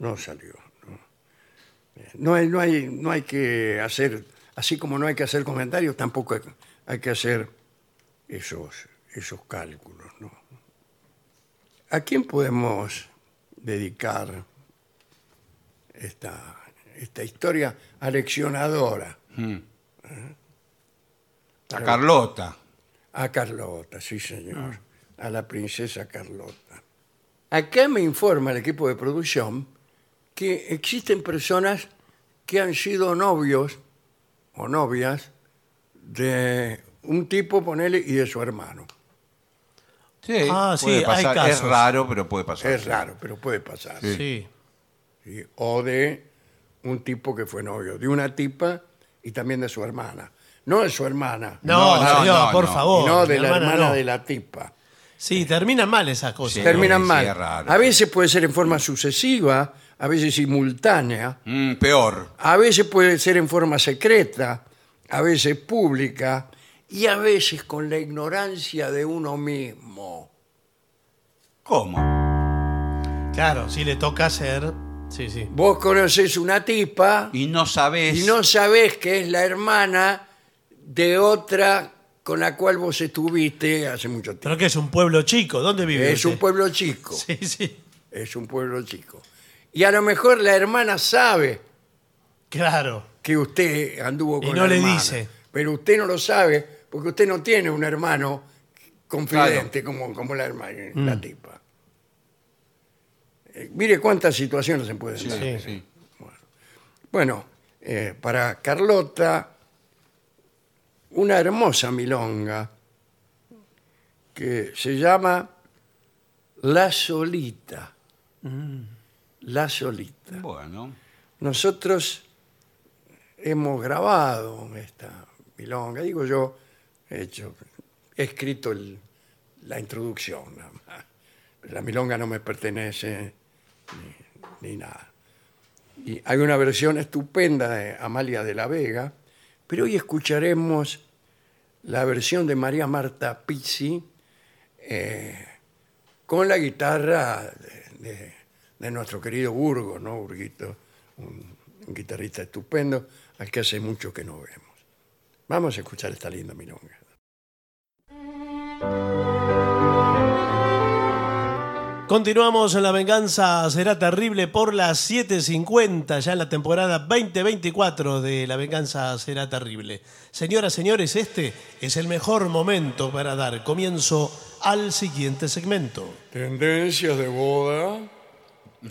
Speaker 2: No salió. No, Eh, no, hay, no, hay, no hay que hacer, así como no hay que hacer comentarios, tampoco hay, hay que hacer esos, esos cálculos. ¿no? ¿A quién podemos dedicar esta, esta historia aleccionadora?
Speaker 3: A Carlota.
Speaker 2: A Carlota, sí señor, a la princesa Carlota. Acá me informa el equipo de producción que existen personas que han sido novios o novias de un tipo, ponele, y de su hermano.
Speaker 3: Sí,
Speaker 4: Ah, sí,
Speaker 3: puede
Speaker 4: hay
Speaker 3: pasar. Es
Speaker 4: casos.
Speaker 3: raro, pero puede pasar.
Speaker 2: Es raro, pero puede pasar.
Speaker 4: Sí.
Speaker 2: ¿sí? o de un tipo que fue novio, de una tipa y también de su hermana. No de su hermana,
Speaker 4: No,
Speaker 3: No, no,
Speaker 4: señor,
Speaker 3: no,
Speaker 4: por
Speaker 3: no.
Speaker 4: favor.
Speaker 2: sino de
Speaker 4: mi
Speaker 2: la hermana,
Speaker 4: no.
Speaker 2: de la tipa.
Speaker 4: Sí, terminan mal esas cosas.
Speaker 3: Sí.
Speaker 2: Terminan
Speaker 3: sí,
Speaker 2: mal.
Speaker 3: es raro.
Speaker 2: A veces puede ser en forma sucesiva, a veces simultánea,
Speaker 3: Mm, peor.
Speaker 2: a veces puede ser en forma secreta, a veces pública y a veces con la ignorancia de uno mismo.
Speaker 3: ¿Cómo?
Speaker 4: Claro, si le toca hacer. Sí, sí.
Speaker 2: Vos conocés una tipa
Speaker 3: Y no sabes.
Speaker 2: y no sabés que es la hermana de otra con la cual vos estuviste hace mucho tiempo.
Speaker 4: Pero que es un pueblo chico, ¿dónde vive?
Speaker 2: Es un
Speaker 4: usted?
Speaker 2: pueblo chico,
Speaker 4: Sí, sí.
Speaker 2: es un pueblo chico. Y a lo mejor la hermana sabe
Speaker 4: Claro.
Speaker 2: que usted anduvo
Speaker 4: Y
Speaker 2: con
Speaker 4: no
Speaker 2: la
Speaker 4: le
Speaker 2: hermana,
Speaker 4: dice.
Speaker 2: pero usted no lo sabe porque usted no tiene un hermano confidente como, como la hermana,
Speaker 4: Mm.
Speaker 2: la tipa. Eh, mire cuántas situaciones se pueden dar.
Speaker 4: Sí.
Speaker 3: Sí.
Speaker 2: Bueno, eh, para Carlota, una hermosa milonga que se llama La Solita. La Solita.
Speaker 3: Bueno.
Speaker 2: Nosotros hemos grabado esta milonga, digo yo, he hecho, he escrito el- la introducción nada más. La milonga no me pertenece ni, ni nada. Y hay una versión estupenda de Amalia de la Vega, pero hoy escucharemos la versión de María Marta Pizzi eh, con la guitarra de, de- de nuestro querido Burgo, ¿no? Burguito, un, un guitarrista estupendo, al que hace mucho que no vemos. Vamos a escuchar esta linda milonga.
Speaker 4: Continuamos en La Venganza Será Terrible por las 7.50, ya en la temporada 2024 de La Venganza Será Terrible. Señoras, señores, este es el mejor momento para dar comienzo al siguiente segmento.
Speaker 2: Tendencias de boda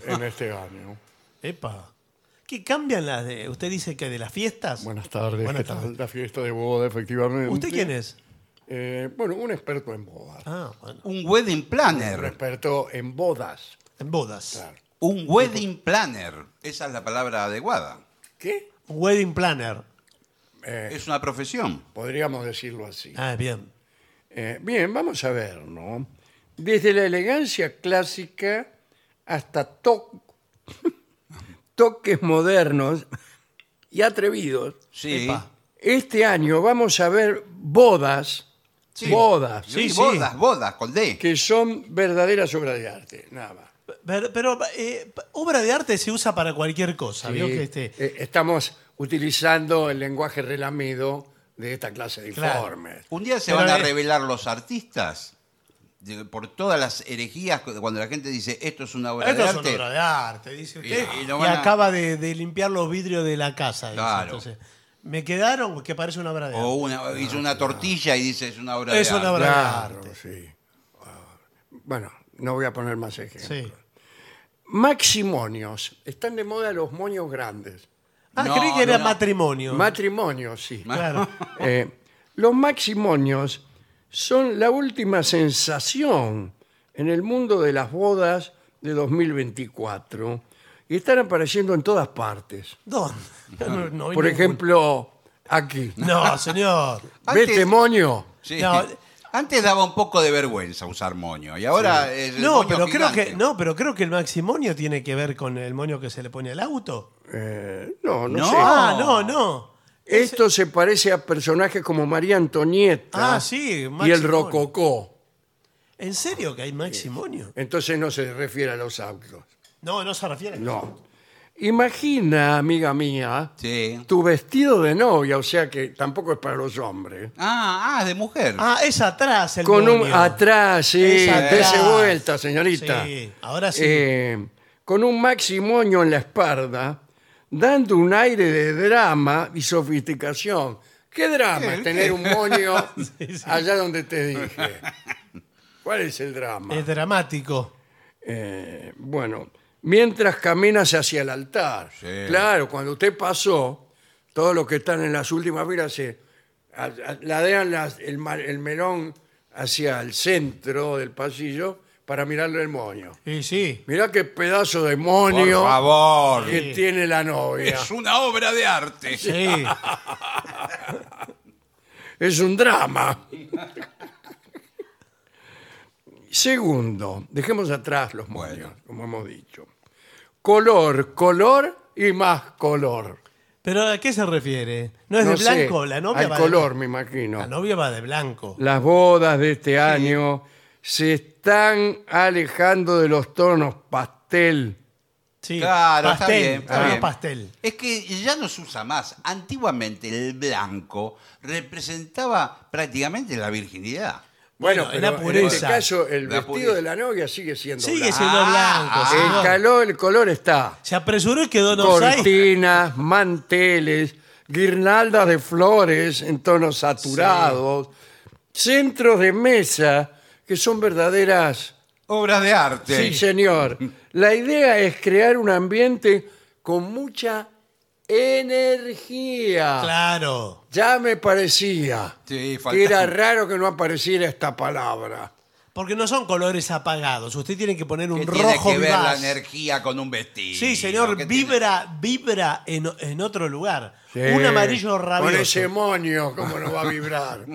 Speaker 2: en este año.
Speaker 4: Epa. ¿Qué cambian las de.? Usted dice que de las fiestas.
Speaker 2: Buenas tardes.
Speaker 4: Buenas
Speaker 2: ¿qué tal?
Speaker 4: tardes.
Speaker 2: La fiesta de boda, efectivamente.
Speaker 4: ¿Usted quién es?
Speaker 2: Eh, bueno, un experto en bodas.
Speaker 4: Ah, bueno.
Speaker 3: Un wedding
Speaker 4: Ah.
Speaker 2: Un
Speaker 3: planner.
Speaker 2: experto en bodas.
Speaker 4: En bodas.
Speaker 2: Claro.
Speaker 3: Un wedding planner. Esa es la palabra adecuada.
Speaker 2: ¿Qué?
Speaker 4: Wedding planner.
Speaker 2: Eh,
Speaker 3: Es una profesión.
Speaker 2: podríamos decirlo así.
Speaker 4: Ah, bien.
Speaker 2: Eh, bien, vamos a ver, ¿no? Desde la elegancia clásica hasta to- (laughs) toques modernos y atrevidos,
Speaker 3: Sí.
Speaker 4: Epa.
Speaker 2: este año vamos a ver bodas,
Speaker 3: Sí.
Speaker 2: bodas,
Speaker 3: Sí,
Speaker 4: Sí,
Speaker 3: bodas,
Speaker 4: sí.
Speaker 3: bodas, con D.
Speaker 2: que son verdaderas obras de arte, nada más.
Speaker 4: Pero, pero, eh, obra de arte se usa para cualquier cosa. ¿vio?
Speaker 2: Sí,
Speaker 4: Que este,
Speaker 2: eh, estamos utilizando el lenguaje relamido de esta clase de
Speaker 4: Claro.
Speaker 2: informes.
Speaker 3: Un día se
Speaker 4: Pero
Speaker 3: van a
Speaker 4: es-
Speaker 3: revelar los artistas de- por todas las herejías cu- cuando la gente dice esto es una obra
Speaker 4: Esto
Speaker 3: de
Speaker 4: es
Speaker 3: arte.
Speaker 4: una obra de arte, dice usted.
Speaker 3: Y-
Speaker 4: Y,
Speaker 3: y lo van a-
Speaker 4: acaba de, de limpiar los vidrios de la casa. dice.
Speaker 3: Claro. Oh.
Speaker 4: Entonces, me quedaron que parece una obra de
Speaker 3: O
Speaker 4: arte.
Speaker 3: una, hizo una tortilla y dice es una obra
Speaker 4: Ah, Es
Speaker 3: de
Speaker 4: una
Speaker 3: arte.
Speaker 4: obra de
Speaker 2: Claro,
Speaker 4: arte.
Speaker 2: sí. Ah, Bueno, no voy a poner más ejemplos.
Speaker 4: Sí.
Speaker 2: Maximonios. Están de moda los moños grandes.
Speaker 4: Ah,
Speaker 3: No,
Speaker 4: creí que era
Speaker 3: no, no.
Speaker 4: matrimonio.
Speaker 2: Matrimonios, sí.
Speaker 3: (laughs)
Speaker 4: Claro.
Speaker 2: Eh, los maximonios son la última sensación en el mundo de las bodas de 2024 y están apareciendo en todas partes.
Speaker 4: ¿Dónde? No, no hay
Speaker 2: Por
Speaker 4: ningún-
Speaker 2: ejemplo, aquí.
Speaker 4: No, señor.
Speaker 3: Antes-
Speaker 2: Vete, moño.
Speaker 3: Sí.
Speaker 4: No.
Speaker 3: (laughs) Antes daba un poco de vergüenza usar moño y ahora es (laughs) el
Speaker 4: No,
Speaker 3: moño
Speaker 4: pero creo
Speaker 3: gigante.
Speaker 4: que no, pero creo que el maximonio tiene que ver con el moño que se le pone al auto.
Speaker 2: Eh, no, no,
Speaker 3: No.
Speaker 2: sé.
Speaker 4: Ah, no, no.
Speaker 2: Esto se parece a personajes como María Antonieta
Speaker 4: Ah, sí,
Speaker 2: y el
Speaker 4: maximonio.
Speaker 2: Rococó. Eh.
Speaker 4: ¿En serio que hay maximonio?
Speaker 2: Entonces no se refiere a los autos.
Speaker 4: No, no se refiere.
Speaker 2: No. Imagina, amiga mía,
Speaker 3: Sí.
Speaker 2: tu vestido de novia, o sea que tampoco es para los hombres.
Speaker 3: Ah, ah, es de mujer.
Speaker 4: Ah, es atrás el
Speaker 2: Con un
Speaker 4: moño.
Speaker 2: atrás, sí,
Speaker 4: Es atrás.
Speaker 2: dese vuelta, señorita.
Speaker 4: Sí, ahora sí.
Speaker 2: Eh, con un maximoño en la espalda, dando un aire de drama y sofisticación. ¿Qué drama es tener un
Speaker 4: (laughs)
Speaker 2: moño allá donde te dije? ¿Cuál es el drama?
Speaker 4: Es dramático.
Speaker 2: Eh, bueno, mientras caminas hacia el altar.
Speaker 3: Sí.
Speaker 2: Claro, cuando usted pasó, todos los que están en las últimas filas se a- a- ladean las- el, ma- el melón hacia el centro del pasillo para mirarle el moño.
Speaker 4: Sí, sí.
Speaker 2: Mirá qué pedazo de
Speaker 3: Por
Speaker 2: moño
Speaker 3: favor.
Speaker 2: que
Speaker 4: Sí.
Speaker 2: tiene la novia.
Speaker 3: Es una obra de arte. (laughs)
Speaker 4: Sí.
Speaker 2: Es un drama. Segundo, dejemos atrás los moños,
Speaker 3: Bueno.
Speaker 2: como hemos dicho. Color, color y más color.
Speaker 4: ¿Pero a qué se refiere? ¿No es
Speaker 2: No
Speaker 4: de
Speaker 2: sé,
Speaker 4: blanco? La novia
Speaker 2: al
Speaker 4: va
Speaker 2: color,
Speaker 4: de
Speaker 2: me imagino.
Speaker 4: La novia va de blanco.
Speaker 2: Las bodas de este año se están alejando de los tonos pastel.
Speaker 4: Sí.
Speaker 3: Claro, está
Speaker 4: pastel,
Speaker 3: bien, está
Speaker 4: tono
Speaker 3: bien.
Speaker 4: pastel.
Speaker 3: Es que ya no se usa más. Antiguamente el blanco representaba prácticamente la virginidad.
Speaker 2: Bueno,
Speaker 4: Bueno, es
Speaker 2: pero
Speaker 4: la
Speaker 2: en este
Speaker 4: pureza.
Speaker 2: caso el
Speaker 3: La
Speaker 2: vestido
Speaker 3: pureza.
Speaker 2: de la novia sigue siendo
Speaker 4: Sigue
Speaker 2: blanco.
Speaker 4: siendo
Speaker 3: Ah,
Speaker 4: blanco.
Speaker 2: El
Speaker 4: señor.
Speaker 2: calor, el color está.
Speaker 4: Se apresuró y quedó no (laughs)
Speaker 2: Cortinas, manteles, guirnaldas de flores en tonos saturados, centros de mesa que son verdaderas
Speaker 3: Obras de arte.
Speaker 2: Sí,
Speaker 4: (laughs)
Speaker 2: señor. La idea es crear un ambiente con mucha energía.
Speaker 4: Claro.
Speaker 2: Ya me parecía
Speaker 3: Sí,
Speaker 2: que era
Speaker 3: faltaba.
Speaker 2: raro que no apareciera esta palabra.
Speaker 4: Porque no son colores apagados. Usted tiene que poner
Speaker 3: ¿Qué
Speaker 4: un
Speaker 3: tiene
Speaker 4: rojo
Speaker 3: que ver la
Speaker 4: vivaz.
Speaker 3: energía con un vestido?
Speaker 4: Sí,
Speaker 3: ¿Qué
Speaker 4: señor,
Speaker 3: tiene?
Speaker 4: vibra, vibra en, en otro lugar.
Speaker 2: Sí.
Speaker 4: Un amarillo
Speaker 2: Con ese
Speaker 4: rabioso.
Speaker 2: moño, cómo nos va a
Speaker 4: (laughs)
Speaker 2: vibrar.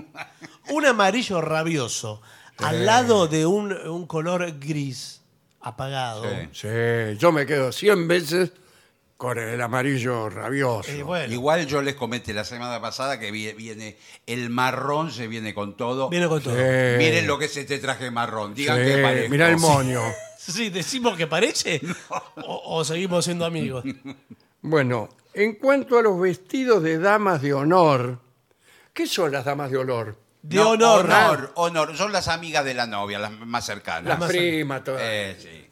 Speaker 4: Un amarillo rabioso. Al lado de un, un color gris apagado.
Speaker 3: Sí.
Speaker 2: sí, yo me quedo 100 veces con el amarillo rabioso.
Speaker 4: Eh, bueno,
Speaker 3: Igual yo les comenté la semana pasada que vi- viene el marrón, se viene con todo.
Speaker 4: viene con todo.
Speaker 2: Sí,
Speaker 3: Miren lo que es este traje marrón. Digan
Speaker 2: sí,
Speaker 3: que parezco.
Speaker 2: mirá el moño.
Speaker 4: Sí, decimos que parece o, o seguimos siendo amigos.
Speaker 2: Bueno, en cuanto a los vestidos de damas de honor, ¿qué son las damas de honor?
Speaker 4: De
Speaker 3: No,
Speaker 4: honor.
Speaker 3: honor, honor. Son las amigas de la novia, las más cercanas.
Speaker 2: Las primas, todas.
Speaker 3: Eh, sí.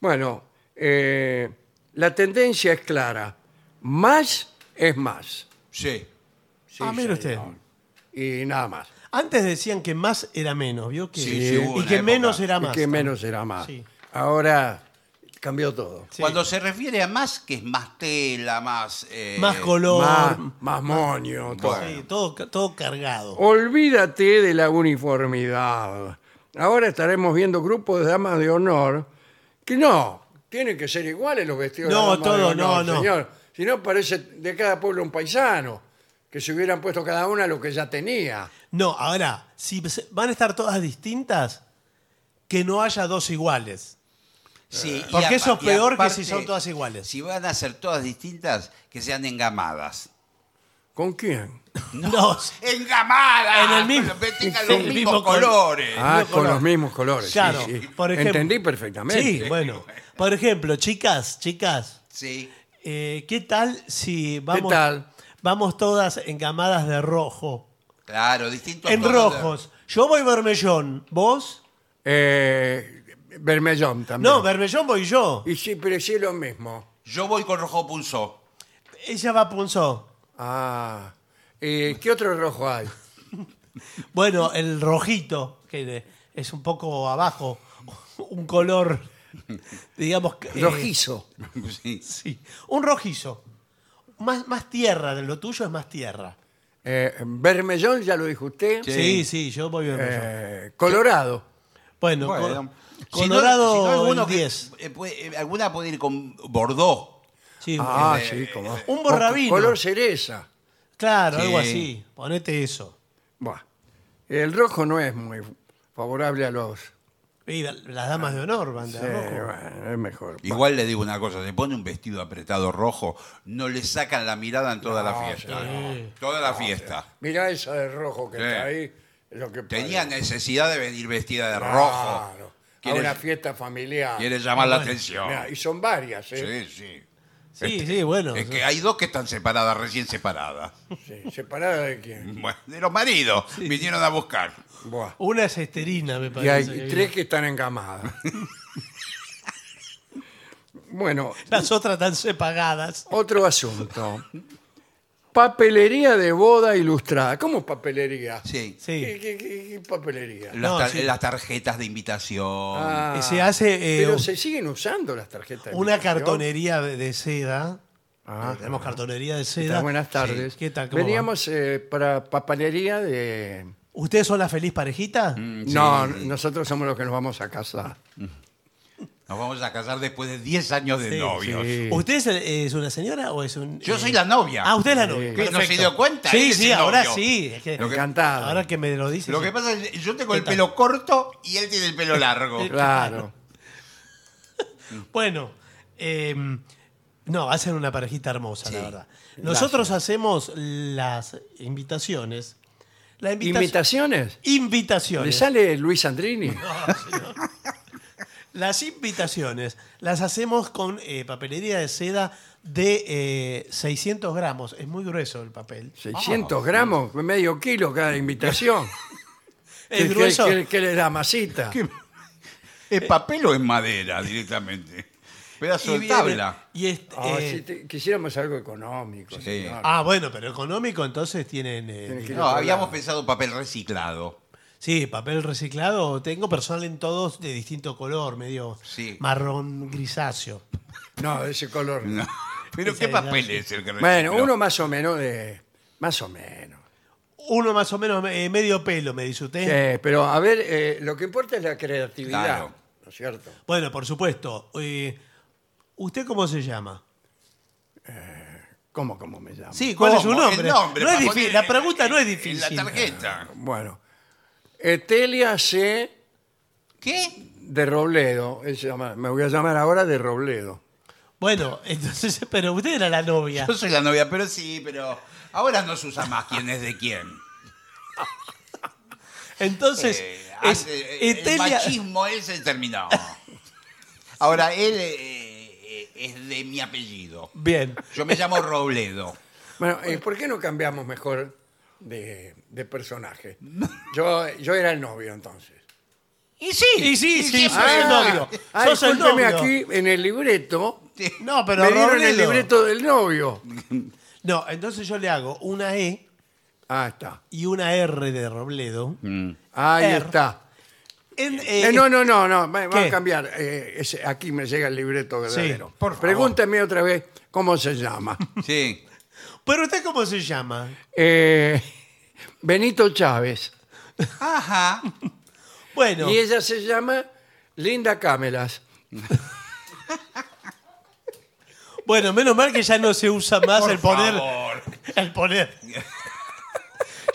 Speaker 2: Bueno, eh, la tendencia es clara. Más es más.
Speaker 3: Sí.
Speaker 2: Sí,
Speaker 4: Ah, mire usted.
Speaker 2: señor. Y nada más.
Speaker 4: Antes decían que más era menos, ¿vio? Que,
Speaker 3: Sí, sí, hubo
Speaker 4: y
Speaker 3: una
Speaker 4: que
Speaker 3: época.
Speaker 4: menos era
Speaker 2: Y
Speaker 4: más.
Speaker 2: que menos era más.
Speaker 4: Sí.
Speaker 2: Ahora cambió todo.
Speaker 4: Sí.
Speaker 3: Cuando se refiere a más, que es más tela, más... eh,
Speaker 4: Más color.
Speaker 2: más, más moño, todo.
Speaker 4: Sí, todo, ca- todo cargado.
Speaker 2: Olvídate de la uniformidad. Ahora estaremos viendo grupos de damas de honor que no, tienen que ser iguales los vestidos de
Speaker 4: No,
Speaker 2: damas de
Speaker 4: todo,
Speaker 2: honor,
Speaker 4: no, no.
Speaker 2: señor. Si no, parece de cada pueblo un paisano, que se hubieran puesto cada una lo que ya tenía.
Speaker 4: No, ahora, si se- van a estar todas distintas, que no haya dos iguales.
Speaker 3: Sí, y
Speaker 4: Porque eso
Speaker 3: apa- y
Speaker 4: es peor que si son todas iguales.
Speaker 3: Si van a ser todas distintas, que sean engamadas.
Speaker 2: ¿Con quién?
Speaker 4: No.
Speaker 3: ¡Engamadas!
Speaker 4: En el mismo-
Speaker 3: Pero tengan
Speaker 4: en
Speaker 3: los
Speaker 4: el
Speaker 3: mismos
Speaker 4: mismo col-
Speaker 3: colores.
Speaker 2: Ah,
Speaker 4: mismo
Speaker 2: con
Speaker 4: color.
Speaker 2: los mismos colores. sí,
Speaker 4: Claro,
Speaker 2: sí.
Speaker 4: por ejemplo.
Speaker 2: Entendí perfectamente.
Speaker 4: Sí, bueno. Por ejemplo, chicas, chicas,
Speaker 3: Sí.
Speaker 4: eh, ¿qué tal si vamos,
Speaker 2: tal?
Speaker 4: vamos todas en camadas de rojo?
Speaker 3: Claro, distintos
Speaker 4: En
Speaker 3: colores.
Speaker 4: rojos. Yo voy bermellón, ¿vos?
Speaker 2: Eh, Bermellón también.
Speaker 4: No, bermellón voy yo.
Speaker 2: y sí, pero sí es lo mismo.
Speaker 3: Yo voy con rojo pulso.
Speaker 4: Ella va punzó.
Speaker 2: Ah, eh, ¿qué otro rojo hay?
Speaker 4: Eh, Bueno, el rojito, que de- es un poco abajo,
Speaker 2: (laughs)
Speaker 4: un color, digamos... que, eh,
Speaker 2: Rojizo.
Speaker 3: (laughs) Sí.
Speaker 4: Sí, un rojizo. Más, más tierra, de lo tuyo es más tierra.
Speaker 2: Eh, Bermellón, ya lo dijo usted.
Speaker 3: Sí.
Speaker 4: Sí, sí, yo voy bermellón.
Speaker 2: Eh, Colorado.
Speaker 4: Bueno,
Speaker 3: Bueno.
Speaker 4: co-
Speaker 3: Si no-
Speaker 4: Colorado
Speaker 3: si no, alguno
Speaker 4: el
Speaker 3: que-
Speaker 4: 10.
Speaker 3: eh, puede- eh, alguna puede ir con Bordeaux.
Speaker 4: Sí,
Speaker 2: Ah,
Speaker 4: eh,
Speaker 2: sí, como.
Speaker 4: un borrabino.
Speaker 2: Color cereza.
Speaker 4: claro, algo
Speaker 3: sí.
Speaker 4: así. Ponete eso.
Speaker 2: Buah. El rojo no es muy favorable a los.
Speaker 4: Y la- las damas de honor van de
Speaker 2: Eh,
Speaker 4: rojo.
Speaker 2: bueno, es mejor.
Speaker 3: Igual le digo una cosa, se pone un vestido apretado rojo, no le sacan la mirada en toda la fiesta. Toda la fiesta.
Speaker 2: Mirá esa de rojo que
Speaker 3: Sí.
Speaker 2: está ahí. Lo que
Speaker 3: Tenía
Speaker 2: parece.
Speaker 3: necesidad de venir vestida de
Speaker 2: Claro.
Speaker 3: rojo.
Speaker 2: A una
Speaker 3: Quiere,
Speaker 2: fiesta familiar.
Speaker 3: quiere llamar la atención.
Speaker 2: Mirá, y son varias, ¿eh?
Speaker 3: Sí, sí.
Speaker 4: Sí, sí, bueno.
Speaker 3: Es que hay dos que están separadas, recién
Speaker 4: (laughs)
Speaker 3: separadas.
Speaker 2: Sí, ¿Separada de quién?
Speaker 3: Bueno, de los maridos, vinieron a buscar.
Speaker 2: Buah.
Speaker 4: Una es esterina, me
Speaker 2: Y
Speaker 4: parece.
Speaker 2: hay
Speaker 4: que
Speaker 2: tres
Speaker 4: vino.
Speaker 2: que están
Speaker 3: (laughs)
Speaker 2: engamadas. bueno,
Speaker 4: Las otras están sepagadas.
Speaker 2: otro asunto. Papelería de boda ilustrada. ¿Cómo papelería?
Speaker 3: Sí.
Speaker 2: ¿Qué,
Speaker 4: Sí.
Speaker 2: qué- qué- qué papelería?
Speaker 3: Las,
Speaker 4: No,
Speaker 3: tar-
Speaker 4: sí.
Speaker 3: las tarjetas de invitación.
Speaker 2: Ah,
Speaker 4: Y se hace, eh,
Speaker 2: pero
Speaker 4: un-
Speaker 2: se siguen usando las tarjetas. de
Speaker 4: Una
Speaker 2: invitación.
Speaker 4: cartonería de de seda.
Speaker 2: Ah.
Speaker 4: Tenemos cartonería de
Speaker 2: Ah,
Speaker 4: seda.
Speaker 2: buenas tardes.
Speaker 4: Sí. ¿Qué tal? ¿Cómo va?
Speaker 2: Veníamos eh, para papelería de.
Speaker 4: ¿Ustedes son la feliz parejita?
Speaker 3: Mm.
Speaker 2: No, nosotros somos los que nos vamos a casar.
Speaker 3: Nos vamos a casar después de 10 años de
Speaker 4: Sí,
Speaker 3: novios.
Speaker 2: sí.
Speaker 4: ¿Usted es, eh, es una señora o es un.?
Speaker 3: Yo
Speaker 4: eh,
Speaker 3: soy la novia.
Speaker 4: Ah, usted es la
Speaker 2: Sí.
Speaker 4: novia.
Speaker 2: ¿No
Speaker 3: se
Speaker 4: perfecto.
Speaker 3: dio cuenta? Él
Speaker 4: Sí,
Speaker 3: es
Speaker 4: sí,
Speaker 3: el
Speaker 4: ahora
Speaker 3: novio.
Speaker 4: sí. es que-
Speaker 3: Lo que-
Speaker 2: Encantado.
Speaker 4: ahora que me lo dice.
Speaker 3: Lo
Speaker 4: sí.
Speaker 3: que pasa es que yo tengo
Speaker 4: ¿Qué
Speaker 3: el
Speaker 4: tal?
Speaker 3: pelo corto y él tiene el pelo largo.
Speaker 4: (laughs)
Speaker 2: Claro.
Speaker 4: Bueno, eh, no, hacen una parejita hermosa, la
Speaker 3: Sí.
Speaker 4: verdad. Nosotros hacemos las invitaciones. La invita-
Speaker 2: ¿Invitaciones? ¿Le
Speaker 4: invitaciones.
Speaker 2: sale Luis Andrini?
Speaker 4: Las invitaciones las hacemos con eh, papelería de seda de eh, 600 gramos. Es muy grueso el papel.
Speaker 2: 600 gramos, medio kilo cada invitación.
Speaker 4: (laughs) Es
Speaker 2: ¿Qué-
Speaker 4: grueso.
Speaker 2: qué- qué- qué le da masita?
Speaker 3: ¿Es papel o es madera directamente? Pedazo
Speaker 4: y
Speaker 3: de
Speaker 4: viene-
Speaker 3: tabla.
Speaker 4: y este,
Speaker 2: Ah,
Speaker 4: eh,
Speaker 2: si te- quisiéramos algo económico.
Speaker 3: Sí.
Speaker 2: señor.
Speaker 4: ah, bueno, pero económico entonces tienen... eh,
Speaker 2: Tienen que-
Speaker 3: No, habíamos pensado papel reciclado.
Speaker 4: Sí, papel reciclado. Tengo personal en todos de distinto color, medio
Speaker 3: Sí.
Speaker 4: marrón grisáceo.
Speaker 2: No, de ese color. no.
Speaker 3: No. (laughs) Pero
Speaker 4: Esa
Speaker 3: ¿qué
Speaker 4: es la-
Speaker 3: papel es el
Speaker 2: (laughs)
Speaker 3: que
Speaker 2: Bueno,
Speaker 3: recicló?
Speaker 2: uno más o menos de... Más o menos.
Speaker 4: Uno más o menos, eh, medio pelo, me dice usted.
Speaker 2: Eh, pero a ver, eh, lo que importa es la creatividad.
Speaker 3: Claro.
Speaker 2: ¿No es cierto?
Speaker 4: Bueno, por supuesto. Eh, ¿Usted cómo se llama?
Speaker 2: ¿Cómo, cómo me llamo?
Speaker 4: Sí, ¿cuál es su
Speaker 3: ¿Cómo? El
Speaker 4: nombre? No es
Speaker 3: para
Speaker 4: difícil,
Speaker 3: poner
Speaker 4: la
Speaker 3: en-
Speaker 4: pregunta no es
Speaker 3: en
Speaker 4: difícil.
Speaker 3: la tarjeta.
Speaker 2: Bueno. Etelia C.
Speaker 3: ¿Qué?
Speaker 2: de Robledo. Él se llama- me voy a llamar ahora de Robledo.
Speaker 4: Bueno, entonces, (laughs) pero usted era la novia.
Speaker 3: Yo soy la novia, pero sí, pero ahora no se usa más quién es de quién.
Speaker 4: Entonces,
Speaker 3: Eh,
Speaker 4: (laughs) es-
Speaker 3: antes, eh, el
Speaker 4: Etelia-
Speaker 3: machismo él se
Speaker 4: (laughs)
Speaker 3: terminó. Ahora él eh, eh, es de mi apellido.
Speaker 4: Bien.
Speaker 3: Yo me llamo Robledo.
Speaker 2: Bueno, eh, ¿por qué no cambiamos mejor de, de (laughs) personaje? Yo, yo era el novio entonces.
Speaker 3: Y sí,
Speaker 4: Y sí, sí,
Speaker 3: siempre-
Speaker 4: soy el novio.
Speaker 2: ah,
Speaker 4: Sos el
Speaker 2: discúlpeme,
Speaker 4: novio.
Speaker 2: aquí en el libreto.
Speaker 4: No, pero
Speaker 2: me dieron el
Speaker 4: Robledo-
Speaker 2: libreto del novio.
Speaker 4: No, entonces yo le hago una E
Speaker 2: Ah, está.
Speaker 4: y una R de Robledo.
Speaker 3: Mm.
Speaker 2: Ahí
Speaker 4: Er.
Speaker 2: está.
Speaker 4: En, eh,
Speaker 2: Eh, no, no, no, no. va- va
Speaker 4: ¿Qué?
Speaker 2: a cambiar. Eh, ese- aquí me llega el libreto verdadero.
Speaker 4: por
Speaker 3: favor.
Speaker 2: Pregúntame otra vez cómo se llama. (laughs)
Speaker 3: Sí.
Speaker 4: Pero usted cómo se llama?
Speaker 2: Eh, Benito Chávez.
Speaker 4: (laughs)
Speaker 3: Ajá.
Speaker 4: Bueno,
Speaker 2: Y ella se llama Linda Camelas.
Speaker 4: Bueno, menos mal que ya no se usa más
Speaker 3: Por
Speaker 4: el poner.
Speaker 3: favor.
Speaker 4: El poner.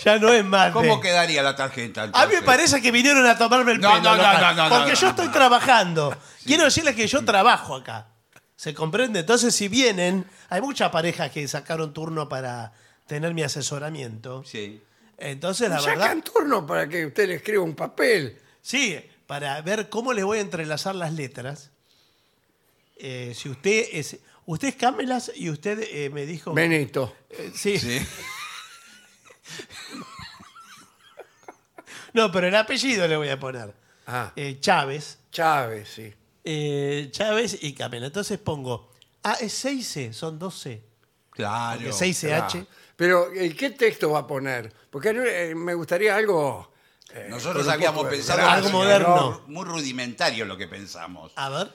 Speaker 4: Ya no es más. de-
Speaker 3: ¿Cómo quedaría la tarjeta?
Speaker 4: A mí me
Speaker 3: entonces?
Speaker 4: parece que vinieron a tomarme el
Speaker 3: No,
Speaker 4: pelo.
Speaker 3: no, no,
Speaker 4: local,
Speaker 3: no, no,
Speaker 4: porque
Speaker 3: no,
Speaker 4: yo
Speaker 3: no,
Speaker 4: estoy
Speaker 3: no.
Speaker 4: trabajando. Quiero decirles que yo trabajo acá. ¿Se comprende? Entonces, si vienen, hay muchas parejas que sacaron turno para tener mi asesoramiento.
Speaker 3: Sí.
Speaker 4: Entonces, la verdad.
Speaker 2: Sacan turno para que usted le escriba un papel.
Speaker 4: Sí, para ver cómo le voy a entrelazar las letras. Eh, si usted es. Usted es Cámelas y usted eh, me dijo.
Speaker 2: Benito.
Speaker 4: Eh, sí.
Speaker 3: Sí.
Speaker 4: No, pero el apellido le voy a poner.
Speaker 2: Ah,
Speaker 4: Eh, Chávez.
Speaker 2: Chávez, sí.
Speaker 4: eh, Chávez y Cámelas. Entonces pongo. Ah, es 6C, son 12.
Speaker 3: Claro.
Speaker 4: 6CH.
Speaker 2: Ah, Pero, ¿y qué texto va a poner? Porque eh, me gustaría algo... eh, con
Speaker 3: Nosotros
Speaker 2: un
Speaker 3: habíamos
Speaker 2: poco de
Speaker 3: pensado
Speaker 2: gracia,
Speaker 4: Algo moderno.
Speaker 2: ¿no?
Speaker 3: muy rudimentario lo que pensamos.
Speaker 4: A ver.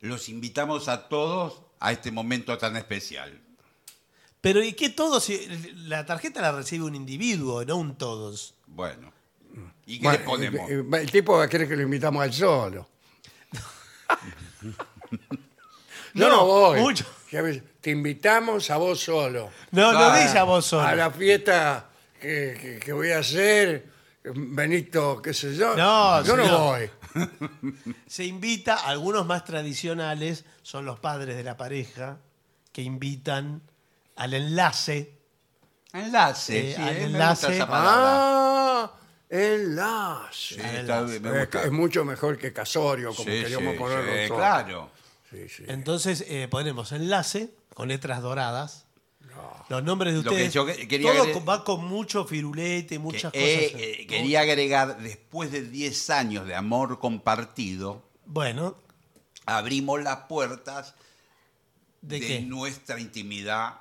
Speaker 3: Los invitamos a todos a este momento tan especial.
Speaker 4: Pero ¿y qué todos? Si La tarjeta la recibe un individuo, no un todos.
Speaker 3: Bueno. ¿Y qué le
Speaker 2: Bueno,
Speaker 3: ponemos?
Speaker 2: eh, eh, El tipo va a querer que lo invitamos al solo. Yo no,
Speaker 4: No,
Speaker 2: voy.
Speaker 4: mucho.
Speaker 2: Ya ves, Te invitamos a vos solo.
Speaker 4: No, no
Speaker 3: Claro.
Speaker 4: dice a vos solo.
Speaker 2: A la fiesta que, que- que voy a hacer, Benito, qué sé yo.
Speaker 4: No,
Speaker 2: yo no
Speaker 4: señor.
Speaker 2: voy.
Speaker 4: Se invita, algunos más tradicionales son los padres de la pareja que invitan al enlace.
Speaker 3: Enlace.
Speaker 4: Eh,
Speaker 3: sí,
Speaker 4: al
Speaker 3: eh, me
Speaker 4: enlace.
Speaker 3: gusta esa palabra.
Speaker 2: Ah,
Speaker 3: Sí,
Speaker 2: enlace.
Speaker 3: está
Speaker 4: enlace.
Speaker 3: bien, me
Speaker 2: Es,
Speaker 3: gusta.
Speaker 2: es mucho mejor que casorio, como
Speaker 3: Sí,
Speaker 2: queríamos
Speaker 3: sí,
Speaker 2: ponerlo.
Speaker 3: sí,
Speaker 2: nosotros.
Speaker 3: claro.
Speaker 2: Sí, sí.
Speaker 4: Entonces eh, ponemos enlace con letras doradas. Los nombres de
Speaker 3: Lo que
Speaker 4: ustedes.
Speaker 3: yo que- quería
Speaker 4: todo
Speaker 3: agregar-
Speaker 4: con- va con mucho firulete,
Speaker 3: Que,
Speaker 4: muchas
Speaker 3: eh,
Speaker 4: cosas.
Speaker 3: eh, quería agregar, después de 10 años de amor compartido,
Speaker 4: Bueno,
Speaker 3: abrimos las puertas
Speaker 4: ¿de,
Speaker 3: de
Speaker 4: qué?
Speaker 3: nuestra intimidad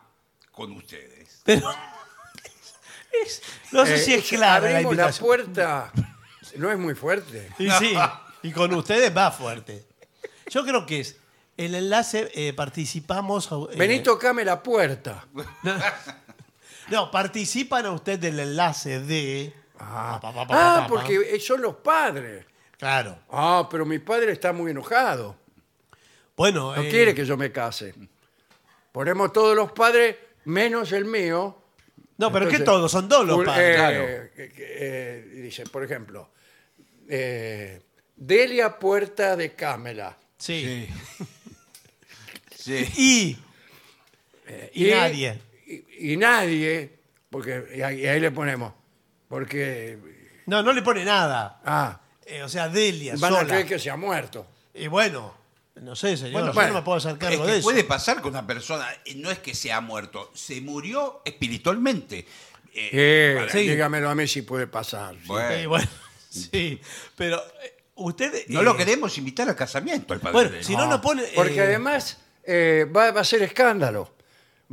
Speaker 3: con ustedes.
Speaker 4: Pero. es- no sé
Speaker 2: Eh,
Speaker 4: si es clara la
Speaker 2: abrimos la
Speaker 4: invitación.
Speaker 2: puerta. No es muy fuerte.
Speaker 4: Y sí, y con ustedes va fuerte. Yo creo que es el enlace, eh, participamos. eh,
Speaker 2: Benito, came la puerta.
Speaker 4: No, participan a usted del enlace de.
Speaker 2: Ah,
Speaker 4: Pa, pa, pa, pa, pa, pa.
Speaker 2: porque eh, son los padres.
Speaker 4: Claro.
Speaker 2: Ah, pero mi padre está muy enojado.
Speaker 4: Bueno,
Speaker 2: No
Speaker 4: eh,
Speaker 2: quiere que yo me case. Ponemos todos los padres, menos el mío.
Speaker 4: No, pero
Speaker 2: Entonces,
Speaker 4: que todos, son dos los
Speaker 2: un- eh,
Speaker 4: padres. claro.
Speaker 2: que- que, eh, dice, por ejemplo, eh, Delia Puerta de Cámela.
Speaker 4: Sí.
Speaker 3: Sí.
Speaker 2: Eh,
Speaker 4: Y, y nadie.
Speaker 2: Y, y nadie, porque y ahí, y ahí le ponemos, porque,
Speaker 4: No, no le pone nada.
Speaker 2: ah,
Speaker 4: Eh, o sea, Delia,
Speaker 2: van a
Speaker 4: sola.
Speaker 2: creer que se ha muerto.
Speaker 4: Y bueno, no sé, señor.
Speaker 2: Bueno,
Speaker 4: yo
Speaker 2: bueno,
Speaker 4: no me puedo hacer
Speaker 3: Es
Speaker 4: cargo
Speaker 3: que
Speaker 4: de eso. Eh,
Speaker 3: puede pasar que una persona eh, no es que se ha muerto, se murió espiritualmente. Eh,
Speaker 2: Eh,
Speaker 3: para-
Speaker 4: sí.
Speaker 2: Dígamelo a mí si puede pasar. sí.
Speaker 3: Bueno,
Speaker 4: Sí, bueno, (laughs) sí. Pero eh, usted.
Speaker 3: no
Speaker 4: eh,
Speaker 3: lo queremos invitar al casamiento, al padre.
Speaker 4: Bueno,
Speaker 3: de-
Speaker 4: si no, no pone.
Speaker 2: Porque
Speaker 4: eh,
Speaker 2: además eh, va, va a ser escándalo.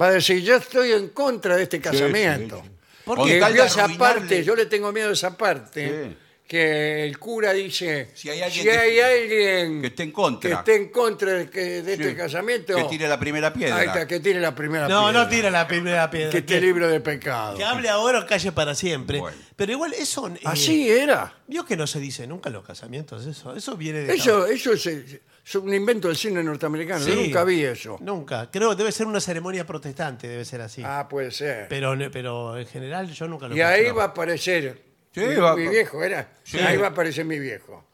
Speaker 2: Va a decir, yo estoy en contra de este casamiento.
Speaker 3: sí, sí.
Speaker 4: Porque
Speaker 2: Porque
Speaker 3: Con tal de
Speaker 2: yo esa
Speaker 3: arruinarle-
Speaker 2: parte, yo le tengo miedo a esa parte,
Speaker 3: Sí.
Speaker 2: que el cura dice,
Speaker 3: Si hay alguien
Speaker 2: "Si
Speaker 3: que-
Speaker 2: hay alguien
Speaker 3: que esté en contra".
Speaker 2: que esté en contra de, que- de este
Speaker 3: Sí,
Speaker 2: casamiento,
Speaker 3: Que tire la primera piedra.
Speaker 2: ahí está, que tire la primera
Speaker 4: No,
Speaker 2: piedra,
Speaker 4: no tira la primera piedra.
Speaker 2: que esté libre de pecado.
Speaker 4: que hable ahora o calle para siempre.
Speaker 3: Bueno.
Speaker 4: Pero igual eso. eh,
Speaker 2: Así era.
Speaker 4: Vio que no se dice nunca en los casamientos, eso. Eso viene de.
Speaker 2: Eso, eso es, es un invento del cine norteamericano, yo
Speaker 4: Sí.
Speaker 2: nunca vi eso.
Speaker 4: Nunca. Creo que debe ser una ceremonia protestante, debe ser así.
Speaker 2: Ah, puede ser.
Speaker 4: Pero, pero en general yo nunca lo
Speaker 2: Y ahí
Speaker 4: escuché.
Speaker 2: va a aparecer
Speaker 3: Sí,
Speaker 2: mi,
Speaker 3: va-
Speaker 2: mi viejo, era.
Speaker 3: Sí.
Speaker 2: Ahí va a aparecer mi viejo.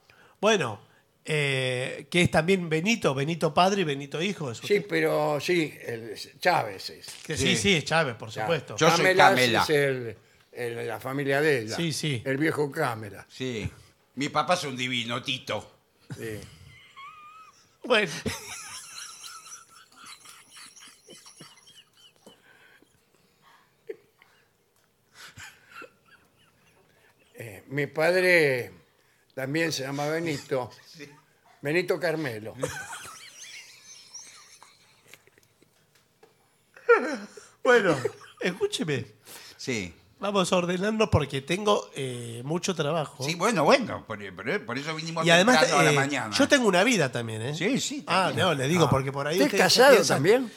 Speaker 4: Bueno, eh, que es también Benito, Benito padre y Benito hijo. es
Speaker 2: Sí,
Speaker 4: usted.
Speaker 2: pero sí, el Chávez es.
Speaker 4: Que
Speaker 3: Sí.
Speaker 4: sí, sí, es Chávez, por supuesto.
Speaker 3: Yo soy
Speaker 2: Cámelas
Speaker 3: Camela.
Speaker 2: es el- el- la familia de ella.
Speaker 4: Sí, sí.
Speaker 2: El viejo Cámara.
Speaker 3: Sí. Mi papá es un divino, Tito.
Speaker 2: sí.
Speaker 4: Bueno. (laughs)
Speaker 2: Eh, mi padre también se llama Benito. Benito Carmelo.
Speaker 4: bueno, escúcheme.
Speaker 3: Sí.
Speaker 4: Vamos ordenando porque tengo eh, mucho trabajo.
Speaker 3: Sí, bueno, bueno. Por, por- por eso vinimos
Speaker 4: Y además,
Speaker 3: temprano a la
Speaker 4: eh,
Speaker 3: mañana.
Speaker 4: yo tengo una vida también, ¿eh?
Speaker 3: Sí, sí,
Speaker 4: Ah,
Speaker 3: también.
Speaker 4: no, le digo,
Speaker 3: Ah.
Speaker 4: porque por ahí.
Speaker 2: ¿Usted es
Speaker 4: ustedes
Speaker 2: casado
Speaker 4: piensan-
Speaker 2: también?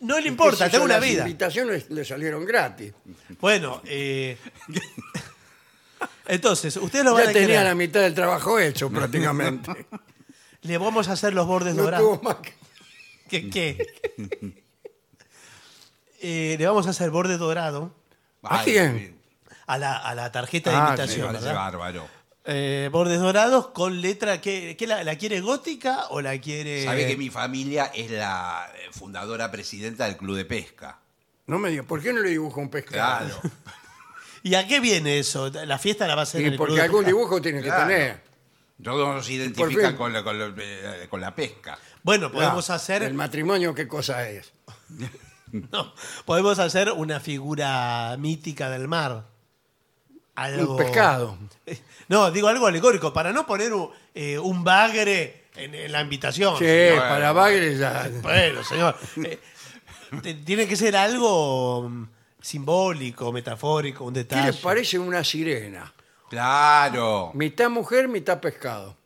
Speaker 4: No le importa,
Speaker 2: Entonces,
Speaker 4: tengo una
Speaker 2: las
Speaker 4: vida.
Speaker 2: invitaciones le salieron gratis.
Speaker 4: Bueno, eh, (laughs) entonces, ustedes lo van
Speaker 2: Ya
Speaker 4: a
Speaker 2: tenía
Speaker 4: creer.
Speaker 2: la mitad
Speaker 4: (laughs)
Speaker 2: del trabajo hecho prácticamente.
Speaker 4: Le vamos a hacer los bordes
Speaker 2: no
Speaker 4: dorados.
Speaker 2: tuvo más que-
Speaker 4: ¿Qué? qué? (laughs) Eh, le vamos a hacer borde dorado
Speaker 2: ¿A
Speaker 3: Ay,
Speaker 2: quién?
Speaker 4: a la, a la tarjeta de
Speaker 2: Ah,
Speaker 3: Me
Speaker 4: invitación,
Speaker 3: parece
Speaker 4: ¿verdad?
Speaker 3: bárbaro.
Speaker 4: Eh, bordes dorados con letra que, que la, la quiere gótica o la quiere
Speaker 3: Sabe que mi familia es la eh, fundadora presidenta del Club de Pesca.
Speaker 2: No me diga, ¿por qué no le dibujo un pescado?
Speaker 3: Claro.
Speaker 4: y a qué viene eso la fiesta la va a hacer en
Speaker 2: Y
Speaker 4: el
Speaker 2: porque
Speaker 4: club de
Speaker 2: algún
Speaker 4: pesca.
Speaker 2: dibujo tiene que
Speaker 3: Claro.
Speaker 2: tener.
Speaker 3: Todos nos
Speaker 2: Por fin.
Speaker 3: identifican con la, con la- eh, con la pesca.
Speaker 4: bueno podemos
Speaker 2: Ah,
Speaker 4: hacer
Speaker 2: El matrimonio, ¿qué cosa es?
Speaker 4: no, podemos hacer una figura mítica del mar algo
Speaker 2: Un pescado.
Speaker 4: (laughs) no digo algo alegórico para no poner un, eh, un bagre en, en la invitación
Speaker 2: Sí,
Speaker 3: bueno,
Speaker 2: para
Speaker 3: bueno.
Speaker 2: Bagre ya.
Speaker 4: Bueno, señor. eh, te- tiene que ser algo mm, simbólico, metafórico, un
Speaker 2: ¿Qué
Speaker 4: detalle.
Speaker 2: les parece una sirena?
Speaker 3: Claro.
Speaker 2: Mitad mujer, mitad pescado.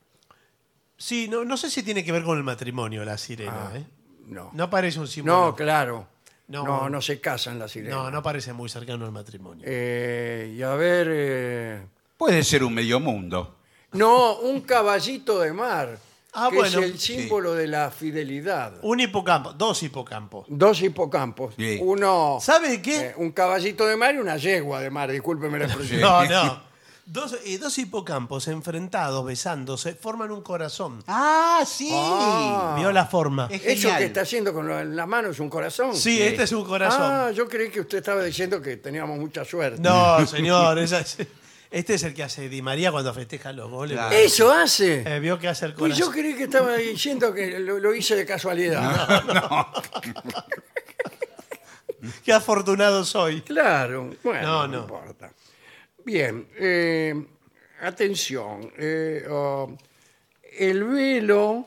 Speaker 4: Sí, no, no sé si tiene que ver con el matrimonio la sirena. ¿eh?
Speaker 2: Ah, No.
Speaker 4: No parece un
Speaker 2: No,
Speaker 4: símbolo.
Speaker 2: claro.
Speaker 4: No.
Speaker 2: No, no, se casan las
Speaker 4: No,
Speaker 2: sirenas.
Speaker 4: no, parece muy cercano al matrimonio.
Speaker 2: Eh, y a ver. eh,
Speaker 3: Puede ser un medio mundo.
Speaker 2: no, un caballito de mar.
Speaker 4: (laughs) Ah,
Speaker 2: que
Speaker 4: bueno.
Speaker 2: Es el símbolo de la fidelidad.
Speaker 4: Un hipocampo, dos hipocampos.
Speaker 2: Dos hipocampos.
Speaker 3: Sí.
Speaker 2: Uno.
Speaker 4: ¿Sabe qué?
Speaker 2: eh, un caballito de mar y una yegua de mar, discúlpeme la expresión.
Speaker 3: (laughs)
Speaker 4: No, no. Dos, eh, dos hipocampos enfrentados, besándose, forman un corazón.
Speaker 3: Ah, sí.
Speaker 2: Ah.
Speaker 4: ¿Vio la forma?
Speaker 3: Es-
Speaker 2: Eso
Speaker 3: genial.
Speaker 2: que está haciendo con la, la mano es un corazón.
Speaker 4: Sí, este es un corazón.
Speaker 2: Ah, yo creí que usted estaba diciendo que teníamos mucha suerte.
Speaker 4: No, señor. esa es- este es el que hace Di María cuando festeja los goles.
Speaker 3: Claro.
Speaker 2: Eso hace.
Speaker 4: Eh, vio que hace el
Speaker 2: Pues
Speaker 4: corazón.
Speaker 2: yo creí que estaba diciendo que lo, lo hice de casualidad.
Speaker 4: Qué afortunado soy.
Speaker 2: Claro, bueno,
Speaker 4: No,
Speaker 2: no,
Speaker 4: no.
Speaker 2: importa. Bien, eh, atención. eh, oh, el velo.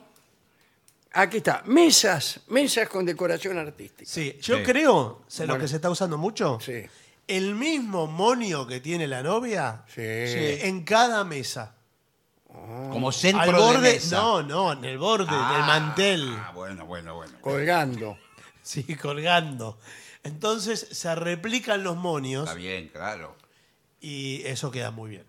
Speaker 2: Aquí está, mesas, mesas con decoración artística.
Speaker 4: Sí, yo
Speaker 3: Sí.
Speaker 4: creo, sé lo
Speaker 2: Bueno.
Speaker 4: que se está usando mucho,
Speaker 2: Sí.
Speaker 4: el mismo monio que tiene la novia
Speaker 2: Sí.
Speaker 4: en cada mesa.
Speaker 3: Como
Speaker 4: Al
Speaker 3: centro de
Speaker 4: borde,
Speaker 3: mesa.
Speaker 4: no, no, en el borde del
Speaker 3: Ah,
Speaker 4: mantel,
Speaker 3: Ah, bueno, bueno, bueno.
Speaker 2: Colgando.
Speaker 4: sí, (laughs) colgando. Entonces se replican los monios
Speaker 3: Está bien, claro.
Speaker 4: y eso queda muy bien.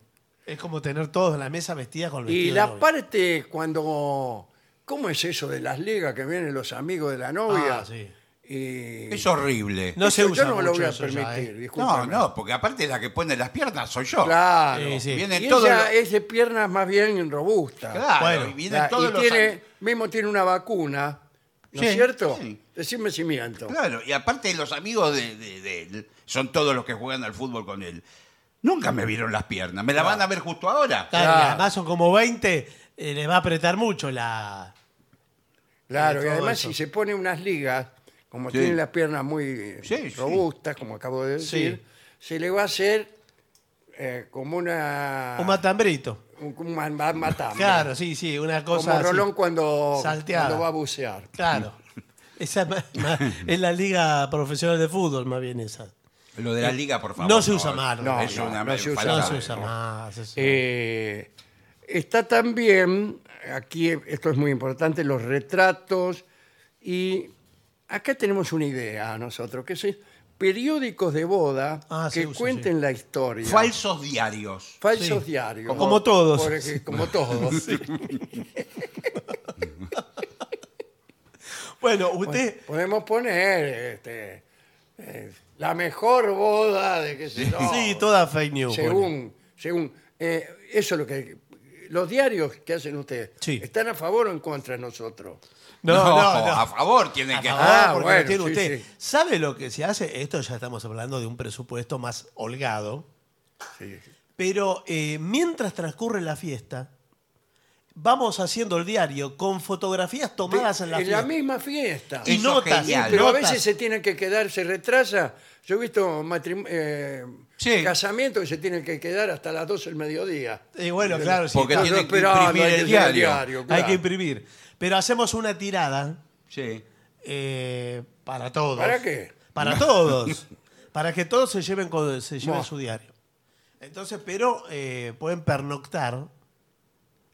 Speaker 4: Es como tener todos en la mesa vestida con el vestido
Speaker 2: Y
Speaker 4: de
Speaker 2: la
Speaker 4: novia.
Speaker 2: parte cuando. ¿Cómo es eso de las ligas que vienen los amigos de la novia?
Speaker 4: Ah, sí.
Speaker 2: Y-
Speaker 3: Es horrible.
Speaker 4: No se
Speaker 2: Eso
Speaker 4: usa
Speaker 2: Yo no me lo
Speaker 4: mucho
Speaker 2: voy a
Speaker 4: eso ya,
Speaker 2: permitir,
Speaker 4: ¿eh?
Speaker 2: discúlpeme.
Speaker 3: no, no, porque aparte la que pone las piernas soy yo.
Speaker 2: Claro.
Speaker 4: Sí, sí.
Speaker 2: Y
Speaker 3: Vienen
Speaker 2: ella
Speaker 3: todos los-
Speaker 2: es de piernas más bien robustas.
Speaker 3: Claro,
Speaker 4: Bueno,
Speaker 3: y vienen
Speaker 2: Ya,
Speaker 3: todos
Speaker 2: y
Speaker 3: los
Speaker 2: tiene,
Speaker 3: am-
Speaker 2: mismo tiene una vacuna, ¿no es
Speaker 4: Sí,
Speaker 2: cierto?
Speaker 3: sí.
Speaker 2: Decime si miento.
Speaker 3: Claro, y aparte los amigos de, de- de él son todos los que juegan al fútbol con él. Nunca me vieron las piernas. ¿Me la van a ver justo ahora?
Speaker 4: Claro,
Speaker 2: Claro.
Speaker 4: Además son como 20, eh, le va a apretar mucho la...
Speaker 2: Claro,
Speaker 4: Y
Speaker 2: y
Speaker 4: todo
Speaker 2: además
Speaker 4: eso.
Speaker 2: si se pone unas ligas, como
Speaker 3: Sí.
Speaker 2: tiene las piernas muy eh,
Speaker 3: Sí, sí.
Speaker 2: robustas, como acabo de decir, se le va a hacer eh, como una...
Speaker 4: Un matambrito.
Speaker 2: un, un ma- ma- matambre.
Speaker 4: Claro, sí, sí, una cosa
Speaker 2: Ah, Como
Speaker 4: así.
Speaker 2: Rolón cuando,
Speaker 4: Salteada.
Speaker 2: cuando va a bucear.
Speaker 4: Claro. (laughs) Esa es ma- ma- es la liga profesional de fútbol, más bien esa.
Speaker 3: Lo de la liga, por favor.
Speaker 4: Eh, No se usa más,
Speaker 2: no,
Speaker 3: es
Speaker 2: no,
Speaker 3: una
Speaker 2: no se usa
Speaker 3: falta
Speaker 4: No
Speaker 3: de-
Speaker 4: se usa más. eso.
Speaker 2: Eh, está también, aquí esto es muy importante, los retratos y acá tenemos una idea nosotros, que es periódicos de boda
Speaker 4: Ah, se
Speaker 2: que
Speaker 4: usa,
Speaker 2: cuenten la historia.
Speaker 3: Falsos diarios.
Speaker 2: Falsos
Speaker 4: Sí.
Speaker 2: diarios.
Speaker 4: Como- Como todos.
Speaker 2: Por ej- como todos.
Speaker 4: Bueno, usted.
Speaker 2: Podemos poner este, eh, la mejor boda de que se
Speaker 4: sí, toda fake news. bueno.
Speaker 2: Según, según eh, eso es lo que los diarios que hacen ustedes
Speaker 4: Sí.
Speaker 2: están a favor o en contra de nosotros.
Speaker 4: No, no, no.
Speaker 3: a favor tiene
Speaker 4: A
Speaker 3: que
Speaker 4: favor,
Speaker 2: Ah,
Speaker 4: porque
Speaker 2: bueno,
Speaker 4: lo tiene
Speaker 2: sí,
Speaker 4: usted.
Speaker 2: sí.
Speaker 4: ¿Sabe lo que se hace? Esto ya estamos hablando de un presupuesto más holgado.
Speaker 2: Sí.
Speaker 4: Pero eh, mientras transcurre la fiesta, vamos haciendo el diario con fotografías tomadas en la
Speaker 2: en la
Speaker 4: fiesta.
Speaker 2: misma fiesta.
Speaker 4: y
Speaker 3: Eso
Speaker 4: notas,
Speaker 3: genial.
Speaker 2: Pero a
Speaker 4: notas.
Speaker 2: veces se tienen que quedar, se retrasa. Yo he visto matrim- eh,
Speaker 3: Sí.
Speaker 2: casamientos que se tienen que quedar hasta las 12 del mediodía.
Speaker 4: Y bueno, claro, sí,
Speaker 3: Porque
Speaker 4: está-
Speaker 2: Yo
Speaker 3: tienen que
Speaker 2: esperaba,
Speaker 3: imprimir
Speaker 2: hay que
Speaker 3: el
Speaker 2: hacer
Speaker 3: diario.
Speaker 4: hay
Speaker 2: claro.
Speaker 4: que imprimir. Pero hacemos una tirada
Speaker 3: Sí.
Speaker 4: eh, para todos.
Speaker 2: ¿Para qué? (laughs)
Speaker 4: Para todos. para que todos se lleven, con- se lleven
Speaker 2: Buah.
Speaker 4: su diario. Entonces, pero eh, pueden pernoctar.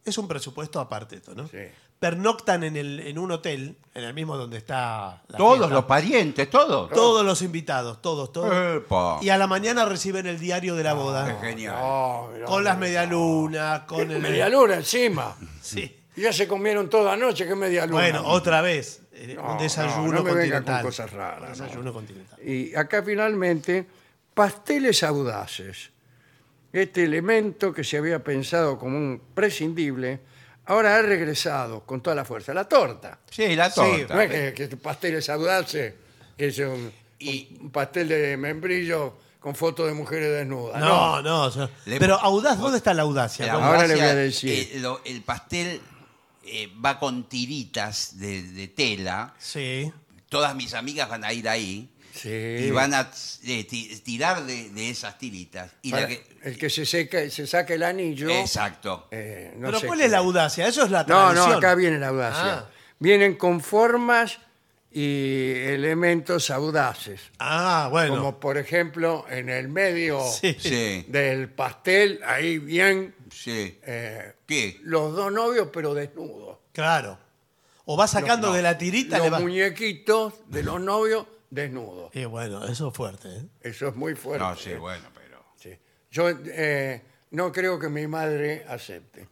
Speaker 4: Es un presupuesto aparte esto, ¿no?
Speaker 2: Sí.
Speaker 4: Pernoctan en, el, en un hotel, en el mismo donde está la
Speaker 3: Todos
Speaker 4: fiesta.
Speaker 3: los parientes, todos.
Speaker 4: Todos los invitados, todos, todos.
Speaker 3: Epa.
Speaker 4: Y a la mañana reciben el diario de la boda.
Speaker 3: Es Ah, genial.
Speaker 2: No, no,
Speaker 4: Con las
Speaker 2: no.
Speaker 4: medialunas, con el...
Speaker 2: Medialuna encima.
Speaker 4: Sí.
Speaker 2: Ya se comieron toda noche, que medialuna.
Speaker 4: Bueno, otra vez. eh,
Speaker 2: No,
Speaker 4: un desayuno
Speaker 2: no, no me venga
Speaker 4: continental.
Speaker 2: con cosas raras.
Speaker 4: Un
Speaker 2: no.
Speaker 4: desayuno continental.
Speaker 2: Y acá finalmente, pasteles audaces. Este elemento que se había pensado como un prescindible, ahora ha regresado con toda la fuerza. La torta.
Speaker 3: Sí, la
Speaker 4: Sí,
Speaker 3: torta.
Speaker 2: No es que, que pasteles audaces, que es un,
Speaker 3: Y-
Speaker 2: un pastel de membrillo con fotos de mujeres desnudas.
Speaker 4: No, no. o sea,
Speaker 3: Le-
Speaker 4: pero audaz, ¿dónde está la audacia?
Speaker 3: La
Speaker 4: ¿Cómo?
Speaker 2: Ahora
Speaker 3: audacia,
Speaker 2: le voy a decir.
Speaker 3: eh, lo- el pastel eh, va con tiritas de, de tela.
Speaker 4: Sí.
Speaker 3: Todas mis amigas van a ir ahí
Speaker 2: Sí.
Speaker 3: y van a eh, ti- tirar de, de esas tiritas. Y la
Speaker 2: Para-
Speaker 3: que-
Speaker 2: El que se seca, se saca el anillo.
Speaker 3: Exacto.
Speaker 2: eh, no
Speaker 4: pero
Speaker 2: sé
Speaker 4: ¿cuál
Speaker 2: qué.
Speaker 4: es la audacia? Eso es la
Speaker 2: No,
Speaker 4: tradición.
Speaker 2: no, acá viene la audacia.
Speaker 4: Ah.
Speaker 2: Vienen con formas y elementos audaces.
Speaker 4: Ah, bueno.
Speaker 2: Como por ejemplo, en el medio
Speaker 4: Sí.
Speaker 3: Sí,
Speaker 2: del pastel, ahí bien
Speaker 3: sí.
Speaker 2: eh,
Speaker 3: ¿Qué?
Speaker 2: los dos novios, pero desnudos.
Speaker 4: Claro. O va sacando de la tirita le
Speaker 2: Los
Speaker 4: va.
Speaker 2: muñequitos de los novios desnudos.
Speaker 4: Y bueno, eso es fuerte. ¿eh?
Speaker 2: Eso es muy fuerte.
Speaker 3: No, sí, bueno, eh, pero.
Speaker 2: Sí. Yo eh, no creo que mi madre acepte.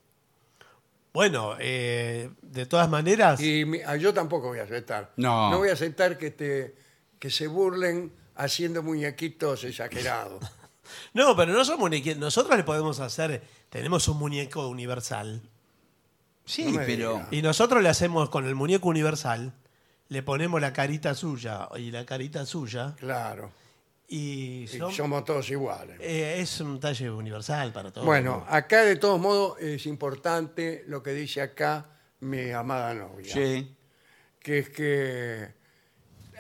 Speaker 4: Bueno, eh, de todas maneras.
Speaker 2: Y mi- ah, yo tampoco voy a aceptar.
Speaker 3: No.
Speaker 2: voy a aceptar que, te, que se burlen haciendo muñequitos
Speaker 3: (laughs)
Speaker 2: exagerados.
Speaker 4: No, pero no somos muñequitos. Nosotros le podemos hacer. Tenemos un muñeco universal.
Speaker 3: Sí,
Speaker 2: No me
Speaker 3: pero.
Speaker 2: diga.
Speaker 4: Y nosotros le hacemos con el muñeco universal. Le ponemos la carita suya y la carita suya.
Speaker 2: Claro.
Speaker 4: Y,
Speaker 2: Y
Speaker 4: son-
Speaker 2: somos todos iguales.
Speaker 4: eh, es un talle universal para todos.
Speaker 2: Bueno, acá de todos modos es importante lo que dice acá mi amada novia.
Speaker 3: Sí.
Speaker 2: Que es que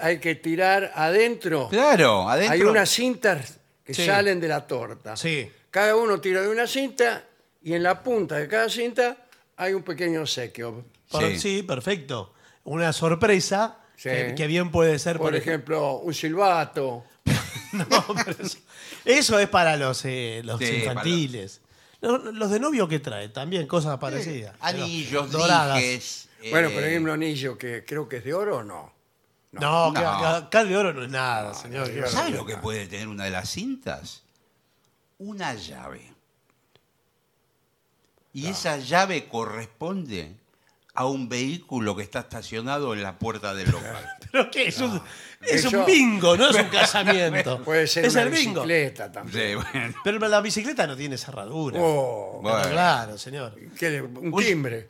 Speaker 2: hay que tirar adentro.
Speaker 3: Claro, adentro.
Speaker 2: Hay unas cintas que
Speaker 4: Sí.
Speaker 2: salen de la torta.
Speaker 4: Sí.
Speaker 2: Cada uno tira de una cinta y en la punta de cada cinta hay un pequeño sequio.
Speaker 4: Por- sí.
Speaker 3: Sí.
Speaker 4: perfecto. Una sorpresa
Speaker 2: Sí.
Speaker 4: que, que bien puede ser,
Speaker 2: Por ejemplo, un silbato.
Speaker 4: (laughs) No, pero eso- eso es para los, eh, los
Speaker 3: Sí, para los-
Speaker 4: infantiles. No, no, los de novio que trae, también cosas parecidas. pero
Speaker 3: Anillos,
Speaker 4: doradas.
Speaker 3: dijes. eh,
Speaker 2: Bueno, pero hay un anillo que creo que es de oro o no.
Speaker 4: No,
Speaker 3: No.
Speaker 4: que- que- cal de oro no es nada, señor.
Speaker 2: no, no.
Speaker 3: ¿Sabe lo que puede tener una de las cintas? Una llave. Y esa llave corresponde a un vehículo que está estacionado en la puerta del local.
Speaker 4: (laughs)
Speaker 2: (laughs)
Speaker 4: Pero qué, es un, es
Speaker 2: Eso-
Speaker 4: un bingo, no
Speaker 2: (laughs)
Speaker 4: es un casamiento.
Speaker 2: Puede ser
Speaker 4: es
Speaker 2: una
Speaker 4: el bingo.
Speaker 2: bicicleta también.
Speaker 3: Sí, bueno.
Speaker 4: Pero la bicicleta no tiene cerradura.
Speaker 2: Oh,
Speaker 4: Pero
Speaker 3: bueno.
Speaker 4: Claro, señor.
Speaker 2: que- un timbre.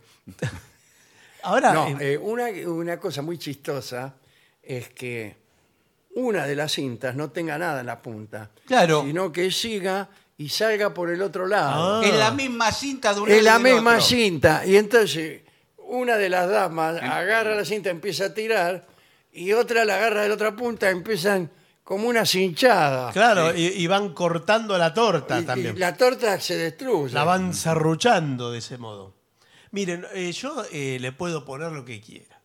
Speaker 4: Ahora,
Speaker 2: No,
Speaker 4: eh,
Speaker 2: eh, una, una cosa muy chistosa es que una de las cintas no tenga nada en la punta.
Speaker 3: Claro.
Speaker 2: Sino que siga y salga por el otro lado.
Speaker 4: Ah.
Speaker 3: En la misma cinta de un
Speaker 2: es
Speaker 3: lado
Speaker 2: la
Speaker 3: y del
Speaker 2: misma
Speaker 3: otro.
Speaker 2: cinta. Y entonces una de las damas agarra la cinta, empieza a tirar, y otra la agarra de la otra punta, empiezan como una cinchada.
Speaker 4: claro, y, y van cortando la torta
Speaker 2: eh, Y- y
Speaker 4: también.
Speaker 2: la torta se destruye.
Speaker 4: La van zarruchando de ese modo. Miren, eh, yo eh, le puedo poner lo que quiera.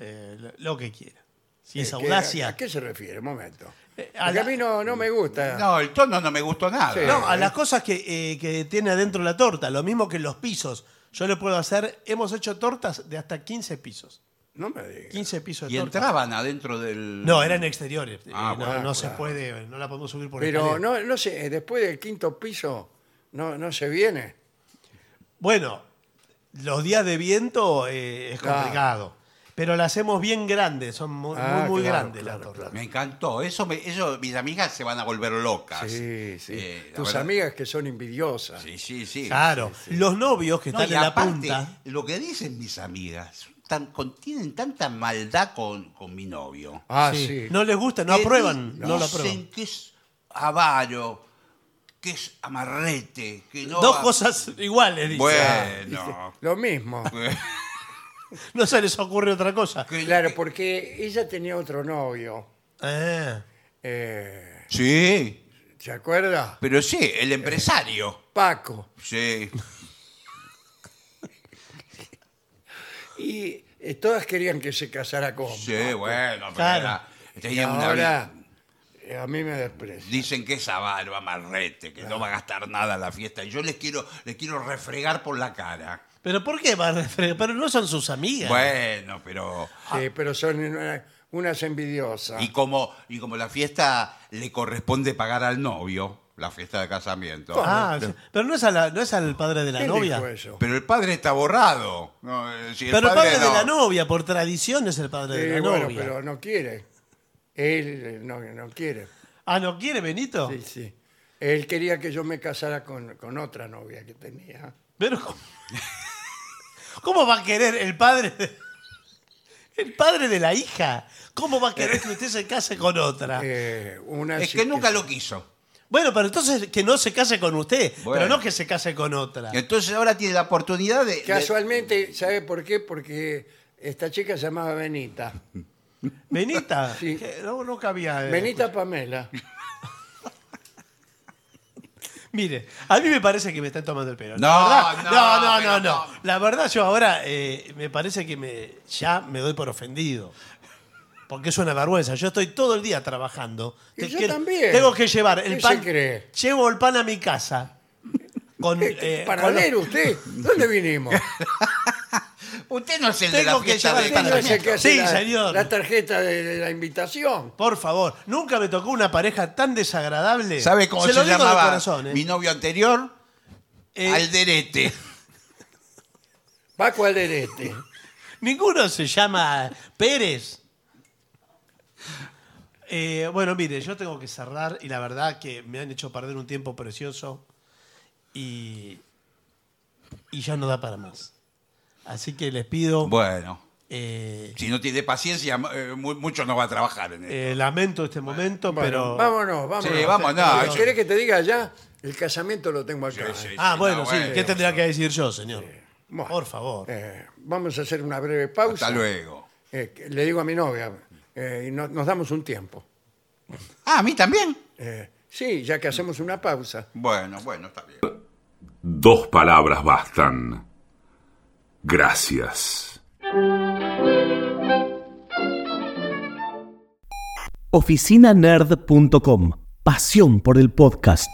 Speaker 4: Eh, lo, lo que quiera. Si es
Speaker 2: ¿Qué-
Speaker 4: audacia.
Speaker 2: ¿A qué se refiere? Un momento.
Speaker 4: Eh, a
Speaker 2: Porque
Speaker 4: la-
Speaker 2: a mí no, no me gusta.
Speaker 3: No, el tono no me gustó nada.
Speaker 2: Sí.
Speaker 4: No, a las cosas que, eh, que tiene adentro la torta, lo mismo que los pisos. Yo le puedo hacer, hemos hecho tortas de hasta 15 pisos.
Speaker 2: No me digas.
Speaker 4: 15 pisos de
Speaker 3: Y
Speaker 4: torta.
Speaker 3: entraban adentro del.
Speaker 4: No, eran exteriores. eh,
Speaker 3: Ah,
Speaker 4: no
Speaker 3: bueno,
Speaker 4: no se
Speaker 2: claro.
Speaker 4: puede, no la podemos subir por
Speaker 2: Pero no,
Speaker 4: escalera.
Speaker 2: no sé, eh, después del quinto piso no, no se viene.
Speaker 4: Bueno, los días de viento eh, es
Speaker 2: Claro.
Speaker 4: complicado. Pero la hacemos bien grande, son muy,
Speaker 2: Ah,
Speaker 4: muy, muy
Speaker 2: claro,
Speaker 4: grandes
Speaker 2: claro,
Speaker 4: las tortas.
Speaker 2: claro.
Speaker 3: Me encantó. Eso, me- eso, mis amigas se van a volver locas. Eh, la
Speaker 2: Tus
Speaker 3: verdad-
Speaker 2: amigas que son envidiosas.
Speaker 3: Sí, sí, sí.
Speaker 4: Claro, los novios que
Speaker 3: No,
Speaker 4: están
Speaker 3: y
Speaker 4: en la
Speaker 3: aparte,
Speaker 4: punta.
Speaker 3: Lo que dicen mis amigas, son tan, contienen tanta maldad con, con mi novio.
Speaker 2: Ah,
Speaker 4: sí,
Speaker 2: sí.
Speaker 4: No les gusta, no
Speaker 3: Que
Speaker 4: aprueban,
Speaker 3: di-
Speaker 4: no, lo aprueban.
Speaker 3: Dicen que es avaro, que es amarrete, que no.
Speaker 4: Dos
Speaker 3: va-
Speaker 4: cosas iguales, dice.
Speaker 3: Eh, Bueno,
Speaker 2: Lo
Speaker 3: (laughs)
Speaker 2: mismo.
Speaker 4: No se les ocurre otra cosa.
Speaker 3: que-
Speaker 2: Claro, porque ella tenía otro novio.
Speaker 4: Ah,
Speaker 2: eh,
Speaker 3: Sí,
Speaker 2: ¿Se acuerda?
Speaker 3: pero sí, el empresario.
Speaker 2: Paco.
Speaker 3: Sí.
Speaker 2: Y eh, todas querían que se casara con.
Speaker 3: Sí, bueno, pero
Speaker 4: Claro.
Speaker 3: era-
Speaker 2: Y
Speaker 3: tenía una
Speaker 2: ahora eh, a mí me desprecia.
Speaker 3: Dicen que es avaro, amarrete, que no va a gastar nada en la fiesta. Y yo les quiero, les quiero refregar por la cara.
Speaker 4: Pero ¿por qué va a refre- Pero no son sus amigas.
Speaker 3: Bueno, pero.
Speaker 2: Sí, pero son una- unas envidiosas.
Speaker 4: Ah.
Speaker 3: Y como, y como la fiesta le corresponde pagar al novio, la fiesta de casamiento.
Speaker 4: Ah, sí. pero no es, a la- no es al padre de la
Speaker 2: ¿Quién
Speaker 4: novia.
Speaker 2: dijo eso?
Speaker 3: Pero el padre está borrado. No, eh, si
Speaker 4: Pero el padre,
Speaker 3: no.
Speaker 4: de la novia, por tradición, es el padre de
Speaker 2: Eh,
Speaker 4: la
Speaker 2: bueno,
Speaker 4: novia.
Speaker 2: pero no quiere. Él eh, no, no quiere.
Speaker 4: Ah, ¿no quiere Benito?
Speaker 2: Sí, sí. Él quería que yo me casara con, con otra novia que tenía.
Speaker 4: Pero ¿cómo? ¿Cómo va a querer el padre de... El padre de la hija. ¿Cómo va a querer que usted se case con otra?
Speaker 2: Eh, una
Speaker 3: Es
Speaker 2: sí
Speaker 3: que nunca lo quiso.
Speaker 4: Bueno, pero entonces que no se case con usted,
Speaker 3: Bueno.
Speaker 4: pero no que se case con otra.
Speaker 3: Entonces ahora tiene la oportunidad de. de-
Speaker 2: Casualmente, ¿sabe por qué? Porque esta chica se llamaba Benita.
Speaker 3: (laughs)
Speaker 4: Benita,
Speaker 2: Sí.
Speaker 4: que no, no cabía. eh.
Speaker 2: Benita Pamela.
Speaker 4: Mire, a mí me parece que me están tomando el pelo.
Speaker 3: No,
Speaker 4: La verdad-
Speaker 3: no,
Speaker 4: no, no, no,
Speaker 3: pero
Speaker 4: no.
Speaker 3: no.
Speaker 4: La verdad yo ahora eh, me parece que me, ya me doy por ofendido. Porque es una vergüenza. Yo estoy todo el día trabajando.
Speaker 2: Y
Speaker 4: Te
Speaker 2: yo también.
Speaker 4: Tengo que llevar el
Speaker 2: ¿Qué
Speaker 4: pan.
Speaker 2: se cree?
Speaker 4: Llevo el pan a mi casa.
Speaker 3: (laughs)
Speaker 4: Con, eh, con los-
Speaker 2: Panadero usted. ¿Dónde vinimos?
Speaker 3: Usted no es el de
Speaker 4: Tengo
Speaker 3: la
Speaker 4: que
Speaker 3: fiesta
Speaker 4: llevar
Speaker 3: de
Speaker 4: el pan a
Speaker 2: Usted no es el
Speaker 3: casamiento.
Speaker 2: que hace
Speaker 4: Sí,
Speaker 2: la,
Speaker 4: señor.
Speaker 2: la tarjeta de, de la invitación.
Speaker 4: Por favor, nunca me tocó una pareja tan desagradable.
Speaker 3: ¿Sabe cómo se,
Speaker 4: lo digo de
Speaker 3: llamaba
Speaker 4: corazón, eh.
Speaker 3: mi novio anterior?
Speaker 4: Eh, (laughs)
Speaker 3: Alderete.
Speaker 2: Paco Alderete.
Speaker 4: Ninguno se llama Pérez. Eh, bueno, mire, yo tengo que cerrar y la verdad que me han hecho perder un tiempo precioso y, y ya no da para más. Así que les pido,
Speaker 3: Bueno,
Speaker 4: eh,
Speaker 3: si no tiene paciencia, eh, mu- mucho no va a trabajar en esto.
Speaker 4: eh, lamento este momento,
Speaker 2: Bueno,
Speaker 4: pero...
Speaker 2: vámonos, vámonos.
Speaker 3: Sí, vámonos.
Speaker 2: Eh, ¿Querés que te diga ya? El casamiento lo tengo acá.
Speaker 3: Sí, sí,
Speaker 4: ah,
Speaker 3: sí,
Speaker 4: bueno,
Speaker 3: no,
Speaker 4: sí, ¿qué
Speaker 3: bueno.
Speaker 4: tendría que decir yo, señor?
Speaker 2: Bueno.
Speaker 4: Por favor.
Speaker 2: Eh, vamos a hacer una breve pausa.
Speaker 3: Hasta luego.
Speaker 2: Eh, que- le digo a mi novia, eh, y no- nos damos un tiempo.
Speaker 3: Ah, a mí también.
Speaker 2: Eh, sí, ya que hacemos una pausa.
Speaker 3: Bueno, bueno, está bien.
Speaker 5: Dos palabras bastan. Gracias.
Speaker 6: oficinanerd.com. Pasión por el podcast.